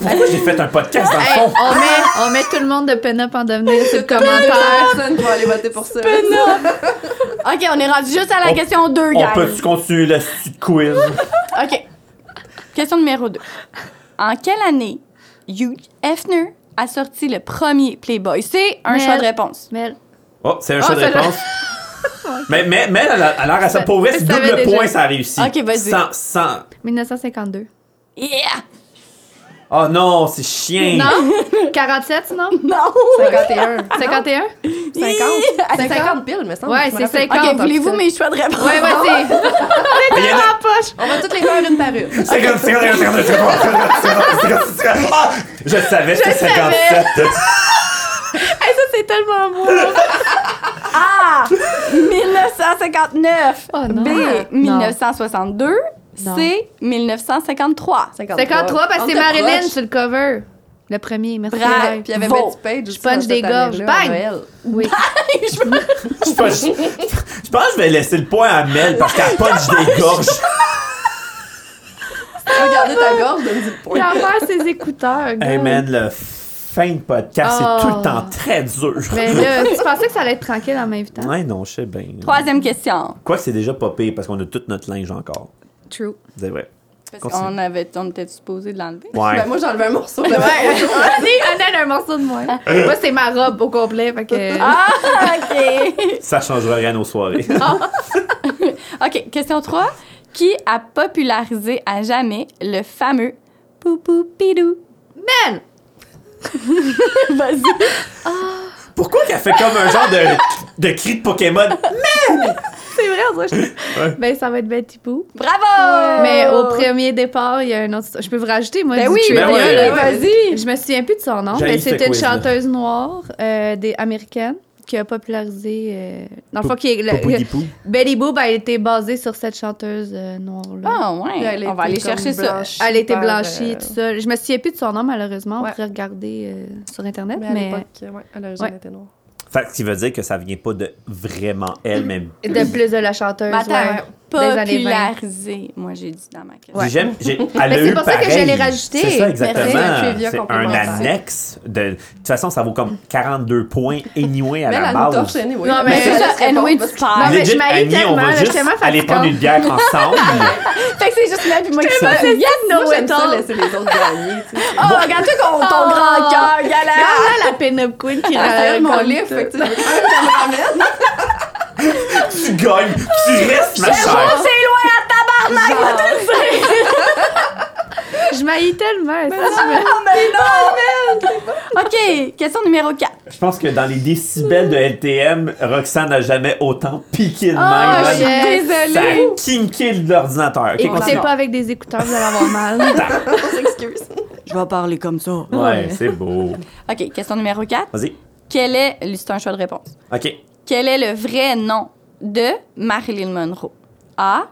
Pourquoi j'ai fait un podcast dans le Hey, fond? on, met, on met tout le monde de pin-up en devenir sur le commentaire. Personne qui va aller voter pour ça. OK, on est rendu juste à la On- question 2, On guys. peut-tu continuer le petit quiz? OK. Question numéro 2. En quelle année Hugh Hefner a sorti le premier Playboy? C'est un Mais- choix de réponse. Mais Oh, c'est un Oh, choix de c'est le- réponse. Mais, mais, mais elle a elle a l'air à sa pauvre, Je c'est savais double déjà. point, ça a réussi. Ok, vas-y. Sans- sans- 1952. Yeah! Oh non, c'est chien. Non? 47, non? Non! 51. 51? 50. 50 50 piles, me semble. Ouais, Je me c'est rappelle. 50. OK, voulez-vous mes choix de réponse? Ouais, vas-y. Il y en a- En poche. On va toutes les faire une par une. C'est comme- c'est comme- c'est comme- c'est comme- c'est comme- c'est comme- Ah! Je savais, c'était 57. Hey, ça, c'est tellement beau. A. 1959. Oh non. B. Non. 1962. Non. C. 1953. 53, parce que c'est On était Marilyn proches. sur le cover. Le premier, merci. Bravo. Dave. Puis il y avait Vaut. Betty Page. aussi Ah, punch dans cette des gorges. année-là, à Bang! Noël. Oui. Je pense, je pense que je vais laisser le point à Mel parce qu'elle punch des gorges. Regardez ta gorge, donne-y le Il point. envers ses écouteurs. gars. Hey man, le fin de podcast, c'est tout le temps très dur. Oh. Mais là, tu pensais que ça allait être tranquille en m'invitant? Ouais, non, je sais bien. Troisième question. Quoi que c'est déjà pas pire parce qu'on a tout notre linge encore. True. C'est vrai. Parce Continue. qu'on avait, on était supposé de l'enlever. Ouais. Ben, moi, j'enlevais un morceau. de- Vas-y, Annelle, un morceau de moi. Moi, c'est ma robe au complet, fait que... Ah, OK. Ça changera rien aux soirées. Ah. OK, question 3. Qui a popularisé à jamais le fameux poupou pidou? Ben! Vas-y. Pourquoi qu'elle fait comme un genre de, de cri de Pokémon? C'est vrai, on dirait que je- Ouais. Ben, ça va être Betty Boo. Bravo! Mais au premier départ, il y a un autre... Je peux vous rajouter, moi, Oh. Ben du oui, trivia, ben oui, là. ben vas-y. Je me souviens plus de son nom, J'haïs mais ce c'était une quiz-là. chanteuse noire euh, des américaine qui a popularisé... euh, Dans le fond, qui est... la- Poupou-dipou. Betty Boop a été basée sur cette chanteuse euh, noire-là. Ah, ouais. Elle on va était aller comme chercher ça. blanchie Elle a été par, blanchie, euh, tout ça. Je me souviens plus de son nom, malheureusement. On Ouais. pourrait regarder euh, sur Internet, Mais à mais... l'époque, ouais, elle a jamais été noire. Fait que ce qui veut dire que ça vient pas de vraiment elle, mais De plus de la chanteuse, Mais attends, ouais. Des années 20. popularisé, moi, j'ai dit dans ma question. Ouais. J'aime, j'ai, elle Mais a c'est eu pour ça que pareil. je l'ai rajouté. C'est ça, Merci, la exactement. trivia C'est un complémentaire. annexe. De, de toute façon, ça vaut comme 42 points anyway à Mais elle, la elle nous torche, base. anyway. Non, mais c'est ça, Elle se répond, anyway, parce tu que- parles. mais je Legit, m'haïs Annie, on tellement, va là, juste j'étais tellement aller prendre une bière ensemble. Fait que c'est juste Mel puis moi qui sommes. Yes, Moi, no, j'aime it all. ça laisser les autres gagner. tu sais. Oh, regarde-toi ton, ton Oh. grand cœur, galère. Ah, la pin-up queen qui Elle a raconte mon tout. livre, fait que tu sais, je veux quand même qu'elle me ramène. tu gagnes, tu restes, ma Oh, chère. c'est loin à tabarnak, Genre. moi, tu le sais. Je m'haïs tellement. ça, je me- Non, mais non. OK, question numéro 4. Je pense que dans les décibels de LTM, Roxane n'a jamais autant piqué le Ah, je même. suis yes. Ça a désolée. kinké l'ordinateur. Ok, Écoutez continue. pas avec des écouteurs, vous allez avoir mal. On s'excuse. Je vais parler comme ça. Ouais, c'est beau. OK, question numéro 4. Vas-y. Quel est. C'est un choix de réponse. OK. Quel est le vrai nom de Marilyn Monroe? A.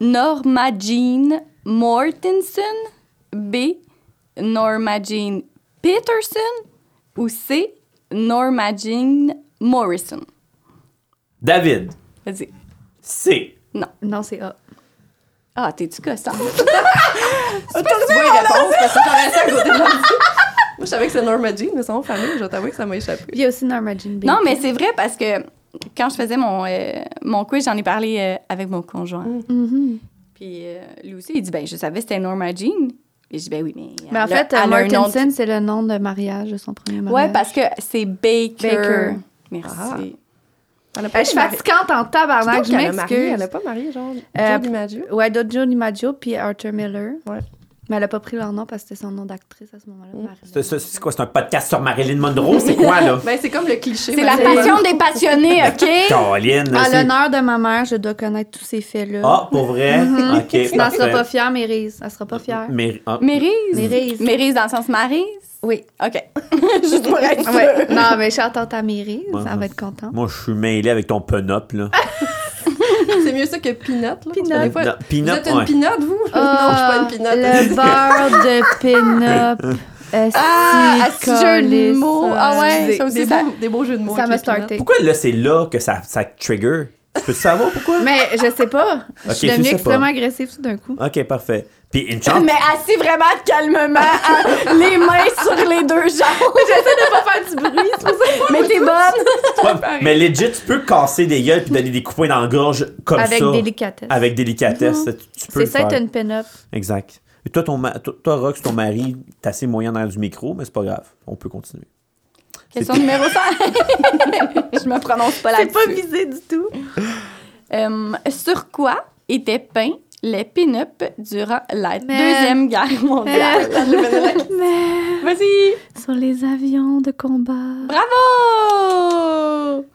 Norma Jean Mortensen. B. Norma Jean Peterson. Ou C. Norma Jean Morrison. David, Vas-y. c'est. Non, c'est A. Ah, t'es-tu costaud? Tu vois les réponses parce que j'aurais ça à côté de moi. Moi, je savais que c'est Norma Jean, mais son nom de famille, je vais t'avouer que ça m'a échappé. Puis il y a aussi Norma Jean Baker. non, mais c'est vrai parce que quand je faisais mon, euh, mon quiz, j'en ai parlé euh, avec mon conjoint. Mhm. Puis euh, lui aussi, il dit ben, je savais c'était Norma Jean. Et je dis ben oui, mais. Mais en elle a- fait, euh, elle a un nom de- Mortensen, c'est le nom de mariage de son premier mariage. Ouais, parce que c'est Baker. Baker. Merci. Ah. Elle a Euh, je suis marié- fatigante en tabarnak, je Je pense qu'elle a marié, Elle m'excuse. a pas marié, genre, Euh, Joe DiMaggio. Ouais, Dojo DiMaggio puis Arthur Miller. Ouais. Mais elle a pas pris leur nom parce que c'était son nom d'actrice à ce moment-là. Marilyn. C'est c'est- c'est quoi? C'est un podcast sur Marilyn Monroe? C'est quoi, là? Ben, c'est comme le cliché. C'est la mais- passion des passionnés, OK? Caroline, À c'est. l'honneur de ma mère, je dois connaître tous ces faits-là. Ah, pour vrai? Mhm. OK. Tu n'en seras parfait. pas fière, Mérise. Elle sera pas fière. Mais, ah, Mérise. Mérise. Mérise dans le sens Marise? Oui. OK. Juste pour être Ah sûre. ouais. Non, mais chante à Mérise. Ouais, Elle ouais. va être contente. moi, je suis mêlé avec ton penop, là. Ah, C'est mieux ça que Peanut, là. parce que Peanut. des fois- Non, Vous Peanut, êtes une ouais. Peanut, vous? non, je suis pas Ah, une Peanut. Le beurre de pin-up. Ah, à ce jeu de Esti, mots. ça. Ah ouais, Excusez, ça aussi, des, ça. beaux, des beaux jeux de mots. Ça avec m'a les Peanuts. starté. Pourquoi, là, c'est là que ça, ça trigger? Tu peux savoir pourquoi? Mais je sais pas. Je Ok, tu suis devenue sais extrêmement pas. agressive tout d'un coup. OK, parfait. Puis une chance. Mais assis vraiment calmement, hein, les mains sur les deux jambes. J'essaie de pas faire du bruit, c'est pour ça. Mais t'es bonne. Ouais, mais legit, tu peux casser des gueules puis donner des coups de poing dans la gorge comme Avec ça. délicatesse. Mm-hmm. Avec délicatesse. Tu, tu peux C'est le ça être faire. une pin-up. Exact. Et toi, ton ma- toi, toi, Rox, ton mari, t'as assez moyen dans du micro, mais c'est pas grave. On peut continuer. Question numéro 100. Je me prononce pas C'est là-dessus. pas visé du tout. Euh, sur quoi étaient peints les pin-up durant la Mais- Deuxième Guerre mondiale? Mais Vas-y! sur les avions de combat. Bravo!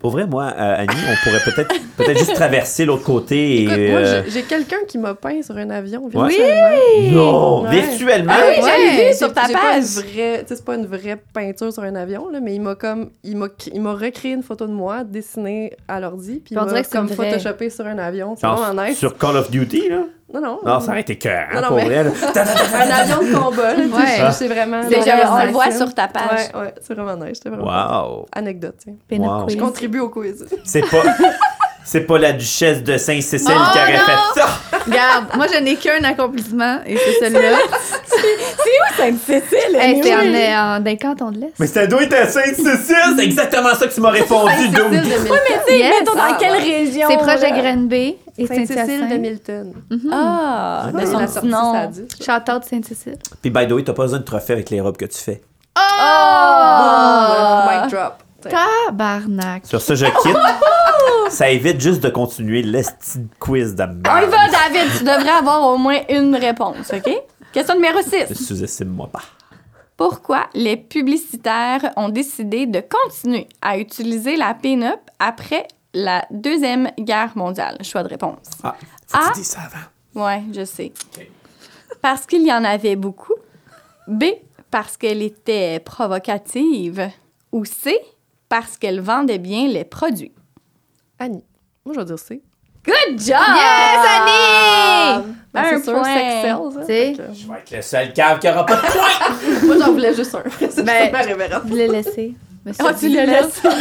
Pour vrai, moi, euh, Annie, on pourrait peut-être peut-être juste traverser l'autre côté et. Écoute, moi, euh, j'ai- j'ai quelqu'un qui m'a peint sur un avion. Ouais. virtuellement. Non! Ouais. Virtuellement! Ah oui, j'avais ouais, vu sur J'ai- ta j'ai pas une page. vraie- tu sais, C'est pas une vraie peinture sur un avion, là, mais il m'a comme. Il m'a cr- il m'a recréé une photo de moi dessinée à l'ordi, puis il On m'a dirait que c'est comme une vraie. photoshopé sur un avion. C'est Genre, Ah, vraiment nice. sur Call of Duty, là? Non, non. Non, ça aurait été cœur, hein, Non, non, pour mais- vrai. là. Ta, ta, ta, ta. un avion de combat, là, tu sais, Ouais. je- c'est vraiment. C'est vraiment genre, on le voit nice, là. sur ta page. Ouais, ouais, c'est vraiment nice. C'était vraiment Wow! anecdote, tiens. Pin-up Wow. quiz. Je contribue au quiz. C'est pas. C'est pas la duchesse de Saint-Cécile Oh, qui aurait non! fait ça! Regarde, moi je n'ai qu'un accomplissement et c'est celui-là. Sainte-Cécile! Hey, c'est en, euh, en- dans le canton de l'Est. Mais ça doit être à Sainte-Cécile! C'est exactement ça que tu m'as répondu, dude! Yes. mettons dans Ah, quelle région? C'est proche là? de Grenby et Saint-Cécile de Saint-Hyacinthe. Milton. Ah! C'est De son la petit sortie, ça a nom. dit. Chanteur de Saint-Cécile. Puis, by the way, t'as pas besoin de trophée avec les robes que tu fais. Oh! Ah, Mic drop. Tiens. Tabarnak. Sur ce, je quitte. ça évite juste de continuer l'esti de quiz de merde. On y va, David! Tu devrais avoir au moins une réponse, OK? Question numéro 6. Sous-estime-moi pas. Pourquoi les publicitaires ont décidé de continuer à utiliser la pin-up après la Deuxième Guerre mondiale? Choix de réponse. Ah, faut que Ah. tu dises ça avant. Ouais, je sais. Parce qu'il y en avait beaucoup. B. Parce qu'elle était provocative. Ou C. Parce qu'elle vendait bien les produits. Annie. Moi, je vais dire C. Good job! Yes, Annie! Ben, Un c'est sûr, point. sex sells, hein, Tu fait sais, que- Je vais être le seul cave qui aura pas de point! Moi, j'en voulais juste un. C'est Ben- ma révérence. je l'ai laissé. Mais Oh, ça, tu le laisses. Ah, ça,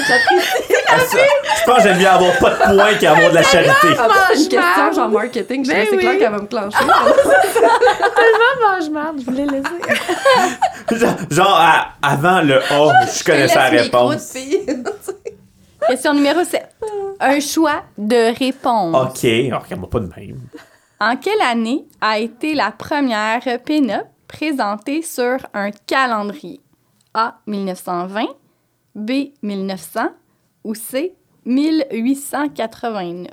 je pense que j'aime mieux avoir pas de point qu'avoir de la charité. Ah, bah, c'est une question genre marketing. Je Ben sais c'est clair oui. qu'elle va me clencher. Comment je merde, je voulais laisser. Genre, genre, à- avant le Oh, A, je connaissais la Laisse mes croûtes, réponse. fille. Question numéro 7. Un choix de réponse. Ok, alors regarde-moi pas de même. En quelle année a été la première pin-up présentée sur un calendrier? A. 1920, B. 1900 ou C. 1889?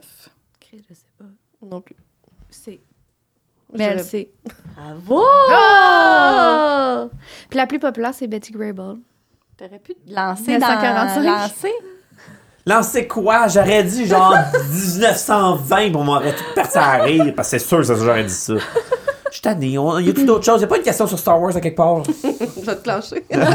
Je sais pas. Non plus. C'est. Je Mais elle dirais- sait. Bravo! Oh! Puis la plus populaire, c'est Betty Grable. T'aurais pu te lancer dans 1945. lancer. Lancez quoi? J'aurais dit genre 1920, puis on m'aurait tout parti à rire, parce que c'est sûr que c'est ça que j'aurais dit ça. Je suis tanné. On- Il y a tout autre chose. Il n'y a pas une question sur Star Wars à quelque part. Euh, Je vais te clencher.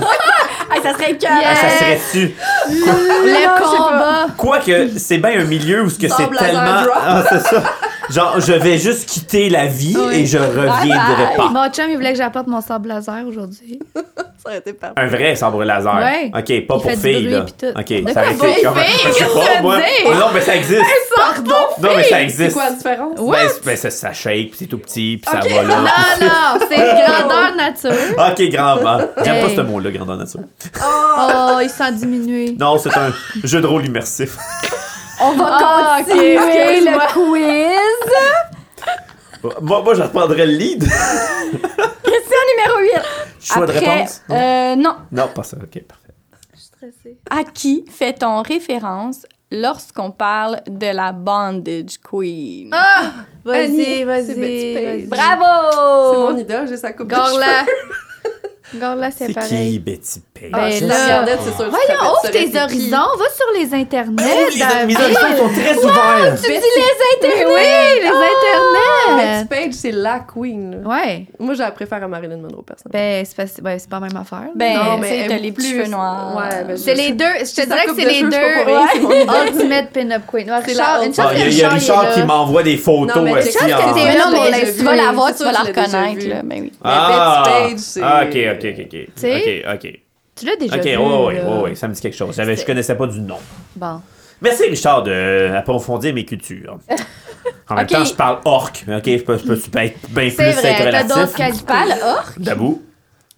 Hey, ça serait que. Ah, ça Yes. serait-tu? Le combat! Quoique, c'est bien un milieu où ce que Sans c'est blazer tellement. drop. Ah, c'est ça. Genre, je vais juste quitter la vie et je reviendrai pas. Mon chum, il voulait que j'apporte mon sable laser aujourd'hui. Ça aurait été parfait. Un vrai sabre laser. Ouais. OK, pas Il pour fait du filles, bruit là. pis tout. OK, De ça quoi aurait pour été comme- filles? Je sais Qu'est-ce pas, que ça veut moi. dire? Non, mais ça existe. Pardon! Non, mais ça C'est existe. quoi la différence? Ben, c'est- ben, ça, ça shake, puis c'est tout petit, puis Ok. ça va Non, Ah, là. Ah. non, c'est grandeur nature. OK, grand J'aime Hey. pas ce mot-là, grandeur nature. Oh, il s'en diminue. Non, c'est un jeu de rôle immersif. On va Ah, ok, continuer excuse-moi. le quiz. moi, moi, je reprendrais le lead. Question numéro 8. Choix de Après, réponse. euh, non. Non, pas ça. OK, parfait. Je suis stressée. À qui fait-on référence lorsqu'on parle de la Bondage Queen? Ah! Annie, Vas-y, c'est Betty vas-y. Page. vas-y. C'est mon Bravo! idole, j'ai sa coupe de cheveux. Gorla. Gorla, c'est C'est pareil. qui, Betty Page? Ben Si Ah, je là. regardais, c'est sûr que je savais Voyons, ouvre que ça tes aurait été qui. horizons, va sur les internets. Ben Les- Mes horizons sont très ouverts. Ah, Tu dis les Ben Mais internets! oui, les Betty internets. Page, Ah, c'est la queen. là. Ah, Ouais. Moi, je la préfère à Marilyn Monroe, personne. Ben, c'est pas, ouais, c'est pas la même affaire. Ben, Non, mais tu sais, elle t'as me les petits plus. cheveux noirs. euh, Ouais, ben, je- c'est les deux. Je te Sa dirais que coupe c'est de les cheveux, je suis deux. pas pour rien, c'est mon idole. Ultimate pin-up queen. Ouais, C'est Richard, la une chance ultimate. Ah, que Il y a- il y, a Richard, Richard il qui est là. m'envoie des photos. Non, mais euh, check qui que en- t'es- Mais non, On mais là, l'a tu vu, vas la c'est voir, sûr tu vas que la je l'ai déjà reconnaître. vu. Là. Ben oui. Ah, Betty Page, c'est- Ah, OK, OK, OK, OK. sais? OK, OK. Tu l'as déjà OK, vu. ouais, ouais, là. ouais, ouais, ça me dit quelque chose. J'avais- Je C'est- connaissais pas du nom. Bon. Merci, Richard, de approfondir mes cultures. En même Ok. temps, je parle orc. OK, je peux, je peux- je peux être bien plus C'est vrai, t'as d'autres interrelatif. Tu parles, qualités. or? Dabou,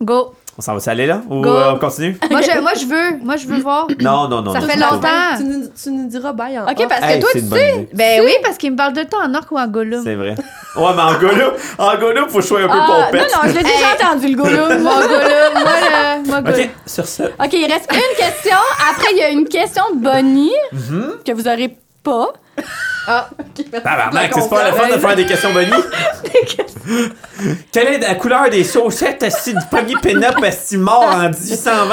Go. on s'en va s'aller là? Ou Go. euh, on continue? Moi, je, moi, je veux. Moi, je veux voir. Non, non, non. Ça non, fait c'est pas longtemps. Ben, Tu nous, tu nous diras bye en OK, off. parce que Hey, toi, c'est tu une sais. bonne idée. Ben oui, parce qu'il me parle de toi en orc ou en gollum. C'est vrai. Ouais, mais en gollum, en gollum, faut que je sois un peu Ah, non, pompette. non, je l'ai déjà Hey. entendu, le goulot. Moi, gollum. Moi, le- moi, gollum. OK, sur ce. OK, il reste une question. Après, il y a une question de Bonnie Mm-hmm. que vous aurez pas. Ah, Tabarnak, c'est pas la fin de faire des questions bonnies. Quelle est la couleur des chaussettes assis du pogny pin-up assis mort en 1820?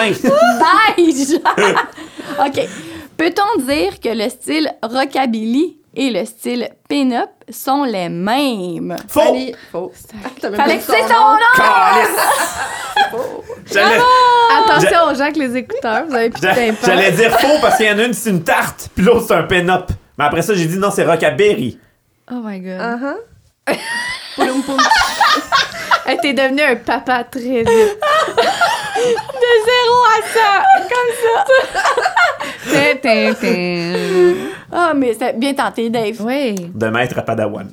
Beige! OK. Peut-on dire que le style rockabilly et le style pin-up sont les mêmes? Faux! Annie, faux. Ah, T'as même Fallait pas que c'est son ton nom. nom! Calisse! J'allais- attention aux gens avec les écouteurs. Vous avez plus de J'a- tympan. J'allais dire faux parce qu'il y en a une, c'est une tarte, puis l'autre, c'est un pin-up. Mais après ça, j'ai dit non, c'est Rockaberry. Oh my god. Uh-huh. Poulum poum. Hey, T'es devenu un papa très vite. De zéro à ça! Tin, tin, tin. Ah, mais c'est bien tenté, Dave. Ben, Oui. De maître à Padawan.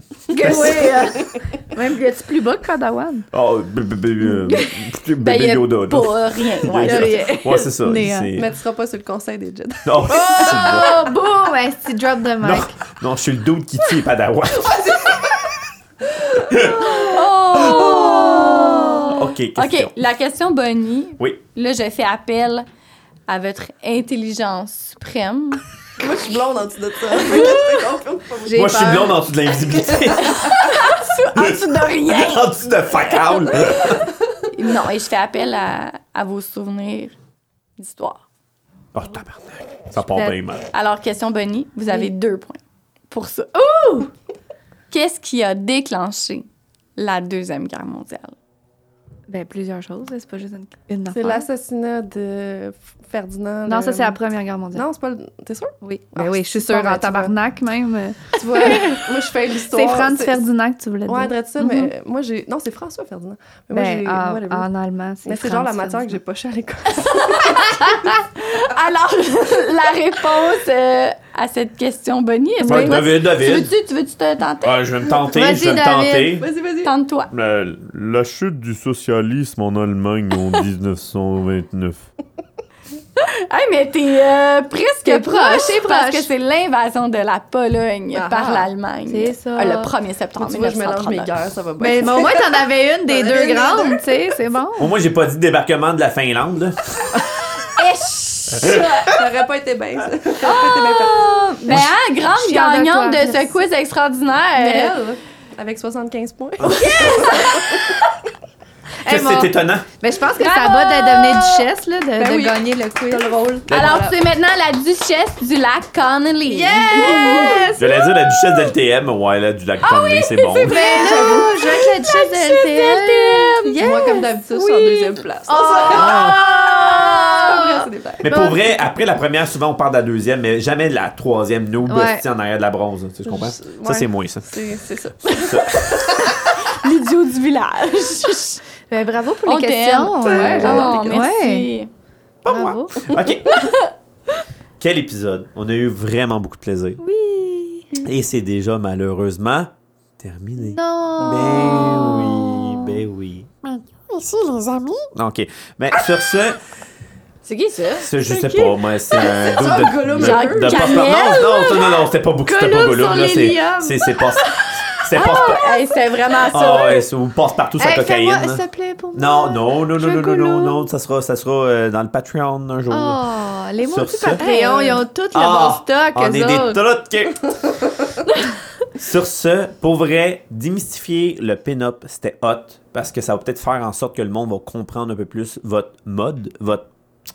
Même, y a-tu plus bas que Padawan? Oh, b- b- b- euh, Ben, bébé y a Yoda. là. Pas rien. Ouais, Yoda. ça. Ouais, c'est ça. Néant. c'est- Mais tu seras pas sur le conseil des Jedi. Non, c'est bon. Oh, boum! Hey, c'est drop de Non, mic. non, je suis le dude qui tue les Padawan. Oh! OK, question. OK, la question Bonnie. Oui. Là, je fais appel à votre intelligence suprême. Moi, je suis blonde en dessous de ça. Fait que je te confirme pas. J'ai Moi, je suis peur. blonde en dessous de l'invisibilité. en dessous de rien! en dessous de fuck all. Non, et je fais appel à, à vos souvenirs d'histoire. Oh, tabarnak. Ça part bien mal. Alors, question Bonnie, vous avez Oui. deux points pour ça. Ouh! Qu'est-ce qui a déclenché la Deuxième Guerre mondiale? Ben, plusieurs choses. là, C'est pas juste une, une C'est affaire. Euh, l'assassinat de Ferdinand. Non, le- ça, c'est la Première Guerre mondiale. Non, c'est pas le. T'es sûr? Oui. Ah, Ben oui, je suis c'est sûre, pas vrai, en tu vois. tabarnak même. Tu vois, moi, je fais l'histoire. C'est Franz Ferdinand que tu voulais dire. Ouais, drette ça, mais moi, j'ai. Non, c'est François Ferdinand. Mais moi, ben, j'ai. en, whatever. en allemand, c'est Mais c'est genre la Franz matière que j'ai Ferdinand. pochée à l'école. Alors, la réponse euh, à cette question Bonnie, est-ce Ouais, que toi, David, tu David. veux-tu tu veux-tu te tenter? Ah, je vais me tenter, Vas-y, je vais me David. tenter. Vas-y, vas-y. Tente-toi. La, la chute du socialisme en Allemagne en 1929. Hey, mais t'es euh, presque T'es proche, proche, t'es proche. parce que c'est l'invasion de la Pologne Ah, par l'Allemagne. c'est ça. Euh, Le 1er septembre Tu vois, je mélange mes 1939. guerres, ça va bien. Ben, mais au moins, t'en avais une des T'en deux avais une des grandes, tu sais, c'est bon. Au moins, j'ai pas dit débarquement de la Finlande. là. Eh, Ça aurait pas été bien, ça. Ça aurait pas été bien fait. Ah, Ben, hein, grande suis fière de gagnante de, toi, ce merci. quiz extraordinaire. Elle, avec 75 points. Hey, mon- C'est étonnant. Mais je pense que ça Bravo! va de devenir duchesse, là, de, Ben de Ben oui. gagner le quiz. C'est le rôle. Alors, c'est maintenant la duchesse du lac Connolly. Yes! Je l'ai dit, la duchesse de l'TM, ouais, là, du lac Ah Conley, c'est bon. Mais là, je vais être la duchesse de LTL. Yes! Moi, comme d'habitude, je suis en Oui. deuxième place. Oh! Ah, vrai, c'est des blagues. Mais pour vrai, après la première, souvent, on parle de la deuxième, mais jamais de la troisième, nous, Ouais. bestie en arrière de la bronze. Tu comprends? Je- Ça, ouais. c'est moins, ça. C'est c'est ça. L'idiot du village. Ben, bravo pour On les t'aime. questions. Ouais, Oh, j'adore Ouais. merci. Pas moi. Bravo. OK. Quel épisode. On a eu vraiment beaucoup de plaisir. Oui. Et c'est déjà, malheureusement, terminé. Ben oui, Non. ben oui. Ici, les amis. OK. Mais sur ce, C'est qui ça? ce je sais pas, moi, c'est un groupe ça, de, Gollum de, Jacques de- de- Canel? Non, non, non, non, c'était pas beaucoup, c'était pas Gollum Gollum. sur là, les c'est- liames. C'est c'est pas... C'est pas... Hey, c'est vraiment ça. Ah ouais, on passe partout sa Hey, cocaïne. fais-moi, s'il te plaît, pour moi. Non, non, non, Je non, non, non, non, veux Gollum. non, ça sera, ça sera euh, dans le Patreon un jour. Oh, les mots Sur du ce- Patreon, ils ont tout le Ah, bon stock, On est des eux autres. trottes que- Sur ce, pour vrai, démystifier le pin-up, c'était hot parce que ça va peut-être faire en sorte que le monde va comprendre un peu plus votre mode, votre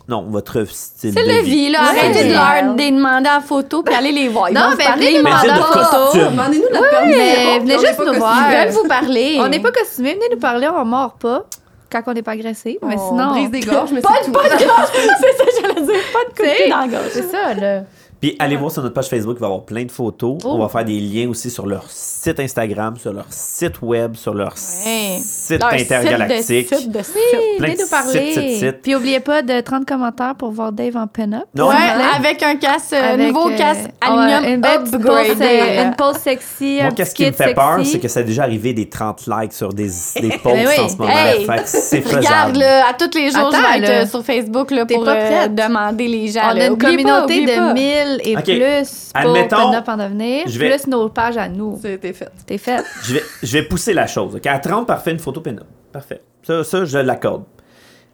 non, votre style C'est de le vie. vie, là. Ouais. Arrêtez de Ouais. leur des demander en photo puis allez les voir. Ils Non, vont vous ben, parler, venez ils Mais vont c'est vous de parler. costume. Demandez-nous la permission. mais venez on est juste pas nous voir. costumés. Ils veulent vous parler. On n'est pas costumés, venez nous parler, on mord pas. Quand on n'est pas agressé, mais On sinon. brise des gorges, mais Pas c'est de, tout. pas de gorge. c'est ça, j'allais dire. Pas de coup de T'sais, pied dans la gorge. C'est ça, là. Puis allez voir sur notre page Facebook, il va y avoir plein de photos. On Oh. va faire des liens aussi sur leur site Instagram, sur leur site web, sur leur site Leur intergalactique. site de site de site. Oui, Plein venez de nous sites, parler. sites, sites. Puis n'oubliez pas de 30 commentaires pour voir Dave en pin-up. Non, ouais, non, avec un casse, euh, Avec, nouveau euh, casse ouais, aluminium une belle petite pose, euh, upgradé. Une pose sexy, un Moi, petit qu'est-ce qui kit me fait sexy. peur, c'est que ça a déjà arrivé des 30 likes sur des, des posts Ben oui. en ce moment. Hey! Fait que c'est faisable. Regarde, là, à tous les jours, Attends, je vais là. être euh, sur Facebook là, T'es pour pas euh, prête? demander les gens. On là. a une Oubliez Ah, communauté Ben, pas, oubliez pas. de 1000 et Ok. plus Admettons, pour Pin-Up en devenir, je vais- plus nos pages à nous. C'était fait. T'es fait. Je vais, je vais pousser la chose. OK? À 30, parfait, une photo pin-up. Parfait. Ça, ça je l'accorde.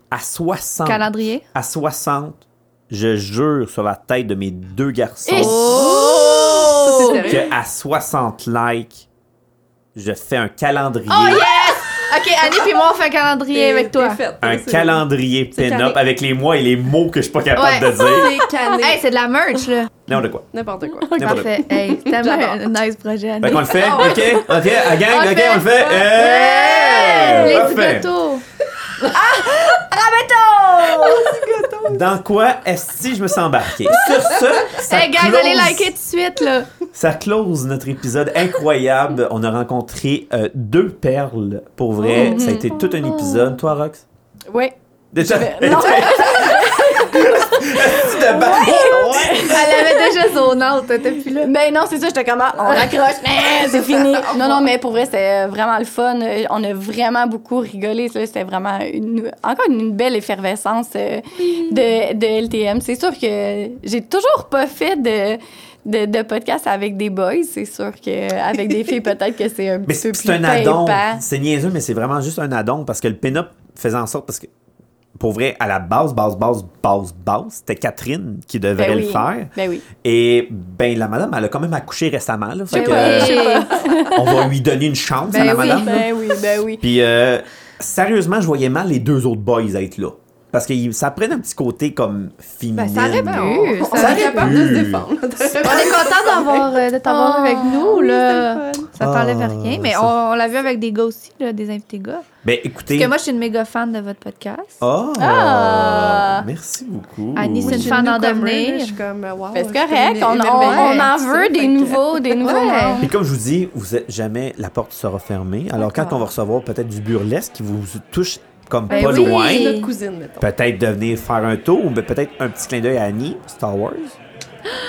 À 60, Calendrier. à 60, je jure sur la tête de mes deux garçons Et- Ça, c'est sérieux. que à 60 likes, je fais un calendrier. Oh yes! OK, Annie puis moi, on fait un calendrier T'es- avec toi. t'es faite. Un C'est- calendrier c'est pin-up carré. avec les mois et les mots que je suis pas capable Ouais. de dire. C'est cané. Hey, c'est de la merch, là. Non, de quoi. N'importe quoi. N'importe quoi. Ben, Parfait. Ah Hey, c'est tellement un nice projet, Annie. Fait qu'on le fait, ok, ok, à gang, On le ok, fait. on le fait. Hey! Hey! Les petits Parfait. gâteaux. Euh, Dans quoi est-ce que je me suis embarqué? Sur ce, ça, Hey, guys, close, allez liker tout de suite, là. ça close notre épisode incroyable. On a rencontré euh, deux perles, pour vrai. Ça a été tout un épisode. Toi, Rox? Oh. Ouais. Déjà? Est-ce que t'as ba- Ouais. Elle avait déjà zone out, t'étais plus là. Ben non, c'est ça, j'étais comme, ah, on raccroche, mais c'est fini. Non, non, mais pour vrai, c'était vraiment le fun. Euh, On a vraiment beaucoup rigolé. ça. C'était vraiment une, encore une belle effervescence euh, de, de LTM. C'est sûr que j'ai toujours pas fait de, de, de podcast avec des boys. C'est sûr qu'avec des filles, peut-être que c'est un Mais petit peu plus c'est c'est un addon. pimpant. C'est niaiseux, mais c'est vraiment juste un addon parce que le pin-up faisait en sorte. Parce que, pour vrai, à la base, base, base, base, base, c'était Catherine qui devrait Ben oui. le faire. Ben oui. Et ben la madame, elle a quand même accouché récemment. Là, fait Ben que, oui. euh, on va lui donner une chance à la Ben oui. madame. Ben oui, ben oui. Puis euh, sérieusement, je voyais mal les deux autres boys être là. Parce que ils- ça prenait un petit côté comme féminin. ça aurait Ben, pu. on- Ça on serait aurait capable pu. de se défendre. On est content d'avoir euh, de t'avoir Oh, avec nous, Ah, oui, là. c'est le Ça t'enlève Ah, rien, mais ça- on, on l'a vu avec des gars aussi, là, des invités gars. Ben écoutez. Parce que moi, je suis une méga fan de votre podcast. Oh, Ah. Merci beaucoup. Annie, c'est une J'ai fan le en nez comme devenir. eux, Je suis comme, euh, wow, Mais Ben, C'est je suis correct, une- on, on- une on merveille. en veut des Fait que- nouveaux, des nouveaux. Ouais. Et comme je vous dis, vous êtes jamais la porte sera fermée. Alors quand D'accord. on va recevoir peut-être du burlesque qui vous touche comme Ben pas oui. loin, C'est notre cousine, mettons. peut-être de venir faire un tour, ou peut-être un petit clin d'œil à Annie, Star Wars.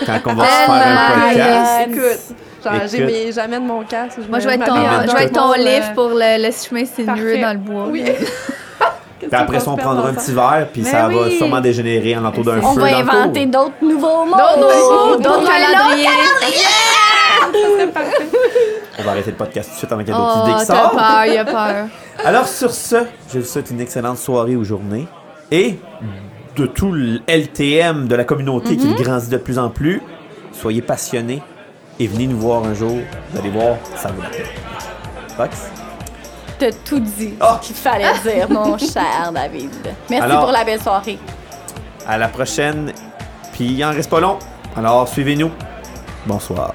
Quand on va se faire un Belle podcast. nice. Écoute, genre, j'ai Écoute. mes- j'amène mon casque. Moi, je vais être ton, euh, Ah, je vais être ton m'habille en livre pour le, le chemin sinueux Parfait. dans le bois. Oui. là. Puis après ça, on prendra un petit verre, puis Mais ça va Ben oui. sûrement dégénérer en entour d'un feu. On va dans le inventer cours. d'autres nouveaux mots. D'autres mots, Nouveaux d'autres calendriers. On va arrêter le podcast tout de suite avant qu'il y ait d'autres idées Oh, qui t'as sortent. peur, il a peur. Alors sur ce, je vous souhaite une excellente soirée ou journée. Et de tout le LTM de la communauté Mm-hmm. qui grandit de plus en plus, soyez passionnés et venez nous voir un jour. Vous allez voir, ça vaut la peine. Fox? T'as tout dit Ah! ce qu'il fallait dire, mon cher David. Merci Alors- pour la belle soirée. À la prochaine. Puis il en reste pas long. Alors suivez-nous. Bonsoir.